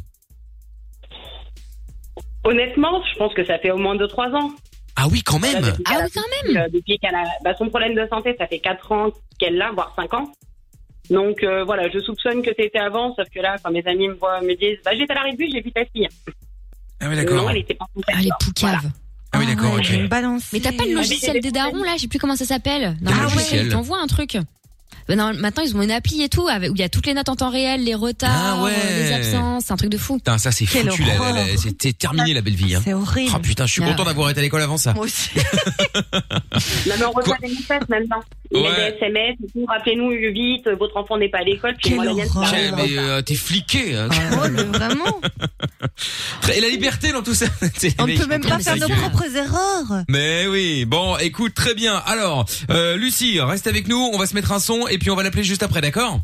[SPEAKER 14] Honnêtement, je pense que ça fait au moins 2-3 ans.
[SPEAKER 2] Ah oui quand
[SPEAKER 14] Voilà,
[SPEAKER 2] même.
[SPEAKER 14] depuis qu'elle a- euh, depuis qu'elle a- bah, son problème de santé, ça fait 4 ans qu'elle l'a, voire 5 ans. Donc euh, voilà, je soupçonne que c'était avant, sauf que là, quand mes amis me voient, me disent, bah j'étais à la revue, j'ai vu ta fille.
[SPEAKER 2] Ah oui d'accord.
[SPEAKER 14] Non, elle était pas contente.
[SPEAKER 6] Ah, les poucaves.
[SPEAKER 2] Ah oui d'accord. ok.
[SPEAKER 6] Mais t'as pas le
[SPEAKER 14] Ah, mais
[SPEAKER 6] logiciel
[SPEAKER 14] c'est
[SPEAKER 6] des darons là, je sais plus comment ça s'appelle. Non,
[SPEAKER 2] Quel
[SPEAKER 6] mais
[SPEAKER 2] logiciel
[SPEAKER 6] ils t'envoient un truc. Ben non, maintenant ils ont une appli et tout avec, où il y a toutes les notes en temps réel, les retards,
[SPEAKER 2] Ah ouais.
[SPEAKER 6] euh, les absences, c'est un truc de fou.
[SPEAKER 2] Putain, ça c'est
[SPEAKER 6] Quelle
[SPEAKER 2] foutu, la- la- la-
[SPEAKER 6] horreur.
[SPEAKER 2] c'était terminé la belle vie. Hein.
[SPEAKER 6] C'est horrible.
[SPEAKER 2] Ah putain, je suis
[SPEAKER 6] Ah
[SPEAKER 2] content
[SPEAKER 6] ouais.
[SPEAKER 2] d'avoir été à l'école avant ça.
[SPEAKER 4] Moi aussi.
[SPEAKER 14] Non, mais on reçoit des messages maintenant. Il y a des SMS, et tout. rappelez-nous vite, votre enfant n'est pas à l'école, puis moi la mienne, c'est
[SPEAKER 2] Tiens,
[SPEAKER 14] pareil.
[SPEAKER 2] mais euh, t'es fliqué. hein.
[SPEAKER 4] Oh,
[SPEAKER 2] [laughs]
[SPEAKER 4] vraiment.
[SPEAKER 2] Et la liberté dans tout ça. [laughs] c'est-
[SPEAKER 4] On
[SPEAKER 2] mais
[SPEAKER 4] ne peut
[SPEAKER 2] je
[SPEAKER 4] même
[SPEAKER 2] comprends
[SPEAKER 4] pas faire
[SPEAKER 2] que-
[SPEAKER 4] nos propres erreurs.
[SPEAKER 2] Mais oui, bon, écoute, très bien. Alors, euh, Lucie, reste avec nous, on va se mettre un son et puis on va l'appeler juste après, d'accord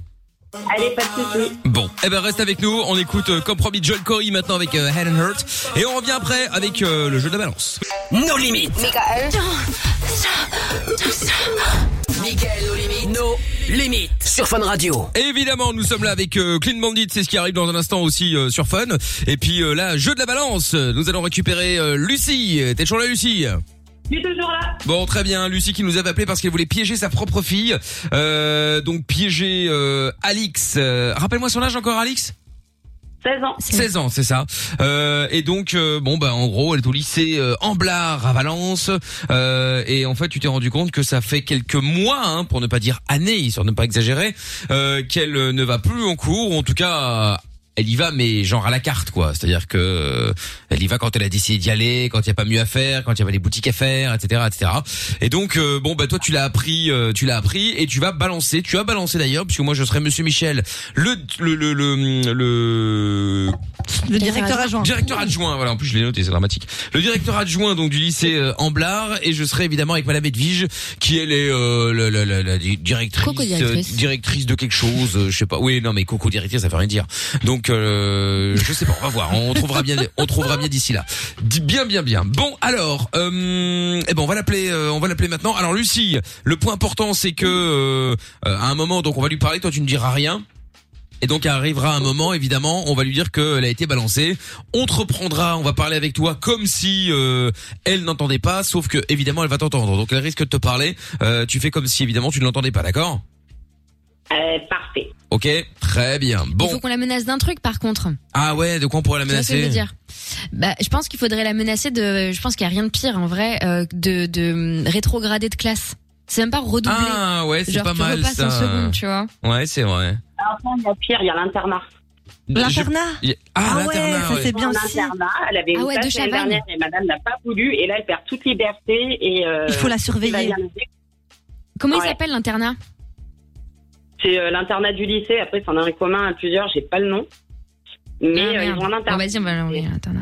[SPEAKER 14] Allez, pas de soucis.
[SPEAKER 2] Bon, eh ben reste avec nous, on écoute euh, comme promis Joel Corey maintenant avec euh, Head and Hurt et on revient après avec euh, le jeu de la balance.
[SPEAKER 1] Nos limites. Michael. Michael, nos limites. Nos limites. Sur Fun Radio.
[SPEAKER 2] Évidemment, nous sommes là avec euh, Clean Bandit, c'est ce qui arrive dans un instant aussi euh, sur Fun. Et puis euh, là, jeu de la balance, nous allons récupérer euh, Lucie. T'es toujours là Lucie
[SPEAKER 14] Je suis toujours là.
[SPEAKER 2] Bon, très bien. Lucie qui nous avait appelé parce qu'elle voulait piéger sa propre fille. Euh, donc piéger euh, Alix. Euh, Rappelle-moi son âge encore, Alix
[SPEAKER 14] 16 ans.
[SPEAKER 2] 16 ans, c'est ça. Euh, et donc, euh, bon, bah, en gros, elle est au lycée euh, Amblard à Valence. Euh, et en fait, tu t'es rendu compte que ça fait quelques mois, hein, pour ne pas dire années, histoire de ne pas exagérer, euh, qu'elle euh, ne va plus en cours, ou en tout cas euh, elle y va mais genre à la carte quoi. C'est-à-dire que euh, elle y va quand elle a décidé d'y aller, quand il y a pas mieux à faire, quand il y a pas des boutiques à faire, etc., etc. Et donc euh, bon bah toi tu l'as appris, euh, tu l'as appris et tu vas balancer. Tu as balancé d'ailleurs puisque moi je serai Monsieur Michel, le le le le, le...
[SPEAKER 4] Le directeur adjoint.
[SPEAKER 2] Directeur adjoint, voilà. En plus, je l'ai noté, c'est dramatique. Le directeur adjoint donc du lycée euh, Amblard et je serai évidemment avec Madame Edwige, qui elle est euh, la, la- la- la di- directrice,
[SPEAKER 15] Co-co-directrice.
[SPEAKER 2] euh, directrice de quelque chose, euh, je sais pas. Oui, non, mais coco directrice, ça veut rien dire. Donc, euh, je sais pas, on va voir. On trouvera bien, on trouvera bien d'ici là. Dis Bien, bien, bien. Bon, alors, euh, eh ben, on va l'appeler, euh, on va l'appeler maintenant. Alors, Lucie, le point important, c'est que euh, euh, à un moment, donc, on va lui parler. Toi, tu ne diras rien. Et donc arrivera un moment, évidemment, on va lui dire qu'elle a été balancée. On te reprendra, on va parler avec toi comme si euh, elle n'entendait pas, sauf que évidemment elle va t'entendre. Donc elle risque de te parler. Euh, tu fais comme si évidemment tu ne l'entendais pas, d'accord
[SPEAKER 14] Euh, parfait.
[SPEAKER 2] Ok, très bien.
[SPEAKER 6] Il faut
[SPEAKER 2] Bon.
[SPEAKER 6] qu'on la menace d'un truc par contre.
[SPEAKER 2] Ah ouais, de quoi on pourrait la
[SPEAKER 6] Tu vois ce que je veux
[SPEAKER 2] menacer
[SPEAKER 6] dire bah, je pense qu'il faudrait la menacer de. Je pense qu'il y a rien de pire en vrai euh, de, de rétrograder de classe. C'est même pas redoubler.
[SPEAKER 2] Ah ouais, c'est
[SPEAKER 6] Genre,
[SPEAKER 2] pas
[SPEAKER 6] tu
[SPEAKER 2] mal
[SPEAKER 6] repasses
[SPEAKER 2] ça.
[SPEAKER 6] en seconde, tu vois.
[SPEAKER 2] Ouais, c'est vrai.
[SPEAKER 14] Ah, Enfin, il y a pire, il y a l'internat.
[SPEAKER 4] L'internat
[SPEAKER 2] Je- Ah,
[SPEAKER 4] Ah ouais,
[SPEAKER 2] l'internat,
[SPEAKER 4] ça,
[SPEAKER 2] ouais.
[SPEAKER 4] c'est bien
[SPEAKER 14] En
[SPEAKER 4] aussi.
[SPEAKER 14] internat, elle avait
[SPEAKER 4] Ah
[SPEAKER 14] eu
[SPEAKER 4] ouais,
[SPEAKER 14] ça
[SPEAKER 4] de
[SPEAKER 14] l'année
[SPEAKER 4] Chavannes.
[SPEAKER 14] dernière et madame n'a pas voulu. Et là, elle perd toute liberté. Et, euh,
[SPEAKER 4] Il faut la
[SPEAKER 14] elle va
[SPEAKER 8] Bah,
[SPEAKER 4] surveiller.
[SPEAKER 14] bien le dire.
[SPEAKER 6] Comment
[SPEAKER 14] Ouais.
[SPEAKER 6] il s'appelle l'internat
[SPEAKER 14] C'est euh, l'internat du lycée. Après, c'en a un commun à plusieurs, j'ai pas le nom. Mais
[SPEAKER 4] Ah,
[SPEAKER 14] euh, ils ont un internat.
[SPEAKER 6] vas-y, on va l'envoyer à l'internat.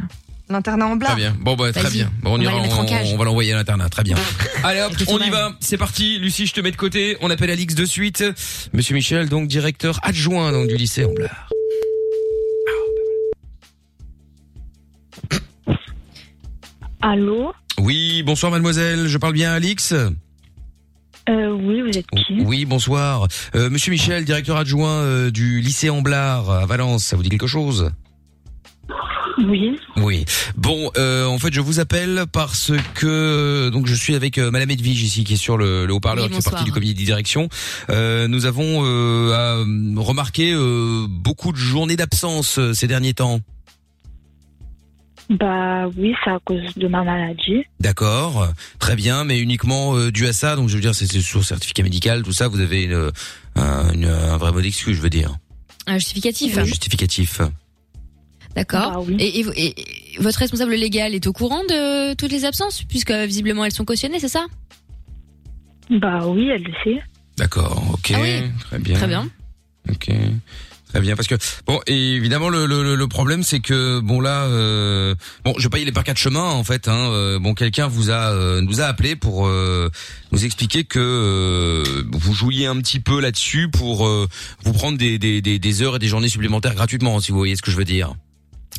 [SPEAKER 4] L'internat en blanc.
[SPEAKER 2] Très bien. Bon bah très
[SPEAKER 4] Vas-y,
[SPEAKER 2] bien. Bon,
[SPEAKER 4] on va
[SPEAKER 2] ira,
[SPEAKER 4] la mettre en cage.
[SPEAKER 2] on va l'envoyer à l'internat.
[SPEAKER 4] [laughs]
[SPEAKER 2] Très bien. Allez hop,
[SPEAKER 6] Elle te
[SPEAKER 2] on
[SPEAKER 6] fait
[SPEAKER 2] y
[SPEAKER 6] mal.
[SPEAKER 2] va. C'est parti. Lucie, je te mets de côté. On appelle Alix de suite. Monsieur Michel, donc directeur adjoint donc, du lycée Amblard.
[SPEAKER 8] Allô
[SPEAKER 2] Oui, bonsoir mademoiselle. Je parle bien à Alix.
[SPEAKER 8] euh, Oui, vous êtes qui
[SPEAKER 2] Oui, bonsoir. Euh, Monsieur Michel, directeur adjoint euh, du lycée Amblard à Valence, ça vous dit quelque chose
[SPEAKER 8] Oui.
[SPEAKER 2] Oui. Bon, euh, en fait, je vous appelle parce que donc je suis avec euh, Madame Edwige ici, qui est sur le, le haut-parleur,
[SPEAKER 16] Oui,
[SPEAKER 2] qui fait
[SPEAKER 16] bonsoir.
[SPEAKER 2] partie du comité de direction. Euh, nous avons euh, à- remarqué euh, beaucoup de journées d'absence euh, ces derniers temps.
[SPEAKER 8] Bah oui, c'est à cause de ma maladie.
[SPEAKER 2] D'accord, très bien, mais uniquement euh, dû à ça. Donc je veux dire, c'est c'est sur certificat médical, tout ça. Vous avez une, un, une- un vrai mot d'excuse, je veux dire,
[SPEAKER 6] Un Euh, justificatif.
[SPEAKER 2] justificatif.
[SPEAKER 6] D'accord.
[SPEAKER 8] Bah,
[SPEAKER 6] et, et- et- et votre responsable légal est au courant de toutes les absences, puisque euh, visiblement elles sont cautionnées, c'est ça
[SPEAKER 8] Bah oui, elle le sait.
[SPEAKER 2] D'accord, ok, très bien.
[SPEAKER 6] Ah Très bien.
[SPEAKER 2] Ok. Très bien, parce que bon, et évidemment le, le, le problème c'est que bon là, euh, bon, je vais pas y aller par quatre chemins en fait. Hein, euh, bon, quelqu'un vous a euh, nous a appelé pour euh, nous expliquer que euh, vous jouiez un petit peu là-dessus pour euh, vous prendre des, des, des, des heures et des journées supplémentaires gratuitement, si vous voyez ce que je veux dire.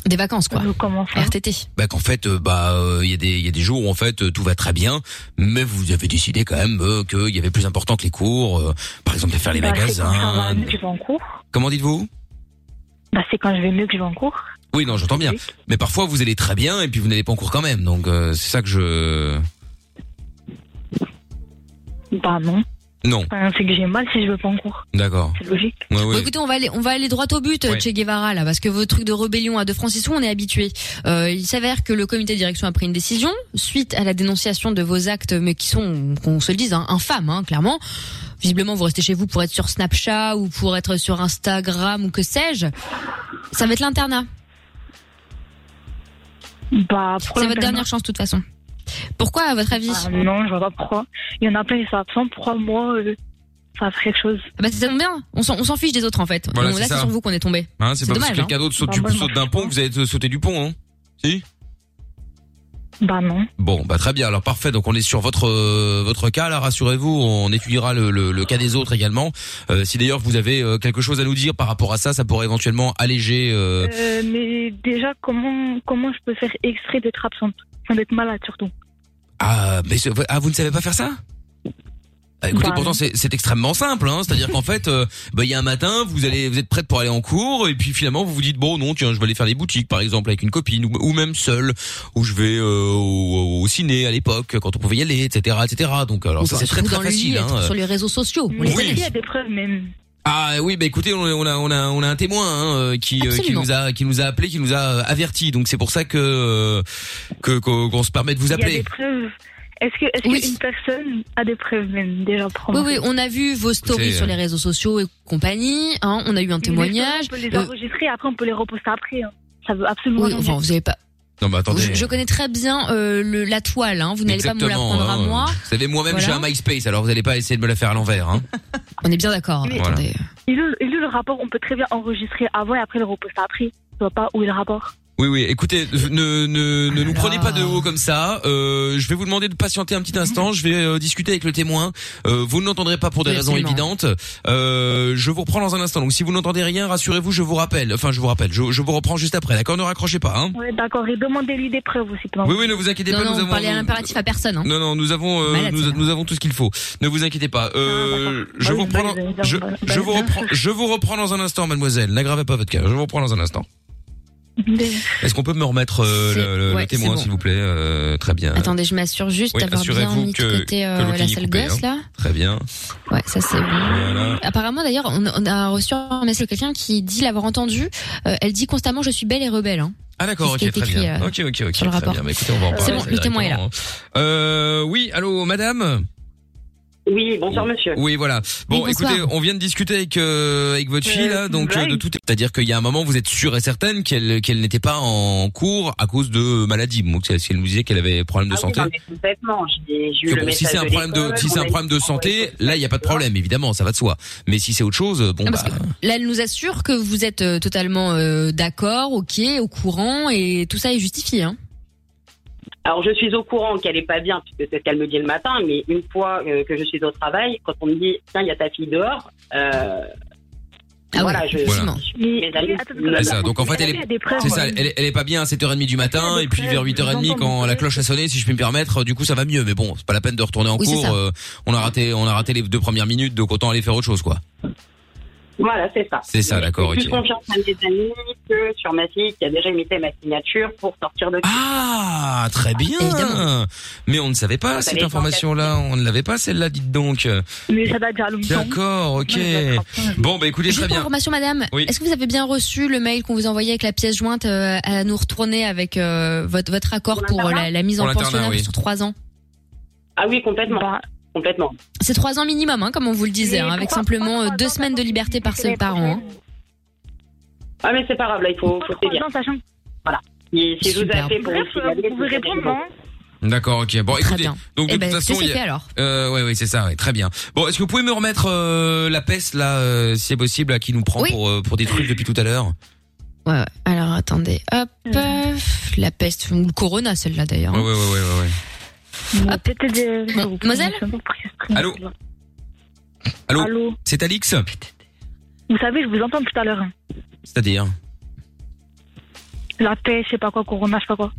[SPEAKER 6] Des vacances, quoi.
[SPEAKER 8] Euh, Comment
[SPEAKER 6] RTT.
[SPEAKER 2] Bah qu'en fait, euh, bah euh, il y a des il y a des jours où en fait euh, tout va très bien, mais vous avez décidé quand même euh, qu'il y avait plus important que les cours, euh, par exemple de faire les
[SPEAKER 8] Bah, c'est quand ça va
[SPEAKER 14] euh,
[SPEAKER 2] magasins.
[SPEAKER 8] mieux que je vais en cours.
[SPEAKER 2] Comment dites-vous
[SPEAKER 8] Bah c'est quand je vais mieux que je vais en cours.
[SPEAKER 2] Oui, non, j'entends bien. Mais parfois, vous allez très bien et puis vous n'allez pas en cours quand même. Donc, euh, c'est ça que je...
[SPEAKER 8] Bah non.
[SPEAKER 2] Non,
[SPEAKER 8] Enfin, c'est que j'ai mal si je vais pas en cours.
[SPEAKER 2] d'accord.
[SPEAKER 8] C'est logique.
[SPEAKER 2] Ouais, ouais.
[SPEAKER 6] Bon, écoutez, on va aller, on va aller droit au but,
[SPEAKER 2] Ouais.
[SPEAKER 6] Che Guevara, là, parce que vos trucs de rébellion à De Francisco, on est habitué. il s'avère que le comité de direction a pris une décision suite à la dénonciation de vos actes, mais qui sont, qu'on se le dise, hein, infâmes, hein, clairement. Visiblement, vous restez chez vous pour être sur Snapchat ou pour être sur Instagram ou que sais-je. Ça va être l'internat.
[SPEAKER 8] Bah Ah,
[SPEAKER 6] C'est votre dernière chance, de toute façon. Pourquoi, à votre avis
[SPEAKER 8] Non, je vois pas pourquoi. Il y en a plein qui sont absents. Pourquoi moi, euh, ça ferait quelque chose
[SPEAKER 6] Bah, ça tombe bien. On s'en, on s'en fiche des autres, en fait.
[SPEAKER 2] Voilà,
[SPEAKER 6] Donc,
[SPEAKER 2] c'est
[SPEAKER 6] là,
[SPEAKER 2] ça.
[SPEAKER 6] c'est sur vous qu'on est tombé.
[SPEAKER 2] Hein, c'est pas parce
[SPEAKER 6] dommage,
[SPEAKER 2] que quelqu'un
[SPEAKER 6] hein.
[SPEAKER 2] d'autre saute, du- saute d'un
[SPEAKER 8] hein.
[SPEAKER 2] pont que vous allez euh, sauter du pont, hein Si
[SPEAKER 8] Bah non.
[SPEAKER 2] Bon, bah très bien. Alors parfait. Donc on est sur votre euh, votre cas là. Rassurez-vous, on étudiera le, le, le cas des autres également. Euh, si d'ailleurs vous avez euh, quelque chose à nous dire par rapport à ça, ça pourrait éventuellement alléger. euh,
[SPEAKER 8] Euh, mais déjà, comment, comment je peux faire extrait d'être absente Enfin, d'être malade surtout.
[SPEAKER 2] Ah, mais ce- ah, vous ne savez pas faire ça Bah, écoutez,
[SPEAKER 8] Bah,
[SPEAKER 2] pourtant
[SPEAKER 8] non.
[SPEAKER 2] c'est c'est extrêmement simple, hein. c'est-à-dire qu'en fait, euh, bah, il y a un matin, vous allez, vous êtes prête pour aller en cours, et puis finalement vous vous dites bon non, tiens, je vais aller faire les boutiques, par exemple avec une copine, ou, ou même seule, ou je vais euh, au, au ciné à l'époque quand on pouvait y aller, etc., etc. Donc alors
[SPEAKER 6] Ou
[SPEAKER 2] ça
[SPEAKER 6] bah,
[SPEAKER 2] c'est très
[SPEAKER 6] surtout
[SPEAKER 2] très
[SPEAKER 6] dans le lit,
[SPEAKER 2] facile.
[SPEAKER 6] être
[SPEAKER 2] hein.
[SPEAKER 6] Sur les réseaux sociaux. On
[SPEAKER 8] Mais
[SPEAKER 6] les connaît.
[SPEAKER 8] il y a des preuves même.
[SPEAKER 2] Ah oui, bah écoutez, on, on a on a on a un témoin hein, euh, qui euh, qui
[SPEAKER 8] Absolument.
[SPEAKER 2] nous a qui nous a appelé, qui nous a euh, averti, donc c'est pour ça que euh, que qu'on qu'on se permet de vous
[SPEAKER 8] Il y a
[SPEAKER 2] appeler.
[SPEAKER 8] des preuves. Est-ce que- est-ce qu'une
[SPEAKER 6] Oui.
[SPEAKER 8] personne a des prévenus déjà
[SPEAKER 6] Oui,
[SPEAKER 8] prendre
[SPEAKER 6] oui, on a vu vos stories
[SPEAKER 8] Écoutez,
[SPEAKER 6] sur
[SPEAKER 8] euh,
[SPEAKER 6] les réseaux sociaux et compagnie. hein, on a eu un témoignage.
[SPEAKER 8] On peut les
[SPEAKER 6] Euh,
[SPEAKER 8] enregistrer, après on peut les reposter après. hein. Ça veut absolument
[SPEAKER 6] oui,
[SPEAKER 8] rien
[SPEAKER 6] enfin,
[SPEAKER 8] dire.
[SPEAKER 6] vous avez pas.
[SPEAKER 2] Non, mais attendez.
[SPEAKER 6] Je, je connais très bien euh, le, la toile. hein, vous n'allez pas me la
[SPEAKER 2] Exactement.
[SPEAKER 6] prendre à
[SPEAKER 2] hein.
[SPEAKER 6] moi.
[SPEAKER 2] Vous savez, moi-même,
[SPEAKER 6] Voilà.
[SPEAKER 2] j'ai un MySpace, alors vous n'allez pas essayer de me la faire à l'envers. Hein.
[SPEAKER 6] On est bien d'accord.
[SPEAKER 2] Voilà.
[SPEAKER 6] Attendez.
[SPEAKER 8] Et le, et le, le rapport, on peut très bien enregistrer avant et après le reposter après. Je vois pas où est le rapport.
[SPEAKER 2] Oui, oui, écoutez, ne, ne, ne nous prenez
[SPEAKER 6] Ah.
[SPEAKER 2] pas de haut comme ça. Euh, je vais vous demander de patienter un petit
[SPEAKER 6] Mhm.
[SPEAKER 2] instant. Je vais euh, discuter avec le témoin. Euh, vous ne l'entendrez pas pour des
[SPEAKER 15] Oui,
[SPEAKER 2] raisons
[SPEAKER 15] absolument.
[SPEAKER 2] évidentes. Euh, je vous reprends dans un instant. Donc, si vous n'entendez rien, rassurez-vous, je vous rappelle. Enfin, je vous rappelle. Je, je vous reprends juste après. D'accord Ne raccrochez pas. Hein
[SPEAKER 8] Ouais, d'accord. Et demandez-lui des preuves aussi.
[SPEAKER 2] Oui, oui, ne vous inquiétez
[SPEAKER 6] non,
[SPEAKER 2] pas,
[SPEAKER 6] Non,
[SPEAKER 2] nous
[SPEAKER 6] on
[SPEAKER 2] avons-
[SPEAKER 6] parlait à l'impératif à personne. hein.
[SPEAKER 2] Non, non, nous avons, euh,
[SPEAKER 6] Malade,
[SPEAKER 2] nous, nous avons tout ce qu'il faut. Ne vous inquiétez pas. Euh, je
[SPEAKER 6] Bah
[SPEAKER 2] vous
[SPEAKER 6] oui,
[SPEAKER 2] reprends.
[SPEAKER 6] bah
[SPEAKER 2] dans-
[SPEAKER 6] oui, bah oui,
[SPEAKER 2] Je
[SPEAKER 6] bah oui.
[SPEAKER 2] je vous
[SPEAKER 6] Bah oui.
[SPEAKER 2] reprends. Je vous reprends dans un instant, mademoiselle. N'aggravez pas votre cas. Je vous reprends dans un instant. Est-ce qu'on peut me remettre euh,
[SPEAKER 6] C'est-
[SPEAKER 2] le, le- le
[SPEAKER 6] ouais,
[SPEAKER 2] témoin,
[SPEAKER 6] c'est bon.
[SPEAKER 2] s'il vous plaît Euh, Très bien.
[SPEAKER 6] Attendez, je m'assure juste
[SPEAKER 2] Oui,
[SPEAKER 6] d'avoir bien
[SPEAKER 2] assurez-vous
[SPEAKER 6] mis
[SPEAKER 2] que,
[SPEAKER 6] de côté euh,
[SPEAKER 2] que l'opinion
[SPEAKER 6] la
[SPEAKER 2] est
[SPEAKER 6] salle
[SPEAKER 2] coupée,
[SPEAKER 6] gosse là.
[SPEAKER 2] hein. Très bien.
[SPEAKER 6] Ouais, ça c'est bon.
[SPEAKER 2] Voilà.
[SPEAKER 6] Apparemment d'ailleurs, on, on a reçu un message de quelqu'un qui dit l'avoir entendu. Euh, elle dit constamment je suis belle et rebelle. Hein.
[SPEAKER 2] Ah d'accord,
[SPEAKER 6] C'est ce qui est
[SPEAKER 2] ok, très
[SPEAKER 6] écrit,
[SPEAKER 2] bien.
[SPEAKER 6] euh,
[SPEAKER 2] ok, ok, ok.
[SPEAKER 6] sur le
[SPEAKER 2] très
[SPEAKER 6] rapport.
[SPEAKER 2] bien. Bah, écoutez, on va en
[SPEAKER 6] C'est
[SPEAKER 2] parler
[SPEAKER 6] bon, le témoin est là.
[SPEAKER 2] directement. Euh, oui, allô, madame.
[SPEAKER 14] Oui, bonsoir monsieur.
[SPEAKER 2] Oui, voilà. Bon,
[SPEAKER 14] Oui, bonsoir.
[SPEAKER 2] écoutez, on vient de discuter avec euh, avec votre fille là, donc euh, de tout. C'est-à-dire qu'il y a un moment, vous êtes sûre et certaine qu'elle qu'elle n'était pas en cours à cause de maladie. Donc, si elle nous disait qu'elle avait problème de
[SPEAKER 14] Ah oui,
[SPEAKER 2] santé.
[SPEAKER 14] non, mais complètement. J'ai j'ai eu
[SPEAKER 2] Que
[SPEAKER 14] le
[SPEAKER 2] bon, si
[SPEAKER 14] message
[SPEAKER 2] c'est un problème de
[SPEAKER 14] l'école,
[SPEAKER 2] si c'est
[SPEAKER 14] on
[SPEAKER 2] un
[SPEAKER 14] a-
[SPEAKER 2] problème de santé, là il y a pas de problème évidemment, ça va de soi. Mais si c'est autre chose, euh, bon
[SPEAKER 6] Ah,
[SPEAKER 2] bah
[SPEAKER 6] parce Là, elle nous assure que vous êtes euh, totalement euh, d'accord, ok, au courant et tout ça est justifié. Hein.
[SPEAKER 14] Alors, je suis au courant qu'elle est pas bien, puisque c'est ce qu'elle me dit le matin, mais une fois euh, que je suis au travail, quand on me dit, tiens, il y a ta fille dehors, euh, voilà, je.
[SPEAKER 2] Voilà.
[SPEAKER 14] Mes amis-
[SPEAKER 2] Ah c'est ça. Donc en fait elle est c'est ça, elle, est- elle est pas bien à 7h30 du matin et puis vers 8h30 quand la cloche a sonné si je puis me permettre, du coup ça va mieux mais bon, c'est pas la peine de retourner en
[SPEAKER 14] Oui, c'est
[SPEAKER 2] cours,
[SPEAKER 14] ça.
[SPEAKER 2] euh, on a raté on a raté les deux premières minutes donc autant aller faire autre chose quoi.
[SPEAKER 14] Voilà, c'est ça.
[SPEAKER 2] C'est ça, d'accord,
[SPEAKER 14] J'ai Plus
[SPEAKER 2] ok.
[SPEAKER 14] confiance à mes amis que sur ma fille qui a déjà imité ma signature pour sortir de.
[SPEAKER 2] Ah, très bien. Mais on ne savait pas
[SPEAKER 14] Vous
[SPEAKER 2] cette
[SPEAKER 14] allez
[SPEAKER 2] information là, on ne l'avait pas celle-là, dites donc.
[SPEAKER 8] Mais ça date déjà longtemps.
[SPEAKER 2] D'accord, OK. Bon bah écoutez
[SPEAKER 6] Juste
[SPEAKER 2] très
[SPEAKER 6] pour
[SPEAKER 2] bien.
[SPEAKER 6] information, madame,
[SPEAKER 2] Oui.
[SPEAKER 6] est-ce que vous avez bien reçu le mail qu'on vous envoyait avec la pièce jointe euh, à nous retourner avec euh, votre, votre accord pour,
[SPEAKER 14] l'internat
[SPEAKER 6] la, la mise en
[SPEAKER 14] Pour l'internat,
[SPEAKER 6] pensionnat
[SPEAKER 14] oui.
[SPEAKER 6] sur trois ans
[SPEAKER 14] Ah oui, complètement.
[SPEAKER 8] Bah.
[SPEAKER 14] Complètement.
[SPEAKER 6] C'est trois ans minimum, hein, comme on vous le disait,
[SPEAKER 14] Mais
[SPEAKER 6] hein, avec
[SPEAKER 14] pourquoi-
[SPEAKER 6] simplement euh, deux semaines de liberté par, se- par an. hein.
[SPEAKER 14] Ah, mais c'est pas grave, là, il faut, faut se dire. Voilà. Et si je vous
[SPEAKER 6] Superbe.
[SPEAKER 14] appelez pour
[SPEAKER 8] Bref,
[SPEAKER 14] vous signaler,
[SPEAKER 8] vous pouvez
[SPEAKER 14] vous
[SPEAKER 8] répondre,
[SPEAKER 14] avez-
[SPEAKER 8] non
[SPEAKER 2] D'accord, OK. Bon écoutez,
[SPEAKER 6] bien.
[SPEAKER 2] donc de
[SPEAKER 6] Eh ben,
[SPEAKER 2] toute façon
[SPEAKER 6] c'est
[SPEAKER 2] il y a-
[SPEAKER 6] fait, alors.
[SPEAKER 2] Euh, ouais, ouais, c'est ça, ouais, très bien. Bon, est-ce que vous pouvez me remettre euh, la peste là, euh, si c'est possible, là, qui nous prend
[SPEAKER 6] Oui.
[SPEAKER 2] pour euh, pour des trucs depuis tout à l'heure
[SPEAKER 6] Ouais, ouais. Alors attendez, hop, euh, la peste ou le corona celle-là d'ailleurs.
[SPEAKER 2] Ouais, ouais, ouais, ouais, ouais.
[SPEAKER 6] Hop. Mademoiselle
[SPEAKER 2] ouais. Allô, allô,
[SPEAKER 8] Allô
[SPEAKER 2] c'est Alix,
[SPEAKER 8] Vous savez, je vous entends tout à l'heure. hein.
[SPEAKER 2] c'est-à-dire
[SPEAKER 8] La paix, je sais pas quoi, Corona, je sais pas quoi.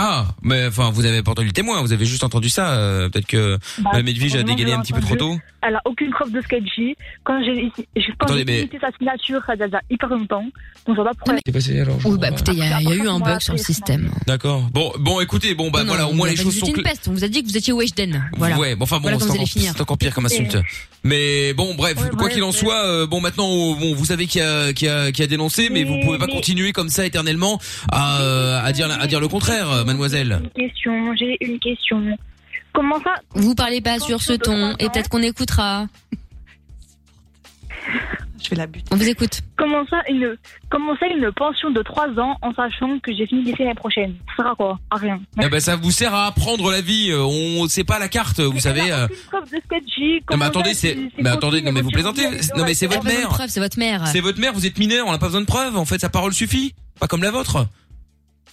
[SPEAKER 2] Ah, mais enfin, vous avez pas entendu le témoin, vous avez juste entendu ça. euh, Peut-être que
[SPEAKER 8] Bah,
[SPEAKER 2] Madame Edwige a
[SPEAKER 8] vraiment,
[SPEAKER 2] dégainé
[SPEAKER 8] je
[SPEAKER 2] un
[SPEAKER 8] l'ai
[SPEAKER 2] petit peu trop
[SPEAKER 8] entendu.
[SPEAKER 2] tôt.
[SPEAKER 8] Elle a aucune preuve de ce qu'elle dit. Quand j'ai j'ai- quand
[SPEAKER 2] Attendez,
[SPEAKER 8] j'ai
[SPEAKER 2] mais-
[SPEAKER 8] imité sa signature, ça date déjà hyper longtemps. Donc je vois pas pourquoi.
[SPEAKER 2] Qu'est-ce qui est passé alors
[SPEAKER 6] Oui, bah écoutez, il y, a il y a eu un bug sur le système.
[SPEAKER 2] D'accord. Bon, bon, écoutez, bon, bah
[SPEAKER 6] Non,
[SPEAKER 2] voilà,
[SPEAKER 6] non,
[SPEAKER 2] au moins
[SPEAKER 6] on
[SPEAKER 2] les
[SPEAKER 6] vous a pas
[SPEAKER 2] choses
[SPEAKER 6] dit
[SPEAKER 2] sont
[SPEAKER 6] que c'était
[SPEAKER 2] claires.
[SPEAKER 6] une peste, on vous a dit que vous étiez Weshden. Voilà.
[SPEAKER 2] Ouais, bon, enfin bon,
[SPEAKER 6] voilà
[SPEAKER 2] c'est
[SPEAKER 6] comme vous allez
[SPEAKER 2] encore,
[SPEAKER 6] finir.
[SPEAKER 2] c'est encore pire comme insulte. Mais bon, bref, quoi qu'il en soit, euh, bon, maintenant, oh, bon, vous savez qu'il y a, qu'il y a, qu'il y a dénoncé, mais vous pouvez pas continuer comme ça éternellement à, euh, à dire, à dire le contraire, euh, mademoiselle.
[SPEAKER 8] question, j'ai une question. Comment ça
[SPEAKER 6] Vous parlez pas sur ce ton et peut-être qu'on écoutera.
[SPEAKER 4] Je vais la buter.
[SPEAKER 6] On vous écoute.
[SPEAKER 8] Comment ça une comment ça une pension de 3 ans en sachant que j'ai fini lycée l'année prochaine Ça sera quoi À rien.
[SPEAKER 2] Eh ben, ça vous sert à apprendre la vie. euh, On sait pas la carte, vous savez. euh.
[SPEAKER 8] Preuve de ce qu'elle dit.
[SPEAKER 2] Non,
[SPEAKER 8] comment
[SPEAKER 2] mais attendez,
[SPEAKER 8] ça,
[SPEAKER 2] c'est, mais attendez, non, mais vous plaisantez. Non, mais c'est votre mère.
[SPEAKER 6] Preuve, c'est votre mère.
[SPEAKER 2] C'est votre mère, vous êtes mineur, on n'a pas besoin de preuves. En fait, sa parole suffit. Pas comme la vôtre.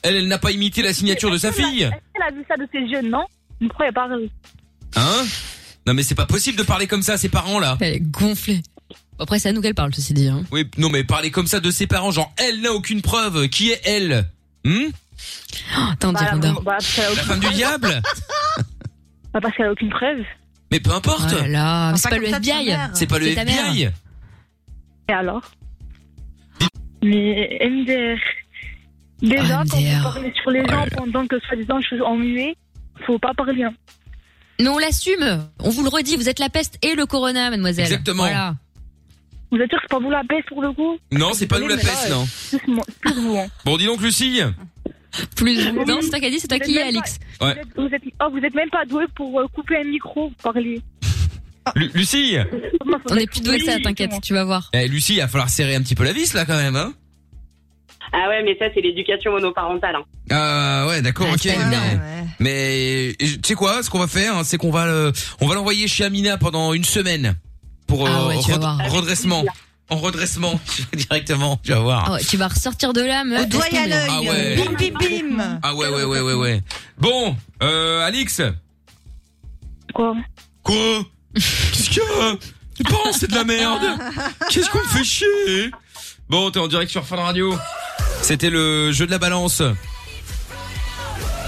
[SPEAKER 2] Elle, elle n'a pas imité la signature de sa fille.
[SPEAKER 8] Elle a vu ça de ses yeux, non Vous ne croyez pas
[SPEAKER 2] Hein? Non, mais c'est pas possible de parler comme ça à ses parents, là.
[SPEAKER 6] Elle est gonflée. Bon, Après, c'est à nous qu'elle parle, ceci dit. hein.
[SPEAKER 2] Oui, non, mais parler comme ça de ses parents, genre, elle n'a aucune preuve. Qui est elle? Hmm
[SPEAKER 6] Oh, Attends, on dirait qu'on dort.
[SPEAKER 2] La femme du diable?
[SPEAKER 8] Bah, parce qu'elle a aucune preuve.
[SPEAKER 2] Mais peu importe.
[SPEAKER 6] Oh là là, mais c'est pas le
[SPEAKER 8] comme ça de sa
[SPEAKER 6] FBI.
[SPEAKER 8] mère.
[SPEAKER 2] C'est pas le
[SPEAKER 8] C'est ta mère.
[SPEAKER 2] FBI.
[SPEAKER 8] Et alors Mais MDR. Déjà, quand vous parlez sur
[SPEAKER 6] Oh
[SPEAKER 8] les gens pendant que soi-disant je suis en muet, faut pas parler. hein.
[SPEAKER 6] Mais on l'assume. On vous le redit, vous êtes la peste et le corona, mademoiselle.
[SPEAKER 2] Exactement.
[SPEAKER 6] Voilà.
[SPEAKER 8] Vous êtes sûr que c'est pas vous la peste pour le coup
[SPEAKER 2] Non, c'est pas nous la
[SPEAKER 8] Désolée, mais là,
[SPEAKER 2] peste,
[SPEAKER 8] euh,
[SPEAKER 2] non.
[SPEAKER 8] Excuse-moi, excuse-vous. hein.
[SPEAKER 2] Bon, dis donc, Lucille.
[SPEAKER 6] [laughs] Plus ou- non, c'est toi qui as dit, c'est toi qui, Alix.
[SPEAKER 2] Ouais.
[SPEAKER 8] Vous êtes, oh, vous êtes même pas doué pour euh, couper un micro, vous parlez.
[SPEAKER 2] Lu- Lucie
[SPEAKER 6] On est plus doué que ça, t'inquiète, tu vas voir.
[SPEAKER 2] Eh, Lucie, il va falloir serrer un petit peu la vis là quand même, hein
[SPEAKER 14] Ah ouais, mais ça, c'est l'éducation monoparentale. hein.
[SPEAKER 2] Ah ouais, d'accord, ok. Mais, mais, euh, tu sais quoi Ce qu'on va faire, hein, c'est qu'on va le, on va l'envoyer chez Amina pendant une semaine pour
[SPEAKER 6] Ah
[SPEAKER 2] euh,
[SPEAKER 6] ouais, tu vas
[SPEAKER 2] red-
[SPEAKER 6] voir.
[SPEAKER 2] redressement. En redressement [laughs] directement, tu vas voir.
[SPEAKER 6] Ah ouais, tu vas ressortir de là, meuf.
[SPEAKER 4] Au doigt et à l'œil.
[SPEAKER 2] Ah ouais.
[SPEAKER 4] Bim, bim, bim.
[SPEAKER 2] Ah ouais, ouais, ouais, ouais, ouais. Bon, euh, Alix. Ah.
[SPEAKER 8] Quoi
[SPEAKER 2] Quoi [laughs] Qu'est-ce qu'il y a Les parents, c'est de
[SPEAKER 4] [laughs]
[SPEAKER 2] la merde. Qu'est-ce qu'on me fait chier Bon, t'es en direct sur Fun Radio. C'était le jeu de la balance.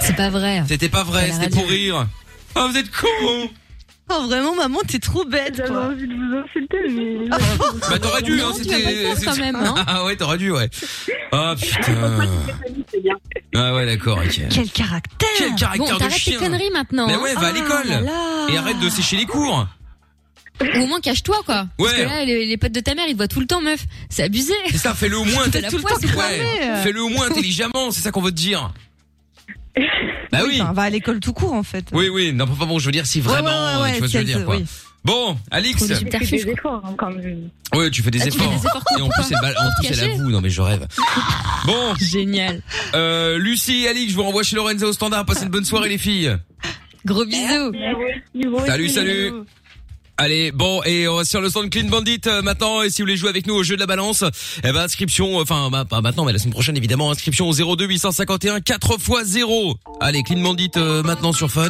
[SPEAKER 6] C'est pas vrai.
[SPEAKER 2] C'était pas vrai, c'était pour rire. Ah, vous êtes cons
[SPEAKER 4] Oh, vraiment, maman, t'es trop bête. J'avais
[SPEAKER 8] envie de vous insulter, mais.
[SPEAKER 4] [laughs]
[SPEAKER 2] Bah t'aurais dû, hein,
[SPEAKER 8] Non, tu
[SPEAKER 2] c'était.
[SPEAKER 8] l'as pas fait, quand
[SPEAKER 2] c'est-
[SPEAKER 8] même, hein.
[SPEAKER 2] [laughs] ah ouais, t'aurais dû, ouais. Ah putain. Ah ouais, d'accord, ok.
[SPEAKER 4] Quel caractère
[SPEAKER 2] Quel caractère
[SPEAKER 6] Bon,
[SPEAKER 2] de
[SPEAKER 6] t'arrêtes tes
[SPEAKER 2] chien.
[SPEAKER 6] conneries maintenant.
[SPEAKER 2] Mais
[SPEAKER 6] hein.
[SPEAKER 2] ouais, va à
[SPEAKER 6] Ah
[SPEAKER 2] l'école
[SPEAKER 6] là là.
[SPEAKER 2] et arrête de sécher les cours.
[SPEAKER 6] Ou au moins cache-toi, quoi. Parce
[SPEAKER 2] Ouais.
[SPEAKER 6] que là, les, les potes de ta mère, ils te voient tout le temps, meuf. C'est abusé.
[SPEAKER 2] C'est ça,
[SPEAKER 6] [laughs]
[SPEAKER 2] fais-le au moins.
[SPEAKER 6] T'as la
[SPEAKER 2] tout le
[SPEAKER 6] poisse
[SPEAKER 2] temps-
[SPEAKER 6] cramée.
[SPEAKER 2] Ouais. Fais-le au moins intelligemment, c'est ça qu'on veut te dire. Bah oui.
[SPEAKER 4] enfin, va à l'école tout court, en fait.
[SPEAKER 2] Oui, oui, non, pas bon, je veux dire si vraiment,
[SPEAKER 4] ouais, ouais,
[SPEAKER 2] euh, tu vois ce que je veux
[SPEAKER 4] si
[SPEAKER 2] dire,
[SPEAKER 4] elle-
[SPEAKER 2] quoi.
[SPEAKER 4] oui.
[SPEAKER 2] Bon, Alix.
[SPEAKER 8] J'ai fait des efforts, hein, quand même.
[SPEAKER 2] Ouais, tu fais des
[SPEAKER 8] Ah, tu fais
[SPEAKER 2] efforts.
[SPEAKER 8] des efforts
[SPEAKER 2] et en plus, elle, ba- en plus, elle
[SPEAKER 8] Caché.
[SPEAKER 2] avoue, non mais je
[SPEAKER 8] [laughs]
[SPEAKER 2] rêve. Bon.
[SPEAKER 6] Génial.
[SPEAKER 2] Euh, Lucie et Alix, je vous renvoie chez Lorenzo au standard. Passez une bonne soirée, les filles.
[SPEAKER 6] Gros bisous.
[SPEAKER 2] Salut, salut. Allez, bon, et on va sur le stand Clean Bandit euh, maintenant. Et si vous voulez jouer avec nous au jeu de la balance, eh ben inscription, euh, enfin bah, pas maintenant, mais la semaine prochaine évidemment, inscription au 02 851 4 x 0. Allez, Clean Bandit euh, maintenant sur Fun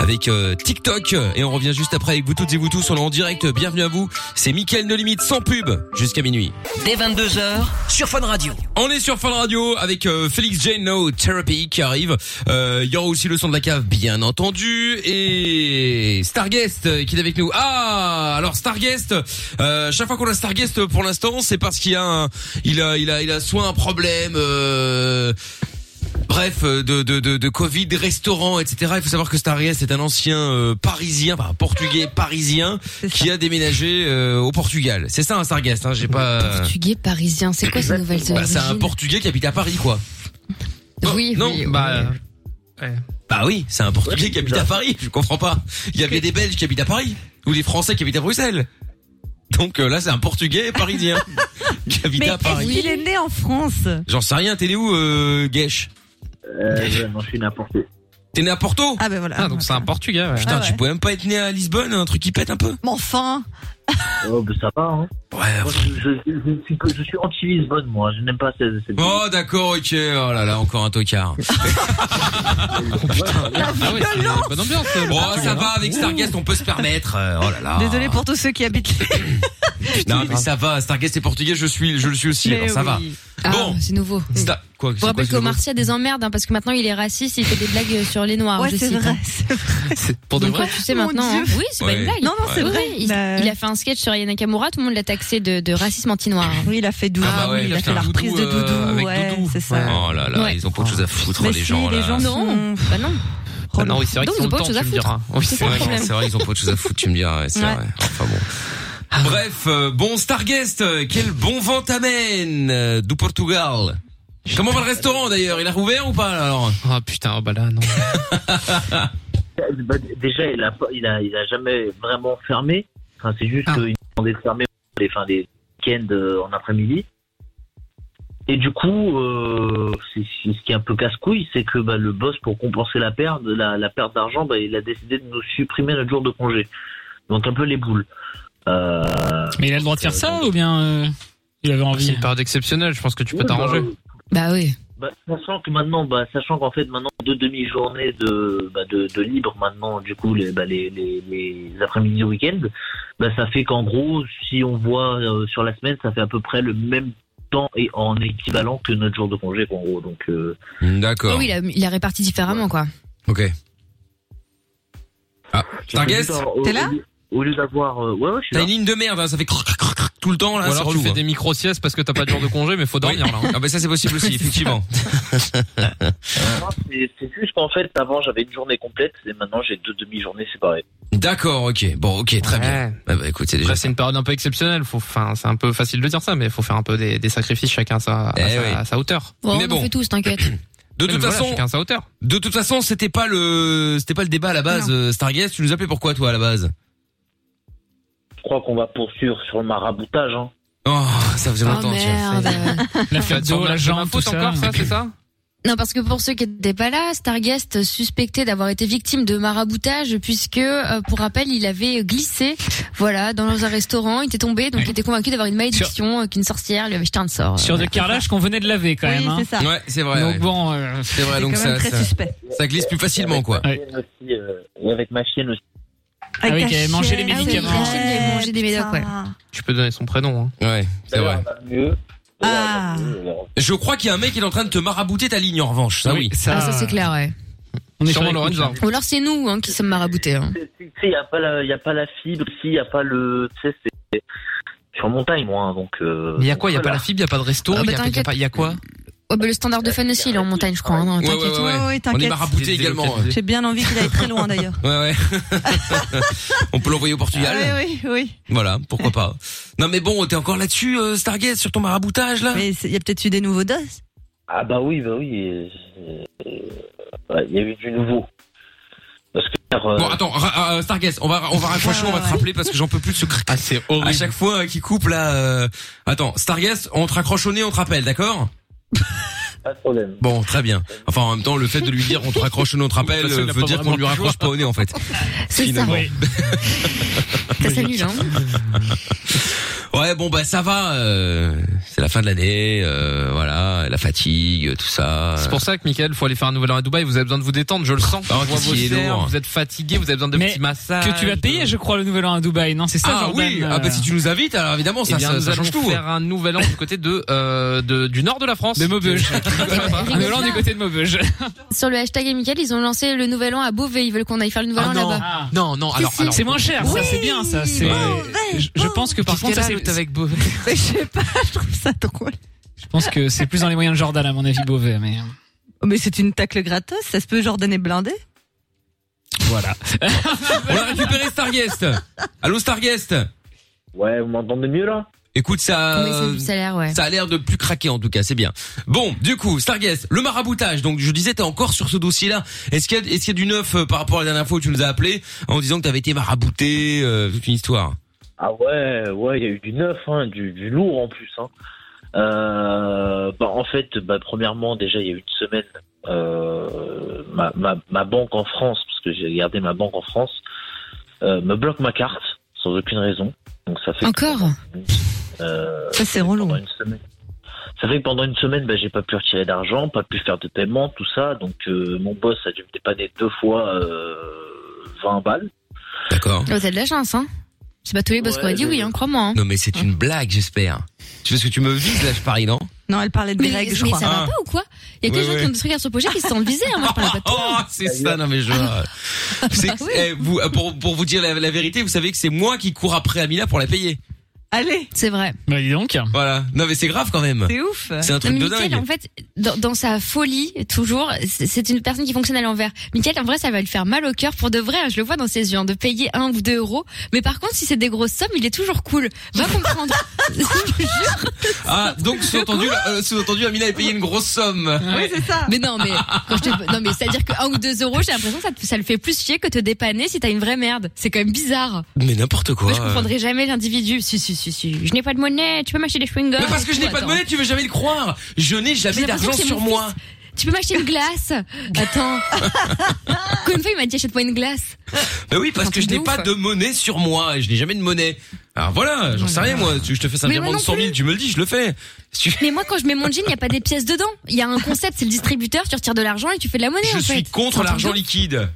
[SPEAKER 2] avec euh, TikTok. Et on revient juste après avec vous toutes et vous tous. On est en direct. Bienvenue à vous. C'est Mickaël No Limite sans pub jusqu'à minuit.
[SPEAKER 1] Dès 22h sur Fun Radio.
[SPEAKER 2] On est sur Fun Radio avec euh, Félix J. No Therapy qui arrive. Euh, Il y aura aussi le son de la cave, bien entendu. Et Starguest euh, qui est avec nous. Ah Alors Starguest, euh, chaque fois qu'on a Starguest euh, pour l'instant, c'est parce qu'il y a, un, il a, il a, il a soit un problème... euh, Bref, euh, de, de, de, de Covid, restaurant, etc. Il faut savoir que Starguest est un ancien euh, parisien, enfin, portugais parisien, qui a déménagé euh, au Portugal. C'est ça un Starguest, hein, j'ai pas...
[SPEAKER 6] Portugais parisien, c'est quoi ces nouvelles
[SPEAKER 2] Bah, c'est un
[SPEAKER 6] origines
[SPEAKER 2] Portugais qui habite à Paris, quoi.
[SPEAKER 6] Oui,
[SPEAKER 2] non,
[SPEAKER 6] oui.
[SPEAKER 2] bah. Bah oui, c'est un Portugais qui habite à Paris. Je comprends pas. Il y avait des Belges qui habitent à Paris ou des Français qui habitent à Bruxelles. Donc euh, là, c'est un Portugais
[SPEAKER 4] [laughs]
[SPEAKER 2] parisien qui habite
[SPEAKER 4] Mais
[SPEAKER 2] à
[SPEAKER 4] est-ce
[SPEAKER 2] Paris.
[SPEAKER 4] qu'il est né en France
[SPEAKER 2] J'en sais rien. T'es né où, euh, Guèche
[SPEAKER 9] Euh, je suis n'importe
[SPEAKER 2] T'es né à Porto
[SPEAKER 4] Ah ben voilà.
[SPEAKER 2] donc c'est un Portugais. Putain,
[SPEAKER 4] Ah ouais.
[SPEAKER 2] tu pouvais même pas être né à Lisbonne, un truc qui pète un peu.
[SPEAKER 4] Mais enfin
[SPEAKER 9] Oh, bah, ça va, hein.
[SPEAKER 2] Ouais.
[SPEAKER 9] je, je- je suis, je suis anti-Lisbonne, moi. Je n'aime pas cette. cette...
[SPEAKER 2] Oh d'accord, ok. Oh là là, encore un [laughs] tocard. Oh, putain.
[SPEAKER 10] ouais, c'est une bonne ambiance. le
[SPEAKER 2] Bon,
[SPEAKER 10] Portugal,
[SPEAKER 2] ça
[SPEAKER 10] hein.
[SPEAKER 2] va avec Starguest, on peut se permettre. Euh, Oh là là.
[SPEAKER 4] Désolé pour tous ceux qui habitent.
[SPEAKER 2] Non, mais ça va. Starguest est portugais, je suis, je le suis aussi.
[SPEAKER 4] Mais
[SPEAKER 2] alors ça
[SPEAKER 4] oui.
[SPEAKER 2] va.
[SPEAKER 6] Ah,
[SPEAKER 2] Bon.
[SPEAKER 6] c'est nouveau.
[SPEAKER 2] Sta- quoi
[SPEAKER 6] Je
[SPEAKER 2] c'est
[SPEAKER 6] vous
[SPEAKER 2] quoi
[SPEAKER 6] rappelle
[SPEAKER 2] ce
[SPEAKER 6] que
[SPEAKER 2] nouveau
[SPEAKER 6] Marcia des emmerdes, hein, parce que maintenant il est raciste, il fait des blagues euh, sur les noirs.
[SPEAKER 4] Ouais,
[SPEAKER 6] je
[SPEAKER 4] c'est
[SPEAKER 6] cite,
[SPEAKER 4] vrai,
[SPEAKER 6] hein.
[SPEAKER 2] Pour de
[SPEAKER 6] Donc,
[SPEAKER 2] vrai
[SPEAKER 6] quoi, tu sais
[SPEAKER 4] Mon
[SPEAKER 10] Oh
[SPEAKER 6] maintenant.
[SPEAKER 4] Dieu.
[SPEAKER 6] hein. Oui, c'est pas
[SPEAKER 4] Ouais.
[SPEAKER 6] une blague.
[SPEAKER 4] Non, non, c'est
[SPEAKER 6] Oui,
[SPEAKER 4] vrai.
[SPEAKER 6] oui, Il,
[SPEAKER 4] Bah-
[SPEAKER 6] il a fait un sketch sur Yana Nakamura, tout le monde l'a taxé de, de racisme anti-noir. hein.
[SPEAKER 4] Oui, il a fait Doudou.
[SPEAKER 2] Ah ouais,
[SPEAKER 4] il a
[SPEAKER 2] putain,
[SPEAKER 4] fait la reprise de
[SPEAKER 2] Doudou, euh,
[SPEAKER 4] Doudou.
[SPEAKER 2] avec
[SPEAKER 4] Ouais,
[SPEAKER 2] Doudou.
[SPEAKER 4] c'est ça.
[SPEAKER 2] Oh là là,
[SPEAKER 6] Ouais.
[SPEAKER 2] ils ont pas autre chose à foutre
[SPEAKER 4] Mais
[SPEAKER 2] les
[SPEAKER 4] si,
[SPEAKER 2] gens
[SPEAKER 4] les
[SPEAKER 2] là.
[SPEAKER 4] gens sont-
[SPEAKER 6] Non, bah non.
[SPEAKER 10] Ah non, oui, c'est vrai
[SPEAKER 6] Donc, ils
[SPEAKER 10] qu'ils ont
[SPEAKER 6] ont pas
[SPEAKER 10] le
[SPEAKER 6] autre chose
[SPEAKER 10] temps,
[SPEAKER 6] à
[SPEAKER 10] tu me
[SPEAKER 6] foutre.
[SPEAKER 10] diras. Oui,
[SPEAKER 6] C'est
[SPEAKER 10] c'est
[SPEAKER 6] ça le
[SPEAKER 10] vrai.
[SPEAKER 6] problème.
[SPEAKER 2] C'est vrai, ils ont pas autre chose à foutre, tu me diras. ouais, Bah, c'est
[SPEAKER 6] Ouais.
[SPEAKER 2] vrai. Enfin bon. Bref, euh, bon Starguest, euh, quel bon vent t'amène euh, du Portugal. Comment va le restaurant d'ailleurs Il a rouvert ou pas alors
[SPEAKER 10] Ah putain, oh, bah là, non.
[SPEAKER 9] [laughs] Bah, d- déjà, il a, pas- il, a, il a jamais vraiment fermé. Enfin, c'est
[SPEAKER 7] Ah.
[SPEAKER 9] juste qu'il demandait de fermer les fins des week-ends euh, en après-midi. Et du coup, euh, c'est- c'est ce qui est un peu casse-couille, c'est que bah, le boss, pour compenser la perte, la, la perte d'argent, bah, il a décidé de nous supprimer notre jour de congé. Donc un peu les boules. Euh,
[SPEAKER 7] Mais il a le droit de faire ça ou bien euh, il avait envie
[SPEAKER 10] C'est une période exceptionnelle, je pense que tu peux t'arranger.
[SPEAKER 6] Bah oui.
[SPEAKER 9] Bah, sachant que maintenant, bah, sachant qu'en fait maintenant deux demi-journées de, bah, de de libre maintenant, du coup les bah, les, les, les après-midi du week-end, bah, ça fait qu'en gros si on voit euh, sur la semaine, ça fait à peu près le même temps et en équivalent que notre jour de congé, quoi, en gros. Donc euh,
[SPEAKER 2] Hmm, D'accord.
[SPEAKER 6] Ah oui, il a, il a réparti différemment, quoi.
[SPEAKER 2] Ok. Ah, Starguest
[SPEAKER 9] T'es là Au lieu d'avoir, euh, ouais, ouais, je suis
[SPEAKER 2] T'as
[SPEAKER 9] là.
[SPEAKER 2] une ligne de merde, hein, ça fait crac, crac, crac tout le temps là.
[SPEAKER 10] Ou alors tu fais des
[SPEAKER 2] micro-siestes parce que t'as pas de jour de congé, mais faut
[SPEAKER 10] dormir, là, hein.
[SPEAKER 2] Ah bah ça c'est possible
[SPEAKER 10] [laughs]
[SPEAKER 2] aussi, effectivement.
[SPEAKER 9] Non, c'est- C'est juste qu'en fait avant j'avais une journée complète et maintenant j'ai deux demi-journées séparées.
[SPEAKER 2] D'accord, ok. Bon, ok, très bien. Bah, bah écoute, c'est déjà.
[SPEAKER 10] Après, c'est une période un peu exceptionnelle. Faut, enfin, c'est un peu facile de dire ça, mais il faut faire un peu des, des sacrifices chacun à sa, à
[SPEAKER 2] Eh
[SPEAKER 10] sa-
[SPEAKER 2] oui.
[SPEAKER 10] à sa hauteur.
[SPEAKER 6] Bon, on en fait tous, t'inquiète.
[SPEAKER 2] [clears throat] De
[SPEAKER 10] Mais
[SPEAKER 2] toute
[SPEAKER 10] voilà,
[SPEAKER 2] façon,
[SPEAKER 10] chacun sa hauteur.
[SPEAKER 2] de toute façon, c'était pas le, c'était pas le débat à la base. euh, Stargaz, tu nous appelais pourquoi toi à la base
[SPEAKER 9] Je crois qu'on va poursuivre sur le maraboutage. Hein.
[SPEAKER 2] Oh, ça faisait
[SPEAKER 6] Ah
[SPEAKER 2] longtemps.
[SPEAKER 7] La
[SPEAKER 9] d'eau, la jambe,
[SPEAKER 10] faute
[SPEAKER 9] tout ça.
[SPEAKER 10] encore, ça, c'est
[SPEAKER 2] [laughs]
[SPEAKER 10] ça
[SPEAKER 6] Non, parce que pour ceux qui n'étaient pas là, Starguest suspecté d'avoir été victime de maraboutage puisque, euh, pour rappel, il avait glissé, voilà, dans un restaurant, il était tombé, donc il était convaincu d'avoir une malédiction, euh, qu'une sorcière lui avait jeté un sort.
[SPEAKER 7] Sur du carrelage qu'on venait de laver quand
[SPEAKER 6] Oui,
[SPEAKER 7] même. hein.
[SPEAKER 6] c'est ça.
[SPEAKER 2] Ouais, c'est vrai.
[SPEAKER 7] Donc
[SPEAKER 2] ouais.
[SPEAKER 7] bon, euh,
[SPEAKER 2] c'est vrai. Donc ça, ça, ça glisse plus facilement quoi.
[SPEAKER 9] Aussi, euh, et avec ma chienne aussi.
[SPEAKER 7] Ah oui, qu'elle avait mangé les
[SPEAKER 6] Ah oui,
[SPEAKER 7] médicaments.
[SPEAKER 6] la chienne lui avait mangé des médocs, ouais.
[SPEAKER 10] Tu peux donner son prénom.
[SPEAKER 2] Ouais, c'est
[SPEAKER 10] vrai.
[SPEAKER 6] Ah,
[SPEAKER 2] Je crois qu'il y a un mec qui est en train de te marabouter ta ligne en revanche. Ça Ah oui.
[SPEAKER 6] Ah, ça, c'est clair, ouais.
[SPEAKER 2] On est
[SPEAKER 10] Sûrement
[SPEAKER 2] sur les
[SPEAKER 10] Lorenzo.
[SPEAKER 2] couches,
[SPEAKER 6] Ou alors c'est nous hein, qui sommes maraboutés. hein.
[SPEAKER 9] Tu sais, il n'y a, pas la- y a pas la fibre ici, il n'y a pas le. Tu sais, c'est. Je suis en montagne, moi, hein, donc. euh,
[SPEAKER 10] Mais il y a quoi Il y a
[SPEAKER 9] voilà.
[SPEAKER 10] pas la fibre, il y a pas de resto,
[SPEAKER 6] Ah,
[SPEAKER 10] il
[SPEAKER 6] bah,
[SPEAKER 10] y a- il y a
[SPEAKER 6] t'inquiète.
[SPEAKER 10] pas- il y a quoi
[SPEAKER 6] Oh, bah, le standard de fun aussi, il est en montagne, je crois. hein. Non,
[SPEAKER 2] Ouais,
[SPEAKER 6] t'inquiète.
[SPEAKER 2] ouais, ouais, ouais.
[SPEAKER 4] Ouais, ouais,
[SPEAKER 2] On est
[SPEAKER 4] t'inquiète.
[SPEAKER 2] marabouté également. ouais.
[SPEAKER 4] J'ai bien envie qu'il aille très loin d'ailleurs.
[SPEAKER 2] Ouais, ouais. [laughs] On peut l'envoyer au
[SPEAKER 6] Ah,
[SPEAKER 2] Portugal.
[SPEAKER 4] Ah oui, oui, oui.
[SPEAKER 2] Voilà, pourquoi pas. Non mais bon, t'es encore là-dessus, euh, Stargate, sur ton maraboutage là
[SPEAKER 4] Mais il y a peut-être eu des nouveaux dos.
[SPEAKER 9] Ah bah oui, bah oui. euh, euh, ouais, Il y a eu du nouveau. Parce que. euh,
[SPEAKER 2] Bon, attends, ra- euh, Stargate, on va on
[SPEAKER 4] Ah,
[SPEAKER 2] va raccrocher, on va te rappeler parce que j'en peux plus de ce cric.
[SPEAKER 10] Ah, c'est
[SPEAKER 2] À chaque fois euh, qu'il coupe là. euh, Attends, Stargate, on te raccroche au nez, on te rappelle, d'accord
[SPEAKER 9] Pas de problème.
[SPEAKER 2] Bon, très bien. Enfin, en même temps, le fait de lui dire on te raccroche au nez, on te rappelle,
[SPEAKER 10] De toute façon, il
[SPEAKER 2] euh,
[SPEAKER 10] a
[SPEAKER 2] veut
[SPEAKER 10] pas
[SPEAKER 2] dire qu'on
[SPEAKER 10] vraiment
[SPEAKER 2] lui
[SPEAKER 10] le
[SPEAKER 2] raccroche
[SPEAKER 10] choix.
[SPEAKER 2] pas au nez
[SPEAKER 4] [laughs]
[SPEAKER 2] en fait.
[SPEAKER 6] C'est ça.
[SPEAKER 2] Finalement.
[SPEAKER 6] Ouais. [laughs] Ça, c'est nul, hein.
[SPEAKER 2] Ouais, bon bah ça va. euh, c'est la fin de l'année, euh, voilà, la fatigue, tout ça.
[SPEAKER 10] C'est pour ça que Michael, faut aller faire un nouvel an à Dubaï. Vous avez besoin de vous détendre, je le sens.
[SPEAKER 2] Ah,
[SPEAKER 10] Je vois
[SPEAKER 2] qu'est-ce
[SPEAKER 10] vos
[SPEAKER 2] qu'il est
[SPEAKER 10] cernes,
[SPEAKER 2] lourd.
[SPEAKER 10] vous êtes fatigué, vous avez besoin de
[SPEAKER 7] Mais
[SPEAKER 10] petits massages.
[SPEAKER 7] que tu vas payer, je crois, le nouvel an à Dubaï, non C'est ça,
[SPEAKER 10] Ah
[SPEAKER 7] Jordan,
[SPEAKER 10] oui,
[SPEAKER 7] euh,
[SPEAKER 10] ah bah si
[SPEAKER 2] tu nous invites, alors évidemment,
[SPEAKER 10] Eh bien, nous allons faire un nouvel an du côté de, euh, de- du nord de la France. De
[SPEAKER 7] Maubeuge.
[SPEAKER 10] [laughs]
[SPEAKER 7] Un nouvel an du côté de Maubeuge.
[SPEAKER 6] Sur le hashtag et Mickaël, ils ont lancé le nouvel an à Beauvais. Ils veulent qu'on aille faire le nouvel
[SPEAKER 10] Ah
[SPEAKER 6] an
[SPEAKER 10] non.
[SPEAKER 6] là-bas.
[SPEAKER 10] Non, non, alors, alors-
[SPEAKER 7] c'est moins cher, ça c'est bien, ça c'est. Je, je pense que par
[SPEAKER 10] Qu'est-ce
[SPEAKER 7] contre, ça
[SPEAKER 10] qu'elle a,
[SPEAKER 7] c'est
[SPEAKER 10] l'autre,
[SPEAKER 4] [laughs]
[SPEAKER 10] avec Beauvais.
[SPEAKER 4] Je sais pas, je trouve ça drôle.
[SPEAKER 7] Je pense que c'est plus dans les moyens de Jordan, à mon avis, Beauvais, mais euh,
[SPEAKER 4] Mais c'est une tacle gratos, ça se peut Jordan est blindé.
[SPEAKER 7] voilà.
[SPEAKER 2] On a récupéré Starguest. Allô Starguest.
[SPEAKER 9] Ouais, vous m'entendez mieux là
[SPEAKER 2] Écoute, ça,
[SPEAKER 6] Oui, c'est- ça a l'air, ouais.
[SPEAKER 2] Euh, ça a l'air de plus craquer en tout cas, c'est bien. Bon, du coup, Starguest, le maraboutage. Donc, je disais, t'es encore sur ce dossier-là. Est-ce qu'il y a, est-ce qu'il y a du neuf euh, par rapport à la dernière fois où tu nous as appelé en disant que t'avais été marabouté, euh, toute une histoire.
[SPEAKER 9] Ah ouais, ouais, il y a eu du neuf, hein, du, du lourd en plus. Hein. Euh, bah, en fait, bah, premièrement, déjà, il y a eu une semaine, euh, ma, ma, ma banque en France, parce que j'ai gardé ma banque en France, euh, me bloque ma carte sans aucune raison. Donc ça fait
[SPEAKER 6] Encore
[SPEAKER 9] euh,
[SPEAKER 4] Ça c'est
[SPEAKER 2] [laughs]
[SPEAKER 4] relou.
[SPEAKER 9] ça fait que pendant une semaine, bah, j'ai pas pu retirer d'argent, pas pu faire de paiement, tout ça. Donc euh, mon boss a dû me dépanner deux fois euh, 20 balles.
[SPEAKER 2] D'accord.
[SPEAKER 6] Ouais, T'as de la chance, hein. C'est pas tous les boss
[SPEAKER 9] Ouais,
[SPEAKER 6] qui auraient dit
[SPEAKER 9] je-
[SPEAKER 6] oui, hein, crois-moi. hein.
[SPEAKER 2] Non, mais c'est une blague, j'espère. Tu sais ce que tu me vises là, je parie, non
[SPEAKER 4] Non, elle parlait de mes
[SPEAKER 6] Mais-
[SPEAKER 4] règles, je
[SPEAKER 6] mais
[SPEAKER 4] crois.
[SPEAKER 6] ça va pas ou quoi Il y a que
[SPEAKER 2] Ah.
[SPEAKER 6] les
[SPEAKER 2] Ouais,
[SPEAKER 6] gens
[SPEAKER 2] ouais.
[SPEAKER 6] qui ont des trucs à se reprocher qui se sentent visés. hein. Moi, je parle pas de
[SPEAKER 2] Oh,
[SPEAKER 6] toi.
[SPEAKER 2] c'est ça, non mais
[SPEAKER 6] Ah,
[SPEAKER 2] je. C'est que- eh, vous, euh, pour, pour vous dire la, la vérité, vous savez que c'est moi qui cours après Amina pour la payer.
[SPEAKER 4] Allez.
[SPEAKER 6] C'est vrai.
[SPEAKER 7] Bah dis donc.
[SPEAKER 2] Voilà. Non mais c'est grave quand même.
[SPEAKER 4] C'est ouf.
[SPEAKER 2] C'est un truc
[SPEAKER 6] Non, mais
[SPEAKER 2] de
[SPEAKER 6] Mickaël,
[SPEAKER 2] dingue.
[SPEAKER 6] en fait, dans, dans sa folie, toujours, c'est c'est une personne qui fonctionne à l'envers. Michael, en vrai, ça va lui faire mal au cœur pour de vrai. hein, je le vois dans ses yeux, hein, de payer un ou deux euros. Mais par contre, si c'est des grosses sommes, il est toujours cool. Va
[SPEAKER 4] [laughs]
[SPEAKER 6] comprendre. Je te jure.
[SPEAKER 2] Ah donc sous-entendu, euh, sous-entendu Amina a payé une grosse somme.
[SPEAKER 4] ça.
[SPEAKER 6] Mais non, mais quand je te- non, mais c'est à dire que un ou deux euros, j'ai l'impression que ça, te- ça le fait plus chier que te dépanner si t'as une vraie merde. C'est quand même bizarre.
[SPEAKER 2] Mais n'importe quoi.
[SPEAKER 6] Moi, je comprendrai jamais l'individu. Si, si, si, si. Je n'ai pas de monnaie. Tu peux m'acheter des chewing-gums.
[SPEAKER 2] Mais parce que je n'ai
[SPEAKER 6] Attends.
[SPEAKER 2] pas de monnaie, tu veux jamais le croire. Je n'ai
[SPEAKER 6] J'ai
[SPEAKER 2] jamais
[SPEAKER 6] l'impression
[SPEAKER 2] d'argent
[SPEAKER 6] que c'est
[SPEAKER 2] sur
[SPEAKER 6] mon
[SPEAKER 2] moi.
[SPEAKER 6] fils. Tu peux m'acheter une
[SPEAKER 2] [laughs]
[SPEAKER 6] glace Attends. Combien de fois il m'a dit achète-moi une glace
[SPEAKER 2] Bah oui, parce
[SPEAKER 6] Un
[SPEAKER 2] que je
[SPEAKER 6] truc
[SPEAKER 2] n'ai
[SPEAKER 6] de
[SPEAKER 2] pas
[SPEAKER 6] ouf.
[SPEAKER 2] de monnaie sur moi. et Je n'ai jamais de monnaie. Alors voilà, j'en sais rien moi. Tu- Je te fais un
[SPEAKER 6] Mais
[SPEAKER 2] virement
[SPEAKER 6] moi
[SPEAKER 2] de
[SPEAKER 6] non
[SPEAKER 2] 100 000,
[SPEAKER 6] plus.
[SPEAKER 2] tu me le dis, je le fais. Si tu-
[SPEAKER 6] Mais moi quand je mets mon jean, il n'y a pas des pièces dedans. Il y a un concept, c'est le distributeur, tu retires de l'argent et tu fais de la monnaie
[SPEAKER 2] Je
[SPEAKER 6] en fait.
[SPEAKER 2] suis
[SPEAKER 6] C'est un
[SPEAKER 2] contre
[SPEAKER 6] truc
[SPEAKER 2] l'argent
[SPEAKER 6] de ouf.
[SPEAKER 2] liquide.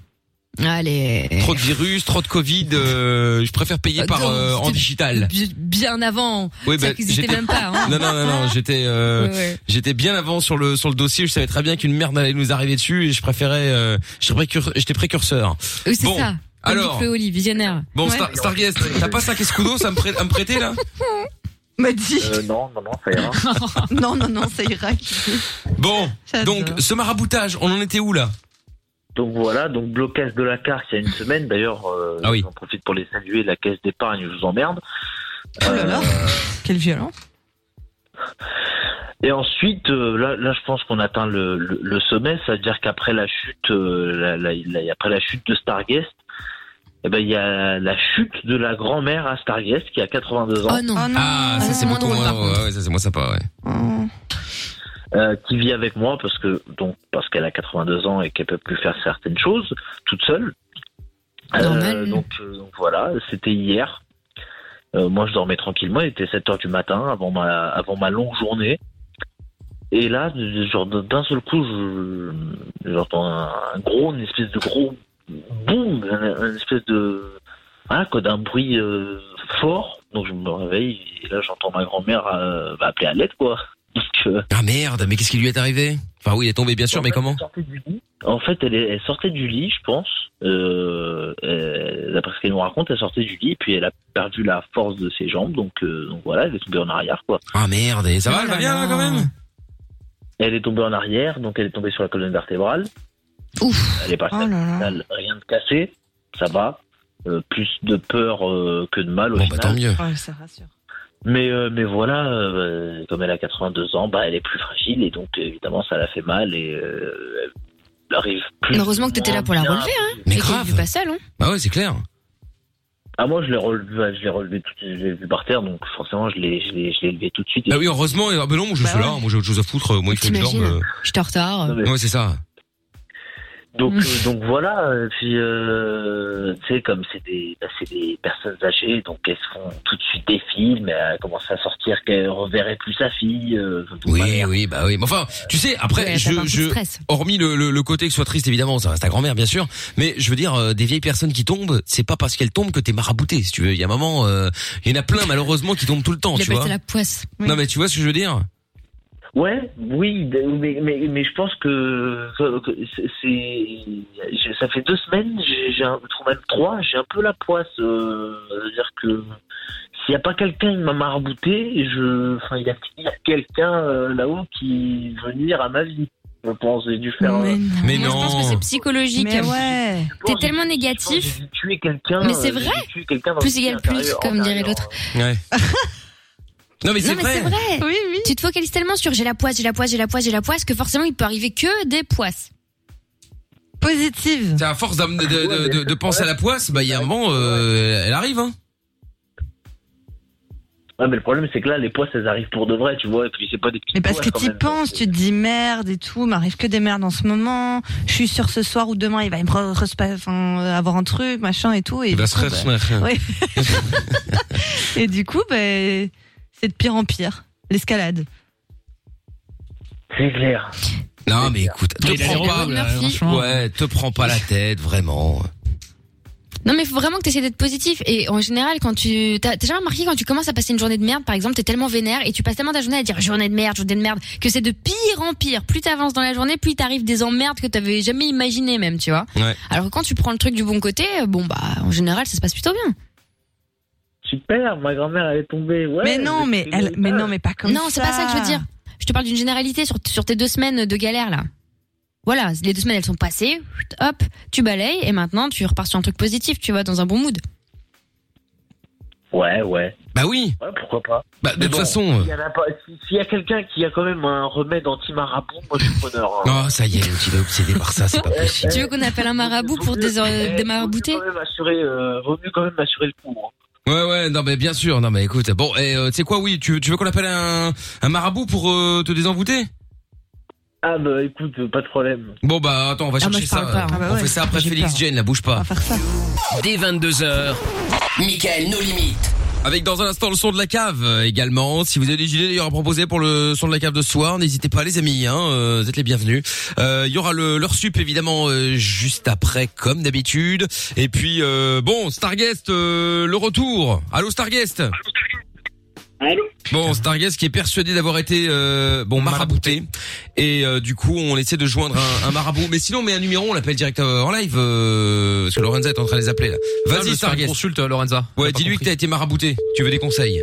[SPEAKER 6] Allez.
[SPEAKER 2] Trop de virus, trop de Covid. euh, je préfère payer par
[SPEAKER 6] Non,
[SPEAKER 2] euh, en
[SPEAKER 6] c'était
[SPEAKER 2] digital.
[SPEAKER 6] bi- Bien avant.
[SPEAKER 2] Oui,
[SPEAKER 6] ça
[SPEAKER 2] bah,
[SPEAKER 6] n'existait
[SPEAKER 2] j'étais-
[SPEAKER 6] même pas. hein.
[SPEAKER 2] Non non non, non j'étais
[SPEAKER 6] [laughs]
[SPEAKER 2] euh,
[SPEAKER 6] Ouais, ouais.
[SPEAKER 2] j'étais bien avant sur le sur le dossier. Je savais très bien qu'une merde allait nous arriver dessus et je préférais euh, j'étais précur- j'étais précurseur.
[SPEAKER 6] Oui, c'est
[SPEAKER 2] bon,
[SPEAKER 6] ça. Comme
[SPEAKER 2] alors.
[SPEAKER 6] dit Flo Oli, visionnaire.
[SPEAKER 2] Bon
[SPEAKER 6] Ouais.
[SPEAKER 2] Star- Starguest, t'as pas ça qu'est-ce ça à me prê- à me prêter là
[SPEAKER 4] [laughs] M'a dit.
[SPEAKER 9] Euh, non, non, non, ça ira.
[SPEAKER 4] non, non, non, ça ira.
[SPEAKER 2] Bon,
[SPEAKER 4] J'adore.
[SPEAKER 2] donc ce maraboutage, on en était où là
[SPEAKER 9] Donc voilà, donc blocage de la carte il y a une semaine. D'ailleurs, euh,
[SPEAKER 2] Ah
[SPEAKER 9] j'en profite pour les saluer, la caisse d'épargne, je vous emmerde.
[SPEAKER 4] Oh là là. Quelle violence.
[SPEAKER 9] Et ensuite, euh, là, là, je pense qu'on atteint le, le- le sommet, c'est-à-dire qu'après la chute, euh, la- la- la- après la chute de Starguest, eh ben il y a la chute de la grand-mère à Starguest qui a 82 ans.
[SPEAKER 2] Ah, ça c'est beaucoup moins. Ouais, ouais, ça c'est moins sympa, ouais.
[SPEAKER 6] Mmh.
[SPEAKER 9] Euh, qui vit avec moi parce que donc parce qu'elle a 82 ans et qu'elle peut plus faire certaines choses toute seule. Euh, donc, euh, donc voilà, c'était hier. Euh, moi je dormais tranquillement, il était 7 heures du matin avant ma avant ma longue journée. Et là, genre d'un seul coup, je- j'entends un, un gros, une espèce de gros boum, un, un espèce de voilà quoi, d'un bruit euh, fort. Donc je me réveille et là j'entends ma grand-mère euh, bah, appeler à l'aide quoi. Donc, euh,
[SPEAKER 2] Ah merde, mais qu'est-ce qui lui est arrivé Enfin oui, il est tombé bien sûr, mais comment
[SPEAKER 9] en fait, elle, est- elle sortait du lit, je pense. Euh, elle- d'après ce qu'elle nous raconte, elle sortait du lit, puis elle a perdu la force de ses jambes, donc, euh, donc voilà, elle est tombée en arrière, quoi.
[SPEAKER 2] Ah merde, et ça va, elle va bien là quand même
[SPEAKER 9] Elle est tombée en arrière, donc elle est tombée sur la colonne vertébrale. Ouf. Elle est partie à l'hôpital, rien de cassé, ça va. Euh, plus de peur euh, que de mal
[SPEAKER 2] bah,
[SPEAKER 9] au final.
[SPEAKER 2] Oh,
[SPEAKER 4] ça rassure.
[SPEAKER 9] Mais euh, mais voilà, euh, comme elle a 82 ans, bah elle est plus fragile et donc évidemment ça la fait mal et euh, elle arrive plus.
[SPEAKER 6] Heureusement que t'étais là pour la
[SPEAKER 9] Bien.
[SPEAKER 6] relever, hein.
[SPEAKER 9] Mais
[SPEAKER 6] Et
[SPEAKER 9] grave.
[SPEAKER 6] t'es pas seul, hein.
[SPEAKER 2] Bah ouais, c'est clair.
[SPEAKER 9] Ah moi je l'ai relevé, je l'ai relevé tout, je l'ai vu par terre donc forcément je l'ai je l'ai je l'ai levé tout de suite.
[SPEAKER 2] Bah oui, heureusement, ah bah non, moi je suis là, moi j'ai autre chose à foutre, moi il faut que je dorme.
[SPEAKER 6] T'imagines
[SPEAKER 2] euh.
[SPEAKER 6] J'étais en retard.
[SPEAKER 2] Ouais, c'est ça.
[SPEAKER 9] Donc,
[SPEAKER 6] Mmh.
[SPEAKER 9] euh, donc voilà, euh, puis euh, tu sais, comme c'est des, bah, c'est des personnes âgées, donc elles se font tout de suite des films, elles commencent à sortir qu'elles reverraient plus sa fille. euh, de
[SPEAKER 2] Oui,
[SPEAKER 9] manière.
[SPEAKER 2] oui, bah oui. Mais enfin, tu sais, après,
[SPEAKER 9] Ouais, ça
[SPEAKER 2] je,
[SPEAKER 9] part du
[SPEAKER 2] je-
[SPEAKER 9] stress.
[SPEAKER 2] hormis le, le- le côté que ce soit triste, évidemment, ça reste ta grand-mère, bien sûr. Mais je veux dire, euh, des vieilles personnes qui tombent, c'est pas parce qu'elles tombent que t'es marabouté, si tu veux. Il y a un moment, euh, il y en a plein, malheureusement, qui tombent tout le temps,
[SPEAKER 6] Il
[SPEAKER 2] tu vois.
[SPEAKER 6] appelle ça la poisse.
[SPEAKER 2] Non, mais tu vois ce que je veux dire
[SPEAKER 9] Ouais, oui, d- mais, mais, mais je pense que, que- que c'est- c'est j'ai- ça fait deux semaines, j'ai j'ai un ou même trois, j'ai un peu la poisse, euh, c'est-à-dire que s'il n'y a pas quelqu'un qui m'a marabouté, je, enfin il y a, il y a quelqu'un euh, là-haut qui veut nuire à ma vie, je pense, j'ai dû faire. euh, Mais non,
[SPEAKER 2] mais
[SPEAKER 6] Je pense que c'est psychologique.
[SPEAKER 4] Mais ouais.
[SPEAKER 6] T'es tellement négatif.
[SPEAKER 9] tuer quelqu'un.
[SPEAKER 6] Mais c'est
[SPEAKER 9] euh,
[SPEAKER 6] vrai.
[SPEAKER 9] j'ai tué quelqu'un dans
[SPEAKER 6] Plus
[SPEAKER 9] le
[SPEAKER 6] égale
[SPEAKER 9] pied
[SPEAKER 6] plus,
[SPEAKER 9] intérieur,
[SPEAKER 6] comme dirait
[SPEAKER 9] intérieur.
[SPEAKER 6] l'autre.
[SPEAKER 2] Ouais. non, mais c'est
[SPEAKER 6] Non, mais
[SPEAKER 2] vrai.
[SPEAKER 6] c'est vrai. Tu te focalises tellement sur j'ai la poisse, j'ai la poisse, j'ai la poisse, j'ai la poisse que forcément il peut arriver que des poisses.
[SPEAKER 4] Positive.
[SPEAKER 2] C'est à force d'am- de, de, de- de penser à la poisse, bah il y a un moment, euh, elle arrive, hein.
[SPEAKER 9] Ouais, mais le problème c'est que là les poisses elles arrivent pour de vrai, tu vois, et puis c'est pas des petites
[SPEAKER 4] Mais parce
[SPEAKER 9] poisses,
[SPEAKER 4] que
[SPEAKER 9] quand
[SPEAKER 4] t'y
[SPEAKER 9] même.
[SPEAKER 4] penses, tu te dis merde et tout, m'arrive que des merdes en ce moment. Je suis sûr ce soir ou demain il va me re- respa- enfin, euh, avoir un truc, machin et tout. Et
[SPEAKER 2] Il
[SPEAKER 4] du
[SPEAKER 2] va se
[SPEAKER 4] coup, bah,
[SPEAKER 2] resmacher.
[SPEAKER 4] ouais. [laughs] et du coup, ben c'est de pire en pire. L'escalade.
[SPEAKER 9] C'est clair.
[SPEAKER 2] Non, mais écoute,
[SPEAKER 6] Mais
[SPEAKER 2] te
[SPEAKER 6] il a
[SPEAKER 2] prends
[SPEAKER 6] l'air
[SPEAKER 2] pas,
[SPEAKER 6] heureux, Murphy. franchement.
[SPEAKER 2] ouais, te prends pas la tête, vraiment.
[SPEAKER 6] Non, mais faut vraiment que tu essaies d'être positif. Et en général, quand tu. T'as t'as jamais remarqué quand tu commences à passer une journée de merde, par exemple, t'es tellement vénère et tu passes tellement ta journée à dire journée de merde, journée de merde, que c'est de pire en pire. Plus t'avances dans la journée, plus t'arrives des emmerdes que t'avais jamais imaginé, même, tu vois.
[SPEAKER 2] Ouais.
[SPEAKER 6] Alors que quand tu prends le truc du bon côté, euh, bon, bah, en général, ça se passe plutôt bien.
[SPEAKER 9] Super, ma grand-mère elle est tombée. Ouais,
[SPEAKER 4] mais non, mais, elle, mais non, mais pas comme ça.
[SPEAKER 6] non, c'est pas ça que je veux dire. Je te parle d'une généralité sur, sur tes deux semaines de galère, là. Voilà, les deux semaines, elles sont passées, chut, hop, tu balayes et maintenant tu repars sur un truc positif, tu vois, dans un bon mood.
[SPEAKER 9] Ouais, ouais.
[SPEAKER 2] Bah oui.
[SPEAKER 9] Ouais, pourquoi pas.
[SPEAKER 2] Bah, de
[SPEAKER 9] Mais
[SPEAKER 2] toute
[SPEAKER 9] bon,
[SPEAKER 2] façon, euh.
[SPEAKER 9] s'il y en a pas- si- S'il y a, quelqu'un qui a quand même un remède anti-marabout, moi je suis preneur. hein.
[SPEAKER 2] Oh, ça y est, l'autre, il est obsédé par ça,
[SPEAKER 9] [laughs]
[SPEAKER 2] c'est pas possible.
[SPEAKER 6] Tu veux qu'on appelle un marabout pour des, euh, des maraboutés
[SPEAKER 9] Vaut mieux quand même assurer, euh, vaut mieux quand même assurer le coup. hein.
[SPEAKER 2] Ouais, ouais, non, mais bien sûr, non, mais écoute, bon, et euh, tu sais quoi, oui, tu, veux- tu veux qu'on appelle un, un marabout pour euh, te désenvoûter
[SPEAKER 9] Ah bah écoute, euh, pas de problème.
[SPEAKER 2] Bon, bah, attends, on va
[SPEAKER 1] Ah, moi, je
[SPEAKER 2] chercher ça.
[SPEAKER 1] parle pas, hein.
[SPEAKER 2] euh,
[SPEAKER 1] Ah, bah
[SPEAKER 2] on
[SPEAKER 1] ouais,
[SPEAKER 2] fait ça après
[SPEAKER 1] j'ai
[SPEAKER 2] Félix
[SPEAKER 1] peur.
[SPEAKER 2] Jane, là, bouge pas.
[SPEAKER 1] Dès 22h, Michael, nos limites.
[SPEAKER 2] Avec dans un instant le son de la cave euh, également. Si vous avez des idées d'ailleurs à proposer pour le son de la cave de ce soir, n'hésitez pas les amis, hein, euh, vous êtes les bienvenus. Euh, Il y aura le leur sup évidemment euh, juste après comme d'habitude. Et puis euh, bon Starguest, euh, le retour. Allô Starguest. Bon, Starguest qui est persuadé d'avoir été euh, bon marabouté et euh, du coup on essaie de joindre un, un marabout. Mais sinon, mais un numéro, on l'appelle direct euh, en live euh, parce que Lorenza est en train de les appeler là.
[SPEAKER 10] Ah, je
[SPEAKER 2] Vas-y
[SPEAKER 10] suis un
[SPEAKER 2] Starguest.
[SPEAKER 10] consulte, euh, Lorenza.
[SPEAKER 2] Ouais, dis-lui que t'as été marabouté. Tu veux des conseils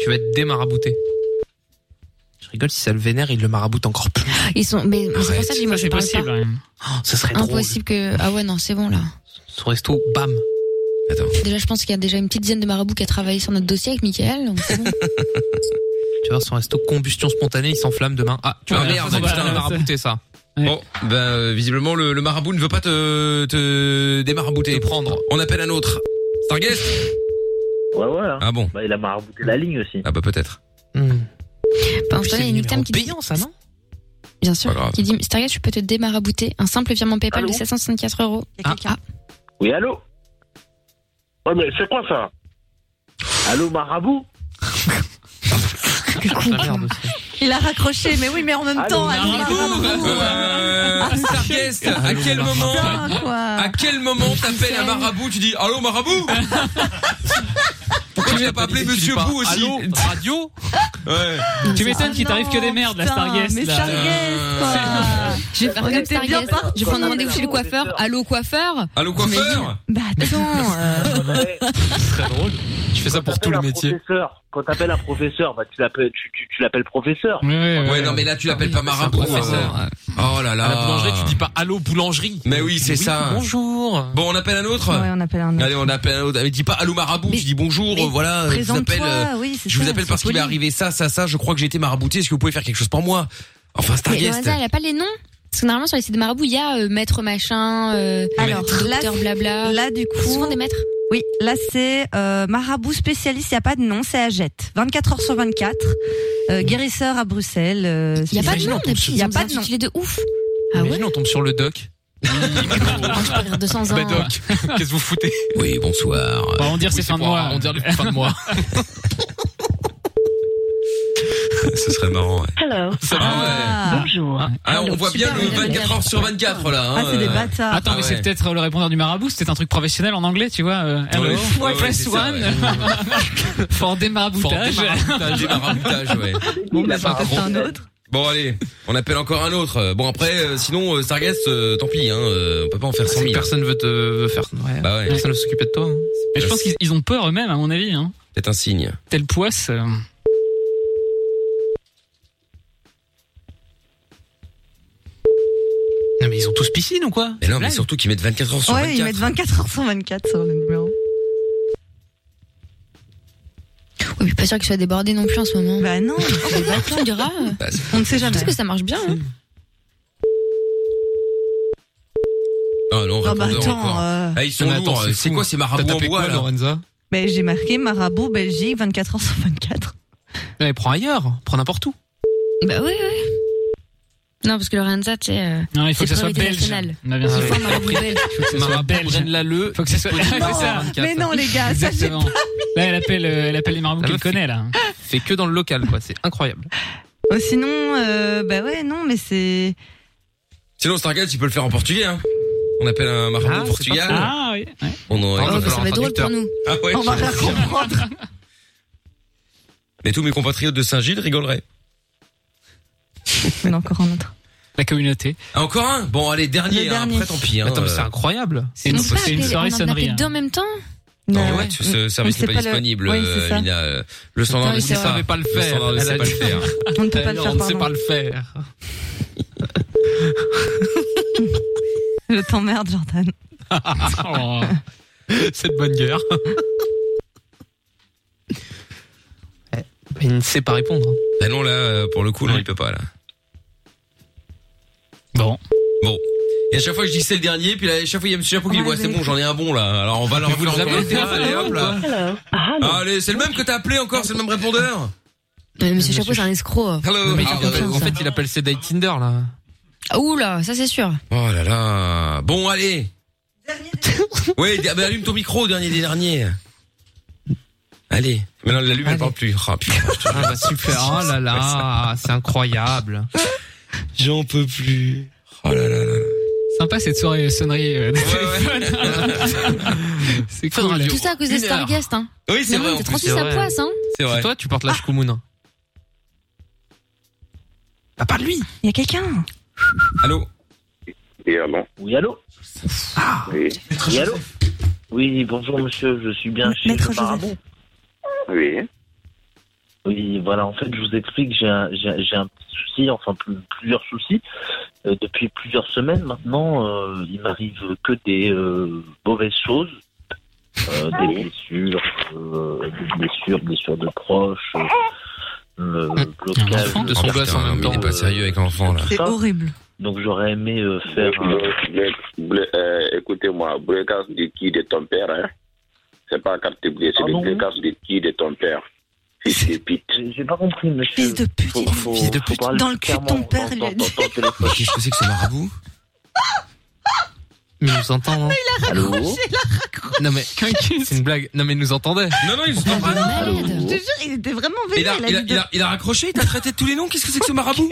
[SPEAKER 10] Tu vas être démarabouté. Je rigole si ça le vénère, il le maraboute encore plus.
[SPEAKER 6] Ils sont. Mais mais c'est pour ça que moi, je parle pas.
[SPEAKER 10] Oh, ça serait drôle.
[SPEAKER 6] Impossible que. Ah ouais, non, c'est bon là.
[SPEAKER 10] Son resto, bam.
[SPEAKER 2] Attends.
[SPEAKER 6] Déjà, je pense qu'il y a déjà une petite dizaine de marabouts qui a travaillé sur notre dossier avec Michael. donc c'est bon.
[SPEAKER 10] Tu vois, son resto combustion spontanée, il s'enflamme demain. Ah, tu vois,
[SPEAKER 2] Ah, merde,
[SPEAKER 10] merde, c'est
[SPEAKER 2] putain.
[SPEAKER 10] un marabouté ça.
[SPEAKER 2] Bon, bah, euh, visiblement, le, le marabout ne veut pas te, te démarabouter. prendre. On appelle un autre. Starguest
[SPEAKER 9] Ouais, ouais.
[SPEAKER 2] Ah bon
[SPEAKER 9] Bah, il a marabouté la ligne aussi.
[SPEAKER 2] Ah bah, peut-être.
[SPEAKER 6] Pour l'instant, il y a une item qui dit.
[SPEAKER 10] ça, non
[SPEAKER 6] Bien sûr.
[SPEAKER 2] Pas grave.
[SPEAKER 6] Qui dit Stargate, tu peux te démarabouter. Un simple virement PayPal de 764 euros.
[SPEAKER 9] Oui, allô Ouais, mais c'est quoi ça Allô, marabout
[SPEAKER 4] Il a raccroché, mais oui, mais en même temps, elle
[SPEAKER 10] Ah,
[SPEAKER 4] dit,
[SPEAKER 2] Euh, Starguest, à quel moment, à quel moment t'appelles un marabout, tu dis,
[SPEAKER 10] [laughs]
[SPEAKER 2] allô marabout? Pourquoi tu n'as pas appelé Monsieur
[SPEAKER 7] pas,
[SPEAKER 2] Bou aussi?
[SPEAKER 7] allô,
[SPEAKER 2] radio? Ouais.
[SPEAKER 7] Tu m'étonnes qu'il t'arrive que des merdes, la Starguest.
[SPEAKER 6] mais
[SPEAKER 7] là. [laughs]
[SPEAKER 6] Je vais faire
[SPEAKER 4] On
[SPEAKER 6] comme
[SPEAKER 4] était bien Ah,
[SPEAKER 6] Stargate. Je vais prendre rendez-vous chez le coiffeur. Allô, coiffeur
[SPEAKER 2] Allô, coiffeur?
[SPEAKER 6] Bah, attends. euh,
[SPEAKER 2] [laughs]
[SPEAKER 9] C'est très drôle.
[SPEAKER 10] Je fais ça pour tous les métiers.
[SPEAKER 9] Quand t'appelles un professeur, bah, tu l'appelles tu, tu, tu l'appelles professeur.
[SPEAKER 2] Ouais, Ah, non, mais là, tu l'appelles pas marabout. hein. Oh là là.
[SPEAKER 10] À la boulangerie, tu dis
[SPEAKER 2] pas allô boulangerie. Mais oui, c'est
[SPEAKER 10] Oui,
[SPEAKER 2] ça.
[SPEAKER 10] Bonjour.
[SPEAKER 2] Bon, on appelle un autre
[SPEAKER 4] Ouais, on appelle un autre.
[SPEAKER 2] Allez, on appelle un autre. Mais dis pas allô marabout, tu dis bonjour,
[SPEAKER 4] mais
[SPEAKER 2] euh, voilà, euh, je vous
[SPEAKER 4] présente-toi,
[SPEAKER 2] appelle. euh,
[SPEAKER 4] oui, c'est
[SPEAKER 2] je vous
[SPEAKER 4] ça,
[SPEAKER 2] appelle
[SPEAKER 4] c'est
[SPEAKER 2] parce qu'il m'est arrivé ça, ça, ça, je crois que j'ai été marabouté, est-ce que vous pouvez faire quelque chose pour moi Enfin,
[SPEAKER 6] Mais
[SPEAKER 2] Starguest. [laughs]
[SPEAKER 6] Lorenza, elle a pas les noms Parce que normalement, sur les sites de marabout, il y a euh, maître machin, euh,
[SPEAKER 4] Alors, là,
[SPEAKER 6] docteur blabla.
[SPEAKER 4] là, du coup.
[SPEAKER 6] C'est souvent des maîtres.
[SPEAKER 4] Oui, là c'est euh, marabout spécialiste, il n'y a pas de nom, c'est Agette. 24 heures sur 24, euh, guérisseur à Bruxelles. Il
[SPEAKER 6] Y a pas de nom,
[SPEAKER 4] il n'y a pas de nom.
[SPEAKER 6] de ouf.
[SPEAKER 7] Ah
[SPEAKER 10] Imagine, on tombe sur le doc.
[SPEAKER 6] Perdre 200 ans.
[SPEAKER 10] Bah, doc, qu'est-ce que vous foutez
[SPEAKER 2] Oui, bonsoir.
[SPEAKER 7] Bah, on va dire
[SPEAKER 10] Oui,
[SPEAKER 7] c'est
[SPEAKER 10] c'est
[SPEAKER 7] fin de
[SPEAKER 10] pour
[SPEAKER 7] mois.
[SPEAKER 10] arrondir les fins de mois.
[SPEAKER 2] Ce serait marrant, Ah ouais.
[SPEAKER 15] Hello.
[SPEAKER 7] Bonjour.
[SPEAKER 2] Ah, on voit bien le 24 heures sur 24, là.
[SPEAKER 4] Ah,
[SPEAKER 2] hein, euh.
[SPEAKER 7] Attends, mais
[SPEAKER 2] Ah
[SPEAKER 7] c'est
[SPEAKER 2] ouais.
[SPEAKER 7] peut-être le répondeur du marabout, c'était un truc professionnel en anglais, tu vois. euh, hello,
[SPEAKER 2] Ouais, ouais, ouais,
[SPEAKER 7] press
[SPEAKER 2] c'est ça,
[SPEAKER 7] one.
[SPEAKER 2] ouais.
[SPEAKER 7] [laughs] Fort démaraboutage.
[SPEAKER 2] Démaraboutage, ouais.
[SPEAKER 7] [laughs] Bon, bah, peut-être un
[SPEAKER 4] autre.
[SPEAKER 2] Bon allez, on appelle encore un autre. Bon après, euh, sinon euh, Starguest, euh, tant pis, hein, euh, on peut pas en faire 100 000.
[SPEAKER 10] Personne veut te veut faire. Ouais.
[SPEAKER 2] Bah ouais. Euh,
[SPEAKER 10] Personne veut s'occuper de toi. hein.
[SPEAKER 7] Mais je pense qu'ils ils ont peur eux-mêmes, à mon avis. Hein.
[SPEAKER 2] Peut-être un signe.
[SPEAKER 7] Tel poisse.
[SPEAKER 4] [laughs]
[SPEAKER 7] euh.
[SPEAKER 10] Non, mais ils ont tous piscine ou quoi
[SPEAKER 2] Mais non, mais surtout qu'ils mettent 24 heures sur
[SPEAKER 4] ouais,
[SPEAKER 2] 24.
[SPEAKER 4] ils mettent 24 heures sur 24 sur le numéro.
[SPEAKER 6] Ouais, mais je suis pas sûr qu'ils soient débordés non plus en ce moment. Oh,
[SPEAKER 4] Bah non,
[SPEAKER 6] tu me diras.
[SPEAKER 2] Bah,
[SPEAKER 4] On ne sait
[SPEAKER 6] Je pense que ça marche bien.
[SPEAKER 2] Hmm.
[SPEAKER 6] hein.
[SPEAKER 2] Ah non,
[SPEAKER 4] Ah bah
[SPEAKER 2] répondeur
[SPEAKER 4] attends,
[SPEAKER 2] encore.
[SPEAKER 4] euh.
[SPEAKER 2] Ah, ils sont
[SPEAKER 10] Mais attends,
[SPEAKER 2] lourds.
[SPEAKER 10] c'est
[SPEAKER 2] C'est
[SPEAKER 10] fou.
[SPEAKER 2] quoi ces marabouts
[SPEAKER 10] T'as
[SPEAKER 2] en
[SPEAKER 10] tapé
[SPEAKER 2] bois
[SPEAKER 10] quoi,
[SPEAKER 2] là
[SPEAKER 10] Lorenza
[SPEAKER 4] Ben, j'ai marqué marabout Belgique 24 heures sur 24.
[SPEAKER 10] Non, mais prends ailleurs, prends n'importe où.
[SPEAKER 6] Bah oui, oui. Non, parce que Lorenza, tu sais. euh,
[SPEAKER 7] Non, il faut
[SPEAKER 6] c'est
[SPEAKER 7] que ça soit
[SPEAKER 6] priorité
[SPEAKER 7] belge.
[SPEAKER 6] nationale.
[SPEAKER 7] Non, bien sûr.
[SPEAKER 6] Il faut un marabout belge.
[SPEAKER 10] Brenne-la-le.
[SPEAKER 7] Faut que ça soit.
[SPEAKER 10] disponible
[SPEAKER 7] Ouais, c'est ça.
[SPEAKER 10] 24.
[SPEAKER 4] Mais non, les gars, ça, j'ai
[SPEAKER 7] Exactement. Là, elle appelle, euh, elle appelle les marabouts
[SPEAKER 10] La
[SPEAKER 7] qu'elle
[SPEAKER 10] meuf
[SPEAKER 7] connaît là.
[SPEAKER 10] Fait que dans le local, quoi. C'est incroyable.
[SPEAKER 4] Oh, sinon, euh, bah ouais, non, mais c'est.
[SPEAKER 2] Sinon Starguest, tu peux le faire en portugais. Hein. On appelle un marabout
[SPEAKER 7] Ah,
[SPEAKER 2] en
[SPEAKER 7] c'est
[SPEAKER 2] Portugal.
[SPEAKER 7] pas mal. Ah, oui.
[SPEAKER 2] On en-
[SPEAKER 7] Ah, bah,
[SPEAKER 2] il falloir
[SPEAKER 7] ça va
[SPEAKER 2] un
[SPEAKER 7] être drôle
[SPEAKER 2] traducteur.
[SPEAKER 7] pour nous.
[SPEAKER 2] Ah ouais.
[SPEAKER 7] On va
[SPEAKER 2] je-
[SPEAKER 7] rien comprendre.
[SPEAKER 2] Mais tous mes compatriotes de Saint-Gilles rigoleraient.
[SPEAKER 4] Mais encore un autre.
[SPEAKER 7] La communauté.
[SPEAKER 2] Ah, encore un Bon allez, dernier.
[SPEAKER 7] Le
[SPEAKER 2] hein,
[SPEAKER 7] dernier.
[SPEAKER 2] Après, tant pis. Hein,
[SPEAKER 10] Attends, mais c'est
[SPEAKER 2] euh.
[SPEAKER 10] incroyable.
[SPEAKER 7] C'est une,
[SPEAKER 6] On peut pas
[SPEAKER 7] c'est une
[SPEAKER 6] appeler-
[SPEAKER 7] soirée
[SPEAKER 6] on en appelle
[SPEAKER 7] sonnerie. hein.
[SPEAKER 6] deux en même temps
[SPEAKER 2] Non,
[SPEAKER 4] Ah Ouais,
[SPEAKER 2] mais ouais,
[SPEAKER 4] ouais.
[SPEAKER 2] tu- ce
[SPEAKER 4] On ne
[SPEAKER 2] service
[SPEAKER 4] sait
[SPEAKER 2] n'est pas,
[SPEAKER 4] pas le-
[SPEAKER 2] disponible,
[SPEAKER 4] Oui,
[SPEAKER 2] euh,
[SPEAKER 4] c'est ça.
[SPEAKER 2] Amina, euh, Le standard
[SPEAKER 4] Oui,
[SPEAKER 2] ne
[SPEAKER 4] c'est
[SPEAKER 2] sait
[SPEAKER 4] vrai.
[SPEAKER 2] pas le
[SPEAKER 10] Le
[SPEAKER 2] faire.
[SPEAKER 10] standard ne
[SPEAKER 2] Elle
[SPEAKER 10] sait
[SPEAKER 2] a
[SPEAKER 10] pas
[SPEAKER 2] dit-
[SPEAKER 7] [laughs]
[SPEAKER 10] le faire.
[SPEAKER 4] On ne peut pas le
[SPEAKER 10] Non,
[SPEAKER 2] Ah,
[SPEAKER 4] faire,
[SPEAKER 10] On ne sait
[SPEAKER 4] pardon.
[SPEAKER 10] pas le faire.
[SPEAKER 4] Je t'emmerde, Jordan.
[SPEAKER 10] [laughs] Oh. Cette bonne [laughs] guerre. Ouais, Eh, mais Il ne sait pas répondre.
[SPEAKER 2] Bah non, là, euh, pour le coup, non, il peut pas, là.
[SPEAKER 7] Bon.
[SPEAKER 2] Bon. Et à chaque fois, je dis c'est le dernier, puis là, à chaque fois, il y a Monsieur Chapeau qui dit, ouais, c'est bon, j'en ai un bon, là. Alors, on va leur
[SPEAKER 10] vous
[SPEAKER 2] faire
[SPEAKER 10] les
[SPEAKER 2] encore
[SPEAKER 10] avez
[SPEAKER 2] une
[SPEAKER 10] fait
[SPEAKER 2] fois,
[SPEAKER 10] un
[SPEAKER 2] allez, hop, là.
[SPEAKER 15] Hello.
[SPEAKER 2] Ah, allez, c'est le même que t'as appelé encore, c'est le même répondeur.
[SPEAKER 6] Mais Monsieur Chapeau, c'est un escroc.
[SPEAKER 2] Hello.
[SPEAKER 10] Mais
[SPEAKER 2] Ah,
[SPEAKER 10] il appelle-
[SPEAKER 2] ouais.
[SPEAKER 10] bah, en fait, il appelle ses dates Tinder là.
[SPEAKER 6] Ah, Oula, ça c'est sûr.
[SPEAKER 2] Oh là là. Bon, allez. Ouais, bah, allume ton micro, dernier des derniers. Allez. Mais non, l'allume, elle parle plus. Ah, putain, je te
[SPEAKER 10] Ah [laughs] bah super, oh là là, c'est incroyable. J'en peux plus.
[SPEAKER 2] Oh là là là.
[SPEAKER 7] Sympa cette soirée sonnerie euh, de
[SPEAKER 2] Ah,
[SPEAKER 7] téléphone. c'est cool.
[SPEAKER 6] Tout ça à cause des Starguest, hein.
[SPEAKER 2] Oui,
[SPEAKER 6] Mais
[SPEAKER 2] c'est vrai,
[SPEAKER 6] non,
[SPEAKER 2] en
[SPEAKER 6] T'es
[SPEAKER 2] plus,
[SPEAKER 6] transmis
[SPEAKER 2] c'est
[SPEAKER 6] sa
[SPEAKER 2] vrai.
[SPEAKER 6] poisse, hein.
[SPEAKER 2] C'est vrai.
[SPEAKER 10] toi, tu portes la hein. Shkumun. Ah, pas lui.
[SPEAKER 4] Il y a quelqu'un.
[SPEAKER 2] Allô
[SPEAKER 15] Et allô
[SPEAKER 9] Oui, allô
[SPEAKER 15] Oui.
[SPEAKER 9] Oui, allô Oui, bonjour monsieur, je suis bien chez
[SPEAKER 15] Maître
[SPEAKER 9] le marabout.
[SPEAKER 15] Oui.
[SPEAKER 9] Oui, voilà, en fait, je vous explique, j'ai un, j'ai un- j'ai un petit souci, enfin plus- plusieurs soucis. Euh, depuis plusieurs semaines maintenant, euh, il m'arrive que des euh, mauvaises choses. Euh, des blessures, euh, des blessures, blessures de proches, euh, euh, blocage
[SPEAKER 2] de son gosse en même temps.
[SPEAKER 9] euh,
[SPEAKER 2] Il est pas sérieux avec l'enfant là.
[SPEAKER 9] C'est
[SPEAKER 4] horrible.
[SPEAKER 9] Donc j'aurais aimé euh, faire.
[SPEAKER 14] Mais, blé- euh, Écoutez-moi, blocage de qui De ton père, hein C'est pas carte bleue,
[SPEAKER 9] Ah
[SPEAKER 14] c'est le blocage de qui De ton père Fils de pute.
[SPEAKER 9] J'ai pas compris, monsieur. Fils de pute, fils de pute.
[SPEAKER 4] Dans le cul de ton père, il a dit.
[SPEAKER 2] Qu'est-ce que c'est que ce marabout
[SPEAKER 10] Mais il nous entend,
[SPEAKER 6] Ah,
[SPEAKER 10] non
[SPEAKER 4] [laughs]
[SPEAKER 10] Il a raccroché,
[SPEAKER 4] il a raccroché.
[SPEAKER 10] Non mais, c'est une blague. Non mais il nous entendait.
[SPEAKER 2] Non, non, il nous
[SPEAKER 6] Ah,
[SPEAKER 4] Je te jure, il était vraiment
[SPEAKER 2] Il
[SPEAKER 4] vénère.
[SPEAKER 2] a, il, a, il, a, il a raccroché, il t'a traité de tous les noms, qu'est-ce que c'est que ce marabout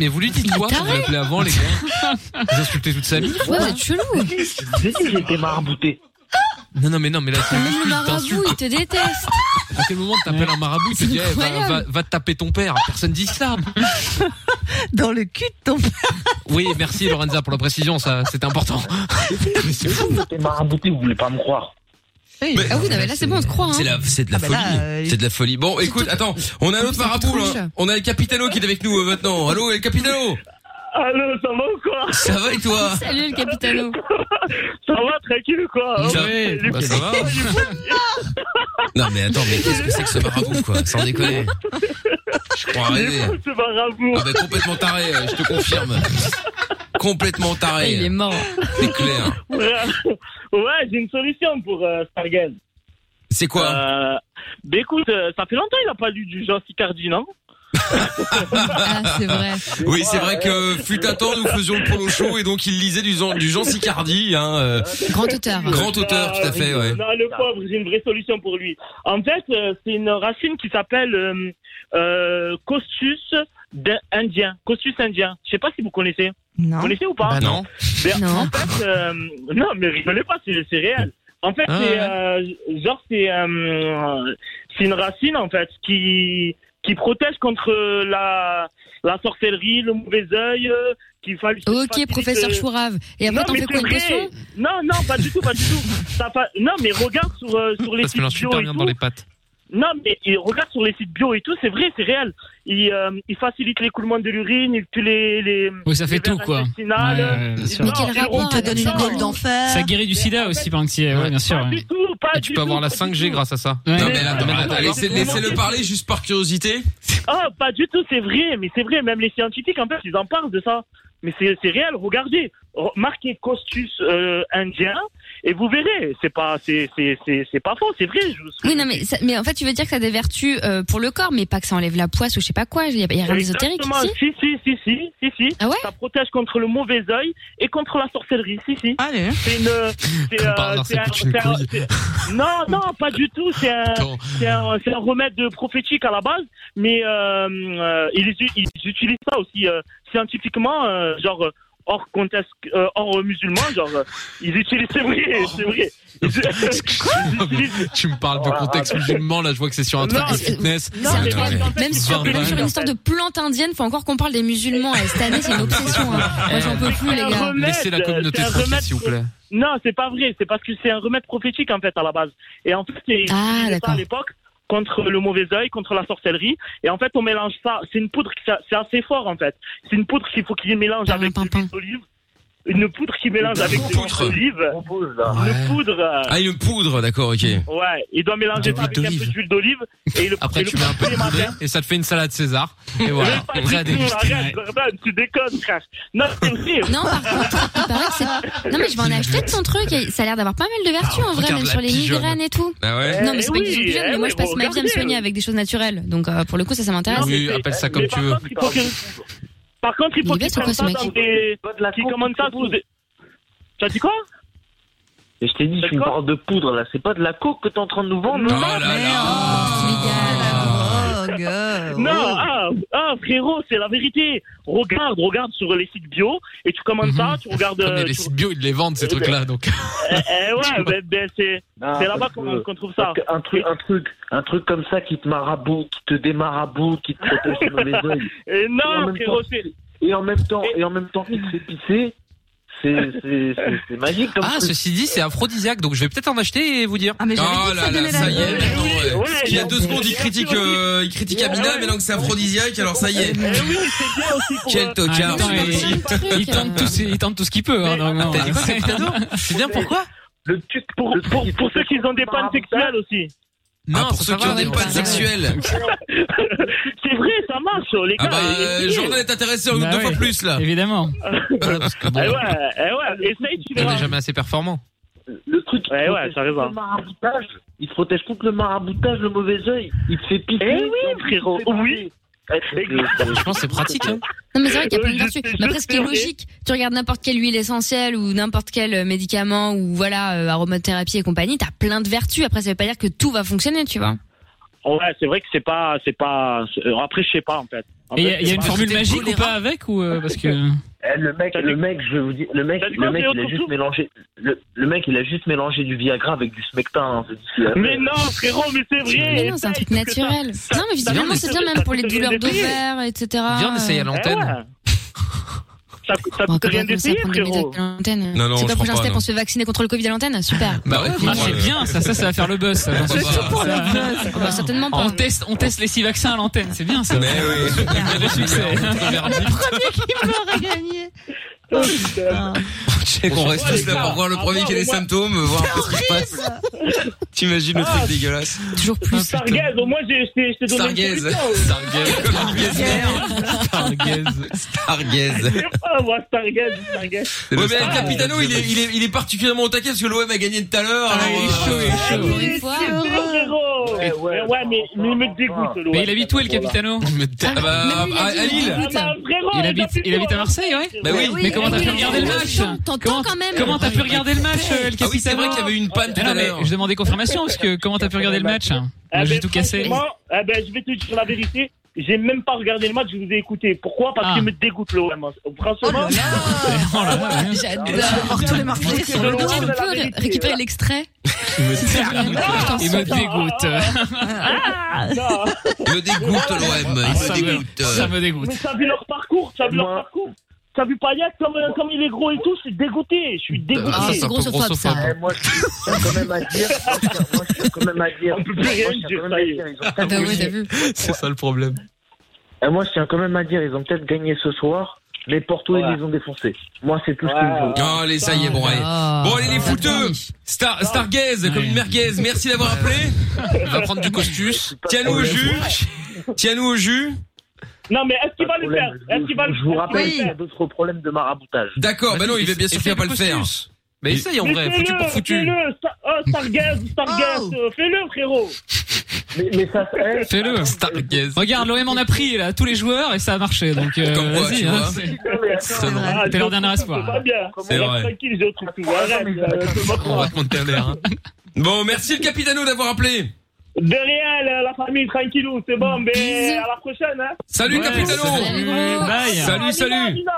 [SPEAKER 10] Mais vous lui dites quoi Vous l'appelez avant,
[SPEAKER 6] [laughs]
[SPEAKER 10] les gars Vous insultez toute sa vie
[SPEAKER 6] Ouais, vous êtes chelou.
[SPEAKER 10] J'ai dit j'étais marabouté. Non, non, mais non, mais
[SPEAKER 2] Ah,
[SPEAKER 10] là, c'est
[SPEAKER 6] Même
[SPEAKER 10] juste
[SPEAKER 6] le
[SPEAKER 10] une
[SPEAKER 6] marabout,
[SPEAKER 10] insulte.
[SPEAKER 6] il te déteste.
[SPEAKER 10] À quel moment t'appelles un marabout Tu dis, eh, va,
[SPEAKER 6] incroyable.
[SPEAKER 10] va, va te taper ton père. Personne dit ça.
[SPEAKER 4] Dans le cul de ton père.
[SPEAKER 10] Oui, merci Lorenza pour la précision, ça, c'est important.
[SPEAKER 9] Mais c'est fou. J'étais marabouté, vous voulez pas me croire.
[SPEAKER 6] Ah oui, non, mais là, c'est bon, on te croit. hein.
[SPEAKER 2] C'est la- c'est de la folie. bah
[SPEAKER 6] euh,
[SPEAKER 2] euh, C'est de la folie. Bon, écoute, attends, on a un autre marabout là.
[SPEAKER 6] tronche.
[SPEAKER 2] On a El Capitano qui est avec nous euh, maintenant. Allô, El Capitano
[SPEAKER 16] [laughs] Allô, ça va ou quoi
[SPEAKER 2] Ça va et toi
[SPEAKER 6] Salut, le capitano.
[SPEAKER 16] [laughs] Ça va, tranquille ou
[SPEAKER 6] Ah
[SPEAKER 16] quoi
[SPEAKER 2] Ça-
[SPEAKER 16] Ouais,
[SPEAKER 2] bah, ça va.
[SPEAKER 6] [laughs]
[SPEAKER 2] Non mais attends, mais qu'est-ce que c'est que ce marabout quoi Sans déconner. Je crois rêver.
[SPEAKER 16] C'est marabout.
[SPEAKER 2] Ah bah complètement taré, euh, je te confirme. Complètement taré.
[SPEAKER 6] Il est mort.
[SPEAKER 2] C'est clair.
[SPEAKER 16] Ouais, ouais, j'ai une solution pour euh, Stargaz.
[SPEAKER 2] C'est quoi
[SPEAKER 16] euh, bah écoute, euh, ça fait longtemps qu'il a pas lu du Jean Sicardi, non
[SPEAKER 6] Ah, c'est vrai.
[SPEAKER 2] Oui, c'est vrai que euh, fut un temps nous faisions le polo show et donc il lisait du, Jean- du Jean Sicardi. Hein, euh,
[SPEAKER 6] Grand auteur.
[SPEAKER 2] Grand auteur, tout à fait, ouais.
[SPEAKER 16] Non, le pauvre, j'ai une vraie solution pour lui. En fait, euh, c'est une racine qui s'appelle euh, euh, costus d'in- indien. Costus indien. Je sais pas si vous connaissez.
[SPEAKER 4] Non.
[SPEAKER 16] Vous connaissez ou pas
[SPEAKER 10] Bah non.
[SPEAKER 16] Ben, En fait, euh, non, mais rigolez pas, c'est c'est réel. En fait,
[SPEAKER 10] Ah
[SPEAKER 16] c'est
[SPEAKER 10] ouais.
[SPEAKER 16] euh, genre c'est euh, c'est une racine en fait qui qui protège contre la la sorcellerie, le mauvais œil, euh, qui fa-
[SPEAKER 6] Ok,
[SPEAKER 16] facilite,
[SPEAKER 6] professeur
[SPEAKER 16] euh,
[SPEAKER 6] Chourave. Et après,
[SPEAKER 16] non,
[SPEAKER 6] t'en
[SPEAKER 16] mais
[SPEAKER 6] fais quoi
[SPEAKER 16] c'est
[SPEAKER 6] une
[SPEAKER 16] vrai.
[SPEAKER 6] leçon
[SPEAKER 16] Non, non, pas du tout, pas du tout. [laughs] Ça fa- Non, mais regarde sur, euh, sur les
[SPEAKER 10] Ça se
[SPEAKER 16] sites
[SPEAKER 10] mélange
[SPEAKER 16] bio
[SPEAKER 10] super
[SPEAKER 16] et
[SPEAKER 10] bien
[SPEAKER 16] tout.
[SPEAKER 10] dans les pattes.
[SPEAKER 16] Non, mais il regarde sur les sites bio et tout, c'est vrai, c'est réel. Il, euh, il facilite l'écoulement de l'urine, il tue les... les
[SPEAKER 7] Oui, ça
[SPEAKER 16] les
[SPEAKER 7] fait tout,
[SPEAKER 16] vers
[SPEAKER 7] quoi.
[SPEAKER 16] intestinales.
[SPEAKER 7] Ouais, ouais, bien
[SPEAKER 16] Il-
[SPEAKER 7] sûr.
[SPEAKER 16] non,
[SPEAKER 7] Mais quel
[SPEAKER 16] il-
[SPEAKER 7] rapport
[SPEAKER 16] on te
[SPEAKER 7] avec
[SPEAKER 16] donne
[SPEAKER 7] ça
[SPEAKER 16] une
[SPEAKER 4] gueule d'enfer.
[SPEAKER 7] Ça guérit du sida aussi, par ouais, bien sûr. ouais.
[SPEAKER 16] pas
[SPEAKER 10] Et tu peux avoir la 5G grâce à ça.
[SPEAKER 7] Ouais.
[SPEAKER 2] Non mais attends,
[SPEAKER 10] Mais
[SPEAKER 2] attends,
[SPEAKER 10] attends,
[SPEAKER 2] laissez-
[SPEAKER 10] mais-
[SPEAKER 2] laissez-le parler juste par curiosité.
[SPEAKER 16] Ah, pas du tout, c'est vrai, mais c'est vrai, même les scientifiques, en fait, ils en parlent de ça. Mais c'est c'est réel, regardez, Re- marquez costus euh, indien, et vous verrez, c'est pas, c'est c'est- c'est- c'est pas faux, c'est vrai. Je vous...
[SPEAKER 6] Oui, non, mais, ça- mais en fait, tu veux dire que ça a des vertus euh, pour le corps, mais pas que ça enlève la poisse ou je sais pas quoi. Il y a, il y a rien d'ésotérique
[SPEAKER 16] Exactement,
[SPEAKER 6] ici.
[SPEAKER 16] si, si, si, si, si, si. Ça protège contre le mauvais œil et contre la sorcellerie, si, si.
[SPEAKER 4] Allez.
[SPEAKER 16] C'est une. c'est,
[SPEAKER 10] Comme
[SPEAKER 16] euh,
[SPEAKER 10] par hasard,
[SPEAKER 16] c'est
[SPEAKER 10] c'est
[SPEAKER 16] un-
[SPEAKER 10] plus une
[SPEAKER 16] c'est un-
[SPEAKER 10] couille.
[SPEAKER 16] c'est- Non, non, pas du tout. C'est un,
[SPEAKER 10] Attends.
[SPEAKER 16] c'est un, c'est un remède prophétique à la base, mais euh, euh, ils, u- ils utilisent ça aussi euh, scientifiquement, euh, genre. euh, Hors, contexte, euh, hors musulman, genre, euh, ils utilisent, c'est vrai, c'est vrai. Ils- ils utilisent-
[SPEAKER 10] Tu me parles de contexte musulman, là, je vois que c'est sur un
[SPEAKER 16] Non,
[SPEAKER 10] truc
[SPEAKER 16] mais-
[SPEAKER 10] fitness.
[SPEAKER 16] non, mais parce qu'en fait,
[SPEAKER 6] Même si on peut aller sur une histoire de plante indienne, faut encore qu'on parle des musulmans. Et cette année, c'est une [laughs] obsession. hein. Moi, j'en peux plus, les
[SPEAKER 16] un
[SPEAKER 6] gars.
[SPEAKER 16] remède, euh,
[SPEAKER 10] Laissez la communauté
[SPEAKER 16] c'est un
[SPEAKER 10] tranquille,
[SPEAKER 16] remède-
[SPEAKER 10] s'il vous plaît.
[SPEAKER 16] Non, c'est pas vrai. C'est parce que c'est un remède prophétique, en fait, à la base. Et en fait, c'est
[SPEAKER 6] Ah,
[SPEAKER 16] utilisé ça
[SPEAKER 6] d'accord.
[SPEAKER 16] à l'époque contre le mauvais œil, contre la sorcellerie. Et en fait, on mélange ça. C'est une poudre qui c'est assez fort, en fait. C'est une poudre qu'il faut qu'il mélange avec de l'huile d'olive. Une poudre qui mélange avec de
[SPEAKER 2] Poudre.
[SPEAKER 16] l'huile d'olive. Une poudre. euh,
[SPEAKER 2] Ah une poudre, d'accord, ok.
[SPEAKER 16] Ouais, il doit mélanger ça avec un peu d'huile d'olive. Et le
[SPEAKER 10] Après,
[SPEAKER 16] et le
[SPEAKER 10] tu mets un peu
[SPEAKER 16] tous les
[SPEAKER 10] de
[SPEAKER 16] matins.
[SPEAKER 10] poulet et ça te fait une salade César. Et
[SPEAKER 16] Mais
[SPEAKER 10] voilà.
[SPEAKER 16] pas
[SPEAKER 10] Prêt à
[SPEAKER 16] du tout,
[SPEAKER 10] déguster.
[SPEAKER 16] arrête, Jordan, tu déconnes, frère. Non, c'est vrai.
[SPEAKER 6] Non, par contre, il paraît que c'est. Non, mais je vais en acheter de son truc. et Ça a l'air d'avoir pas mal de vertus en vrai,
[SPEAKER 2] Ah, regarde
[SPEAKER 6] même
[SPEAKER 2] la
[SPEAKER 6] sur les
[SPEAKER 2] pigeonne.
[SPEAKER 6] migraines et tout.
[SPEAKER 2] Ah ouais
[SPEAKER 6] Non, mais c'est pas
[SPEAKER 16] Eh
[SPEAKER 6] une question de
[SPEAKER 16] oui,
[SPEAKER 6] pigeonne,
[SPEAKER 16] eh
[SPEAKER 6] mais moi,
[SPEAKER 16] oui,
[SPEAKER 6] je passe ma vie à me
[SPEAKER 16] regardez.
[SPEAKER 6] soigner avec des choses naturelles. Donc, euh, pour le coup, ça, ça m'intéresse.
[SPEAKER 10] Oui, appelle ça comme
[SPEAKER 16] Mais
[SPEAKER 10] tu
[SPEAKER 16] par
[SPEAKER 10] veux.
[SPEAKER 16] contre, il faut que- Par contre, il faut
[SPEAKER 6] Il est
[SPEAKER 16] qu'ils
[SPEAKER 6] bête ou
[SPEAKER 16] prennent
[SPEAKER 6] quoi, ce
[SPEAKER 16] ça
[SPEAKER 6] mec
[SPEAKER 16] dans des... Qu'ils commandent ça sous des... Tu as dit quoi
[SPEAKER 9] Et je t'ai dit, tu me parles de poudre, là. C'est pas de la coke que t'es en train de nous vendre.
[SPEAKER 2] Oh là
[SPEAKER 16] Non, ah, ah, frérot, c'est la vérité. Regarde, regarde sur les sites bio et tu commandes ça, tu regardes...
[SPEAKER 10] Non, mais
[SPEAKER 16] euh,
[SPEAKER 10] Mhm. les
[SPEAKER 16] tu-
[SPEAKER 10] sites bio, ils les vendent,
[SPEAKER 14] ben,
[SPEAKER 10] ces trucs-là, donc.
[SPEAKER 16] Eh, eh,
[SPEAKER 10] [laughs]
[SPEAKER 16] ouais, ben, ben, c'est
[SPEAKER 9] Non,
[SPEAKER 16] c'est là-bas
[SPEAKER 9] parce
[SPEAKER 16] qu'on
[SPEAKER 9] que-
[SPEAKER 16] qu'on trouve ça.
[SPEAKER 9] parce que Un truc, un truc, un truc comme ça qui te marabout, qui te démarabout, qui te protège sur les oeils.
[SPEAKER 16] [laughs] Et
[SPEAKER 9] Et en
[SPEAKER 16] non,
[SPEAKER 9] même
[SPEAKER 16] frérot,
[SPEAKER 9] temps-
[SPEAKER 16] c'est...
[SPEAKER 9] Et en même temps, et en même temps, qui te fait pisser, c'est, c'est, c'est, c'est magique comme
[SPEAKER 10] Ah,
[SPEAKER 9] truc.
[SPEAKER 10] ceci dit, c'est aphrodisiaque, donc je vais peut-être en acheter et vous dire.
[SPEAKER 4] Ah, mais j'avais
[SPEAKER 2] Oh
[SPEAKER 4] dit que
[SPEAKER 2] là
[SPEAKER 4] ça
[SPEAKER 2] là,
[SPEAKER 4] donnait
[SPEAKER 2] ça
[SPEAKER 4] la
[SPEAKER 2] y est, maintenant, ouais.
[SPEAKER 16] Ouais,
[SPEAKER 2] Il y a
[SPEAKER 16] il y
[SPEAKER 2] deux
[SPEAKER 16] a-
[SPEAKER 2] secondes, il critique, euh, il critique Amina, mais non que c'est aphrodisiaque, alors ça y est.
[SPEAKER 16] Eh oui, c'est bien aussi pour... euh,
[SPEAKER 2] Quel tocard,
[SPEAKER 7] Ah, Attends,
[SPEAKER 2] celui-ci.
[SPEAKER 7] il, il tente tout, ce- il tente tout ce qu'il peut. Hein, normalement.
[SPEAKER 10] T'as dit quoi, Capitano C'est bien pourquoi
[SPEAKER 9] Le truc,
[SPEAKER 7] Ah,
[SPEAKER 16] Pour, pour, pour ceux qui ont des pannes sexuelles aussi.
[SPEAKER 2] Non, pour ceux qui ont des potes sexuels.
[SPEAKER 16] [laughs] C'est vrai, ça marche, les
[SPEAKER 2] Ah
[SPEAKER 16] gars.
[SPEAKER 2] bah,
[SPEAKER 16] les-
[SPEAKER 2] euh, Jordan est intéressé en
[SPEAKER 7] Bah
[SPEAKER 2] deux
[SPEAKER 7] ouais.
[SPEAKER 2] fois plus là.
[SPEAKER 7] Évidemment.
[SPEAKER 16] Eh [laughs] ouais, eh ouais, essaye, tu verras.
[SPEAKER 10] jamais assez performant.
[SPEAKER 9] Le truc, il
[SPEAKER 16] Ouais,
[SPEAKER 9] se
[SPEAKER 16] ouais, hein.
[SPEAKER 9] protège
[SPEAKER 16] t'as raison.
[SPEAKER 9] contre le maraboutage. Il se protège contre le maraboutage, le mauvais œil. Il te fait piquer.
[SPEAKER 16] Eh oui,
[SPEAKER 9] il te fait
[SPEAKER 16] frérot,
[SPEAKER 9] barrer.
[SPEAKER 16] oui.
[SPEAKER 9] Ouais, Eh, c'est-
[SPEAKER 10] Je pense que c'est pratique. Hein.
[SPEAKER 6] Non, mais c'est vrai qu'il y a plein de
[SPEAKER 10] Ouais,
[SPEAKER 6] vertus.
[SPEAKER 10] je sais,
[SPEAKER 6] Mais
[SPEAKER 10] je
[SPEAKER 6] après, ce qui est
[SPEAKER 10] sais,
[SPEAKER 6] logique, tu regardes n'importe quelle huile essentielle ou n'importe quel euh, médicament ou voilà, euh, aromathérapie et compagnie, t'as plein de vertus. Après, ça veut pas dire que tout va fonctionner, tu vois.
[SPEAKER 16] Ouais, c'est vrai que c'est pas, c'est pas. c'est- euh, Après, je sais pas en fait. En
[SPEAKER 7] Et il y
[SPEAKER 16] fait,
[SPEAKER 7] a-
[SPEAKER 16] je
[SPEAKER 7] il y a
[SPEAKER 16] sais
[SPEAKER 7] une
[SPEAKER 16] pas.
[SPEAKER 7] formule magique ou pas avec ou euh, parce que.
[SPEAKER 9] Eh, le mec, le mec, je vais vous dire, le mec,
[SPEAKER 16] T'as dit quoi,
[SPEAKER 9] le mec,
[SPEAKER 16] Théo,
[SPEAKER 9] il a juste
[SPEAKER 16] surtout
[SPEAKER 9] mélangé, le, le mec, il a juste mélangé du Viagra avec du Smecta. hein, c'est- c'est-
[SPEAKER 16] Mais non, frérot, mais c'est vrai.
[SPEAKER 6] Mais non, c'est un truc naturel. Non, mais visiblement, c'est bien même pour les douleurs d'ovaires, etc.
[SPEAKER 16] d'essayer
[SPEAKER 9] Eh
[SPEAKER 16] Ça, ça
[SPEAKER 6] [laughs]
[SPEAKER 16] coûte rien d'essayer, frérot.
[SPEAKER 2] Non, non,
[SPEAKER 6] c'est
[SPEAKER 2] je
[SPEAKER 6] pas prochain
[SPEAKER 2] prends pas,
[SPEAKER 6] step,
[SPEAKER 2] non.
[SPEAKER 6] on se fait vacciner contre le Covid à l'antenne Super.
[SPEAKER 2] Bah ouais,
[SPEAKER 7] Ah, c'est bien ça, ça, ça va faire le buzz. ça, j'en suis
[SPEAKER 2] C'est
[SPEAKER 7] sûr.
[SPEAKER 2] tout pour le
[SPEAKER 7] Ça-
[SPEAKER 2] buzz.
[SPEAKER 7] Ah bah, certainement pas. On teste, on teste les six vaccins à l'antenne, c'est bien ça.
[SPEAKER 2] Mais oui.
[SPEAKER 7] Le [laughs] succès.
[SPEAKER 16] [laughs]
[SPEAKER 6] Ah.
[SPEAKER 2] Tu sais qu'on reste tous là pour voir le premier qui a les symptômes, voir un peu ce qui se passe. T'imagines le truc
[SPEAKER 16] Ah.
[SPEAKER 2] dégueulasse.
[SPEAKER 6] Toujours plus.
[SPEAKER 16] Stargaze, au moins, j'ai- je t'ai je t'ai donné.
[SPEAKER 2] Stargaze. Stargaze.
[SPEAKER 16] [laughs]
[SPEAKER 2] Stargaze. Stargaze.
[SPEAKER 16] [laughs] Ah, moi, Stargaze, Stargaze.
[SPEAKER 2] Ouais, mais Capitano, il est, il, est, il est particulièrement au taquet parce que l'OM a gagné tout à l'heure. alors, euh,
[SPEAKER 16] C'est vrai, frérot. Mais ouais, mais mais il me dégoûte, l'eau.
[SPEAKER 7] Mais il habite où le Capitano
[SPEAKER 2] Ah bah, à, à Lille.
[SPEAKER 7] Il habite, il habite à Marseille, ouais.
[SPEAKER 2] Bah oui.
[SPEAKER 7] Mais comment t'as
[SPEAKER 2] Oui,
[SPEAKER 7] pu
[SPEAKER 2] oui,
[SPEAKER 7] regarder le
[SPEAKER 2] oui,
[SPEAKER 7] match
[SPEAKER 6] T'entends quand même.
[SPEAKER 7] Comment t'as pu regarder le match, euh, le
[SPEAKER 2] Ah oui, c'est
[SPEAKER 7] Capitano
[SPEAKER 2] vrai qu'il y avait une panne tout
[SPEAKER 7] Mais non,
[SPEAKER 2] à
[SPEAKER 7] mais
[SPEAKER 2] l'heure.
[SPEAKER 7] Je demandais confirmation parce que comment t'as pu regarder le match hein
[SPEAKER 16] Ah
[SPEAKER 7] Moi, J'ai
[SPEAKER 16] ben,
[SPEAKER 7] tout cassé.
[SPEAKER 16] franchement, ah ben, je vais te dire la vérité. J'ai même pas regardé le match, je vous ai écouté. Pourquoi Parce qu'il me dégoûte l'OM. Franchement. [laughs]
[SPEAKER 6] J'adore tous les marqués sur le dos. On peut ré- récupérer l'extrait
[SPEAKER 7] Il me
[SPEAKER 6] Ah,
[SPEAKER 7] dégoûte. Il me dégoûte.
[SPEAKER 2] Il me dégoûte l'OM.
[SPEAKER 7] Ah,
[SPEAKER 2] Il
[SPEAKER 7] ça me-
[SPEAKER 2] me dégoûte.
[SPEAKER 7] ça me dégoûte.
[SPEAKER 16] Mais t'as vu leur parcours, t'as vu leur parcours. T'as vu Payet comme, euh, comme il est gros et tout, je suis dégoûté. Je suis dégoûté.
[SPEAKER 9] Ah, ça, c'est un peu grossophobe, ça. Eh, moi, je suis- je tiens quand même à dire, [laughs] moi, je tiens quand même à dire,
[SPEAKER 16] On peut
[SPEAKER 9] moi, je
[SPEAKER 16] plus rien
[SPEAKER 9] tiens
[SPEAKER 16] dire,
[SPEAKER 9] quand même
[SPEAKER 16] ça
[SPEAKER 9] à
[SPEAKER 16] y est.
[SPEAKER 9] dire, ils ont peut-être
[SPEAKER 16] Ah ouais,
[SPEAKER 9] gagné-
[SPEAKER 16] t'as vu
[SPEAKER 10] C'est ça le problème.
[SPEAKER 9] Eh, moi, je tiens quand même à dire, ils ont peut-être gagné ce soir, mais Porto,
[SPEAKER 16] Ouais.
[SPEAKER 9] ils les ont défoncés. Moi, c'est tout ce que je veux.
[SPEAKER 2] Non, Ah, allez, ça y est, bon, allez. Bon, allez, les fouteux. Star, Stargaze, comme une merguez. Merci d'avoir appelé. On va prendre du costus. Tiens-nous au jus. Tiens-nous au jus.
[SPEAKER 16] Non, mais est-ce qu'il va le faire Est-ce qu'il va le
[SPEAKER 9] Je vous
[SPEAKER 16] est-ce qu'il va
[SPEAKER 9] rappelle
[SPEAKER 16] le
[SPEAKER 9] qu'il y a
[SPEAKER 16] faire
[SPEAKER 9] d'autres problèmes de maraboutage.
[SPEAKER 2] D'accord, bah non, il va bien sûr qu'il va pas le faire. Mais
[SPEAKER 10] essaye, en vrai,
[SPEAKER 16] Mais
[SPEAKER 10] foutu
[SPEAKER 16] fais-le,
[SPEAKER 10] pour foutu.
[SPEAKER 16] Fais-le, Star- oh, Stargaze, Stargaze, euh, fais-le, frérot.
[SPEAKER 9] Mais, mais ça, eh,
[SPEAKER 7] Fais-le. Regarde, l'OM en a pris là tous les joueurs et ça a marché. Donc euh,
[SPEAKER 2] Comme quoi,
[SPEAKER 7] vas-y.
[SPEAKER 2] tu
[SPEAKER 7] hein,
[SPEAKER 2] vois.
[SPEAKER 7] c'est-
[SPEAKER 16] C'est
[SPEAKER 7] vrai. T'es leur dernier espoir.
[SPEAKER 16] C'est pas bien.
[SPEAKER 2] C'est
[SPEAKER 16] Reste
[SPEAKER 2] vrai.
[SPEAKER 16] Tranquille, j'ai autre chose. Arrête. euh, c'est moi qui-
[SPEAKER 2] On va prendre ta mère. hein. Bon, merci le Capitano d'avoir appelé.
[SPEAKER 16] De rien, la- la famille, tranquillou, c'est bon, mais à la prochaine, hein.
[SPEAKER 2] Salut Capitano.
[SPEAKER 7] Bye.
[SPEAKER 2] Salut,
[SPEAKER 16] Ah, Nina,
[SPEAKER 2] salut.
[SPEAKER 16] Nina,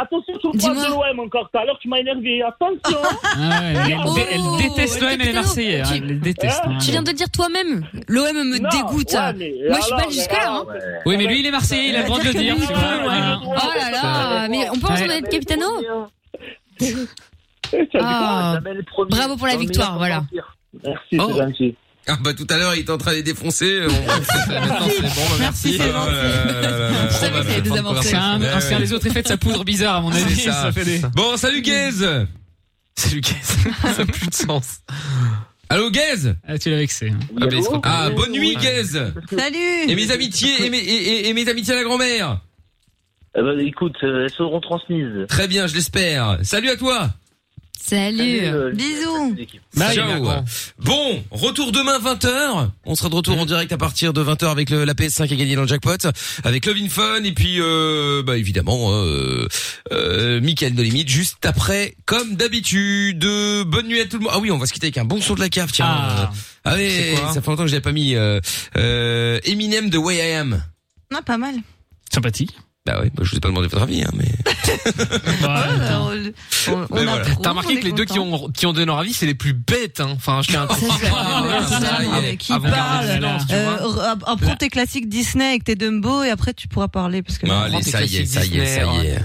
[SPEAKER 16] Attention, tu me parles de l'OM encore tout à l'heure, tu m'as énervé. Attention
[SPEAKER 7] Ah ouais, elle,
[SPEAKER 6] Oh,
[SPEAKER 7] dé- elle déteste l'OM et les
[SPEAKER 6] Capitano,
[SPEAKER 7] Marseillais. hein,
[SPEAKER 6] tu-
[SPEAKER 7] Elle les déteste.
[SPEAKER 9] Ah,
[SPEAKER 7] hein.
[SPEAKER 6] Tu viens de le dire toi-même. L'OM me
[SPEAKER 16] Non,
[SPEAKER 6] dégoûte.
[SPEAKER 16] ouais, mais
[SPEAKER 6] Moi, je suis
[SPEAKER 16] alors,
[SPEAKER 6] pas
[SPEAKER 16] mais
[SPEAKER 6] jusque-là. hein.
[SPEAKER 16] alors,
[SPEAKER 7] Oui, mais lui, il est Marseillais. Il a le droit de le dire. tu vois. Voilà.
[SPEAKER 6] Oh là là, mais on peut en
[SPEAKER 7] Ouais.
[SPEAKER 6] être Capitano
[SPEAKER 9] Eh,
[SPEAKER 6] Ah, Bravo pour la victoire, voilà.
[SPEAKER 16] Merci,
[SPEAKER 2] Oh.
[SPEAKER 16] c'est gentil.
[SPEAKER 2] Ah bah tout à l'heure il était en train de les défoncer. Bon, [laughs] bref, maintenant, c'est bon, bah, merci.
[SPEAKER 7] c'est gentil.
[SPEAKER 2] Je savais
[SPEAKER 7] C'est des avancées. C'est
[SPEAKER 2] hein,
[SPEAKER 7] un- un- c'est un des autres effets de sa poudre bizarre, à mon avis.
[SPEAKER 2] bah, C'est ça.
[SPEAKER 7] ça fait des-
[SPEAKER 2] Bon, salut Gaze.
[SPEAKER 10] [laughs]
[SPEAKER 2] Salut Gaze. [laughs] ça n'a plus de sens. Allô Gaze
[SPEAKER 7] Ah, tu l'as vexé. hein.
[SPEAKER 2] Ah,
[SPEAKER 7] Ah,
[SPEAKER 2] bonne nuit Gaze.
[SPEAKER 4] Salut
[SPEAKER 2] Et mes amitiés et mes, et- et- et mes amitiés à la grand-mère.
[SPEAKER 9] Eh ben, écoute, euh, elles seront transmises.
[SPEAKER 2] Très bien, je l'espère. Salut à toi.
[SPEAKER 6] Salut.
[SPEAKER 4] Bisous.
[SPEAKER 2] Bah, Ciao. Bon, retour demain 20h. On sera de retour en direct à partir de 20h avec le- la PS5 à gagner dans le jackpot, avec Love in Fun et puis euh, bah évidemment euh, euh, Michael de limite juste après comme d'habitude. Bonne nuit à tout le monde. Ah oui, on va se quitter avec un bon son de la cave tiens.
[SPEAKER 7] Ah.
[SPEAKER 2] Ah oui,
[SPEAKER 7] C'est quoi
[SPEAKER 2] ça fait longtemps que je l'ai pas mis euh, euh, Eminem de Way I Am.
[SPEAKER 4] Non, pas mal.
[SPEAKER 7] Sympathique.
[SPEAKER 2] Bah oui, bah, je vous ai pas demandé votre avis hein, mais
[SPEAKER 4] Alors,
[SPEAKER 2] Mais voilà. approuve,
[SPEAKER 10] T'as
[SPEAKER 4] on
[SPEAKER 10] remarqué
[SPEAKER 4] est
[SPEAKER 10] que les deux qui ont, qui ont donné leur avis, c'est les plus bêtes, hein. Enfin,
[SPEAKER 2] [laughs]
[SPEAKER 10] je tiens à
[SPEAKER 4] euh,
[SPEAKER 2] Ah,
[SPEAKER 4] qui
[SPEAKER 2] bah,
[SPEAKER 4] parle euh, re- Apprends tes classiques Disney avec tes Dumbo et après tu pourras parler parce que
[SPEAKER 2] Bah, allez, ça y est, ça y est, ça
[SPEAKER 4] oh
[SPEAKER 2] y est.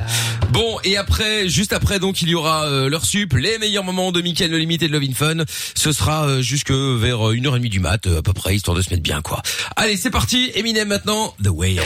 [SPEAKER 2] Bon, et après, juste après, donc, il y aura euh, leur sup, les meilleurs moments de Mickaël Le Limite et de Lovin Fun. Ce sera euh, jusque vers 1h30 du mat, euh, à peu près, histoire de se mettre bien, quoi. Allez, c'est parti, Eminem maintenant, The Way I Am.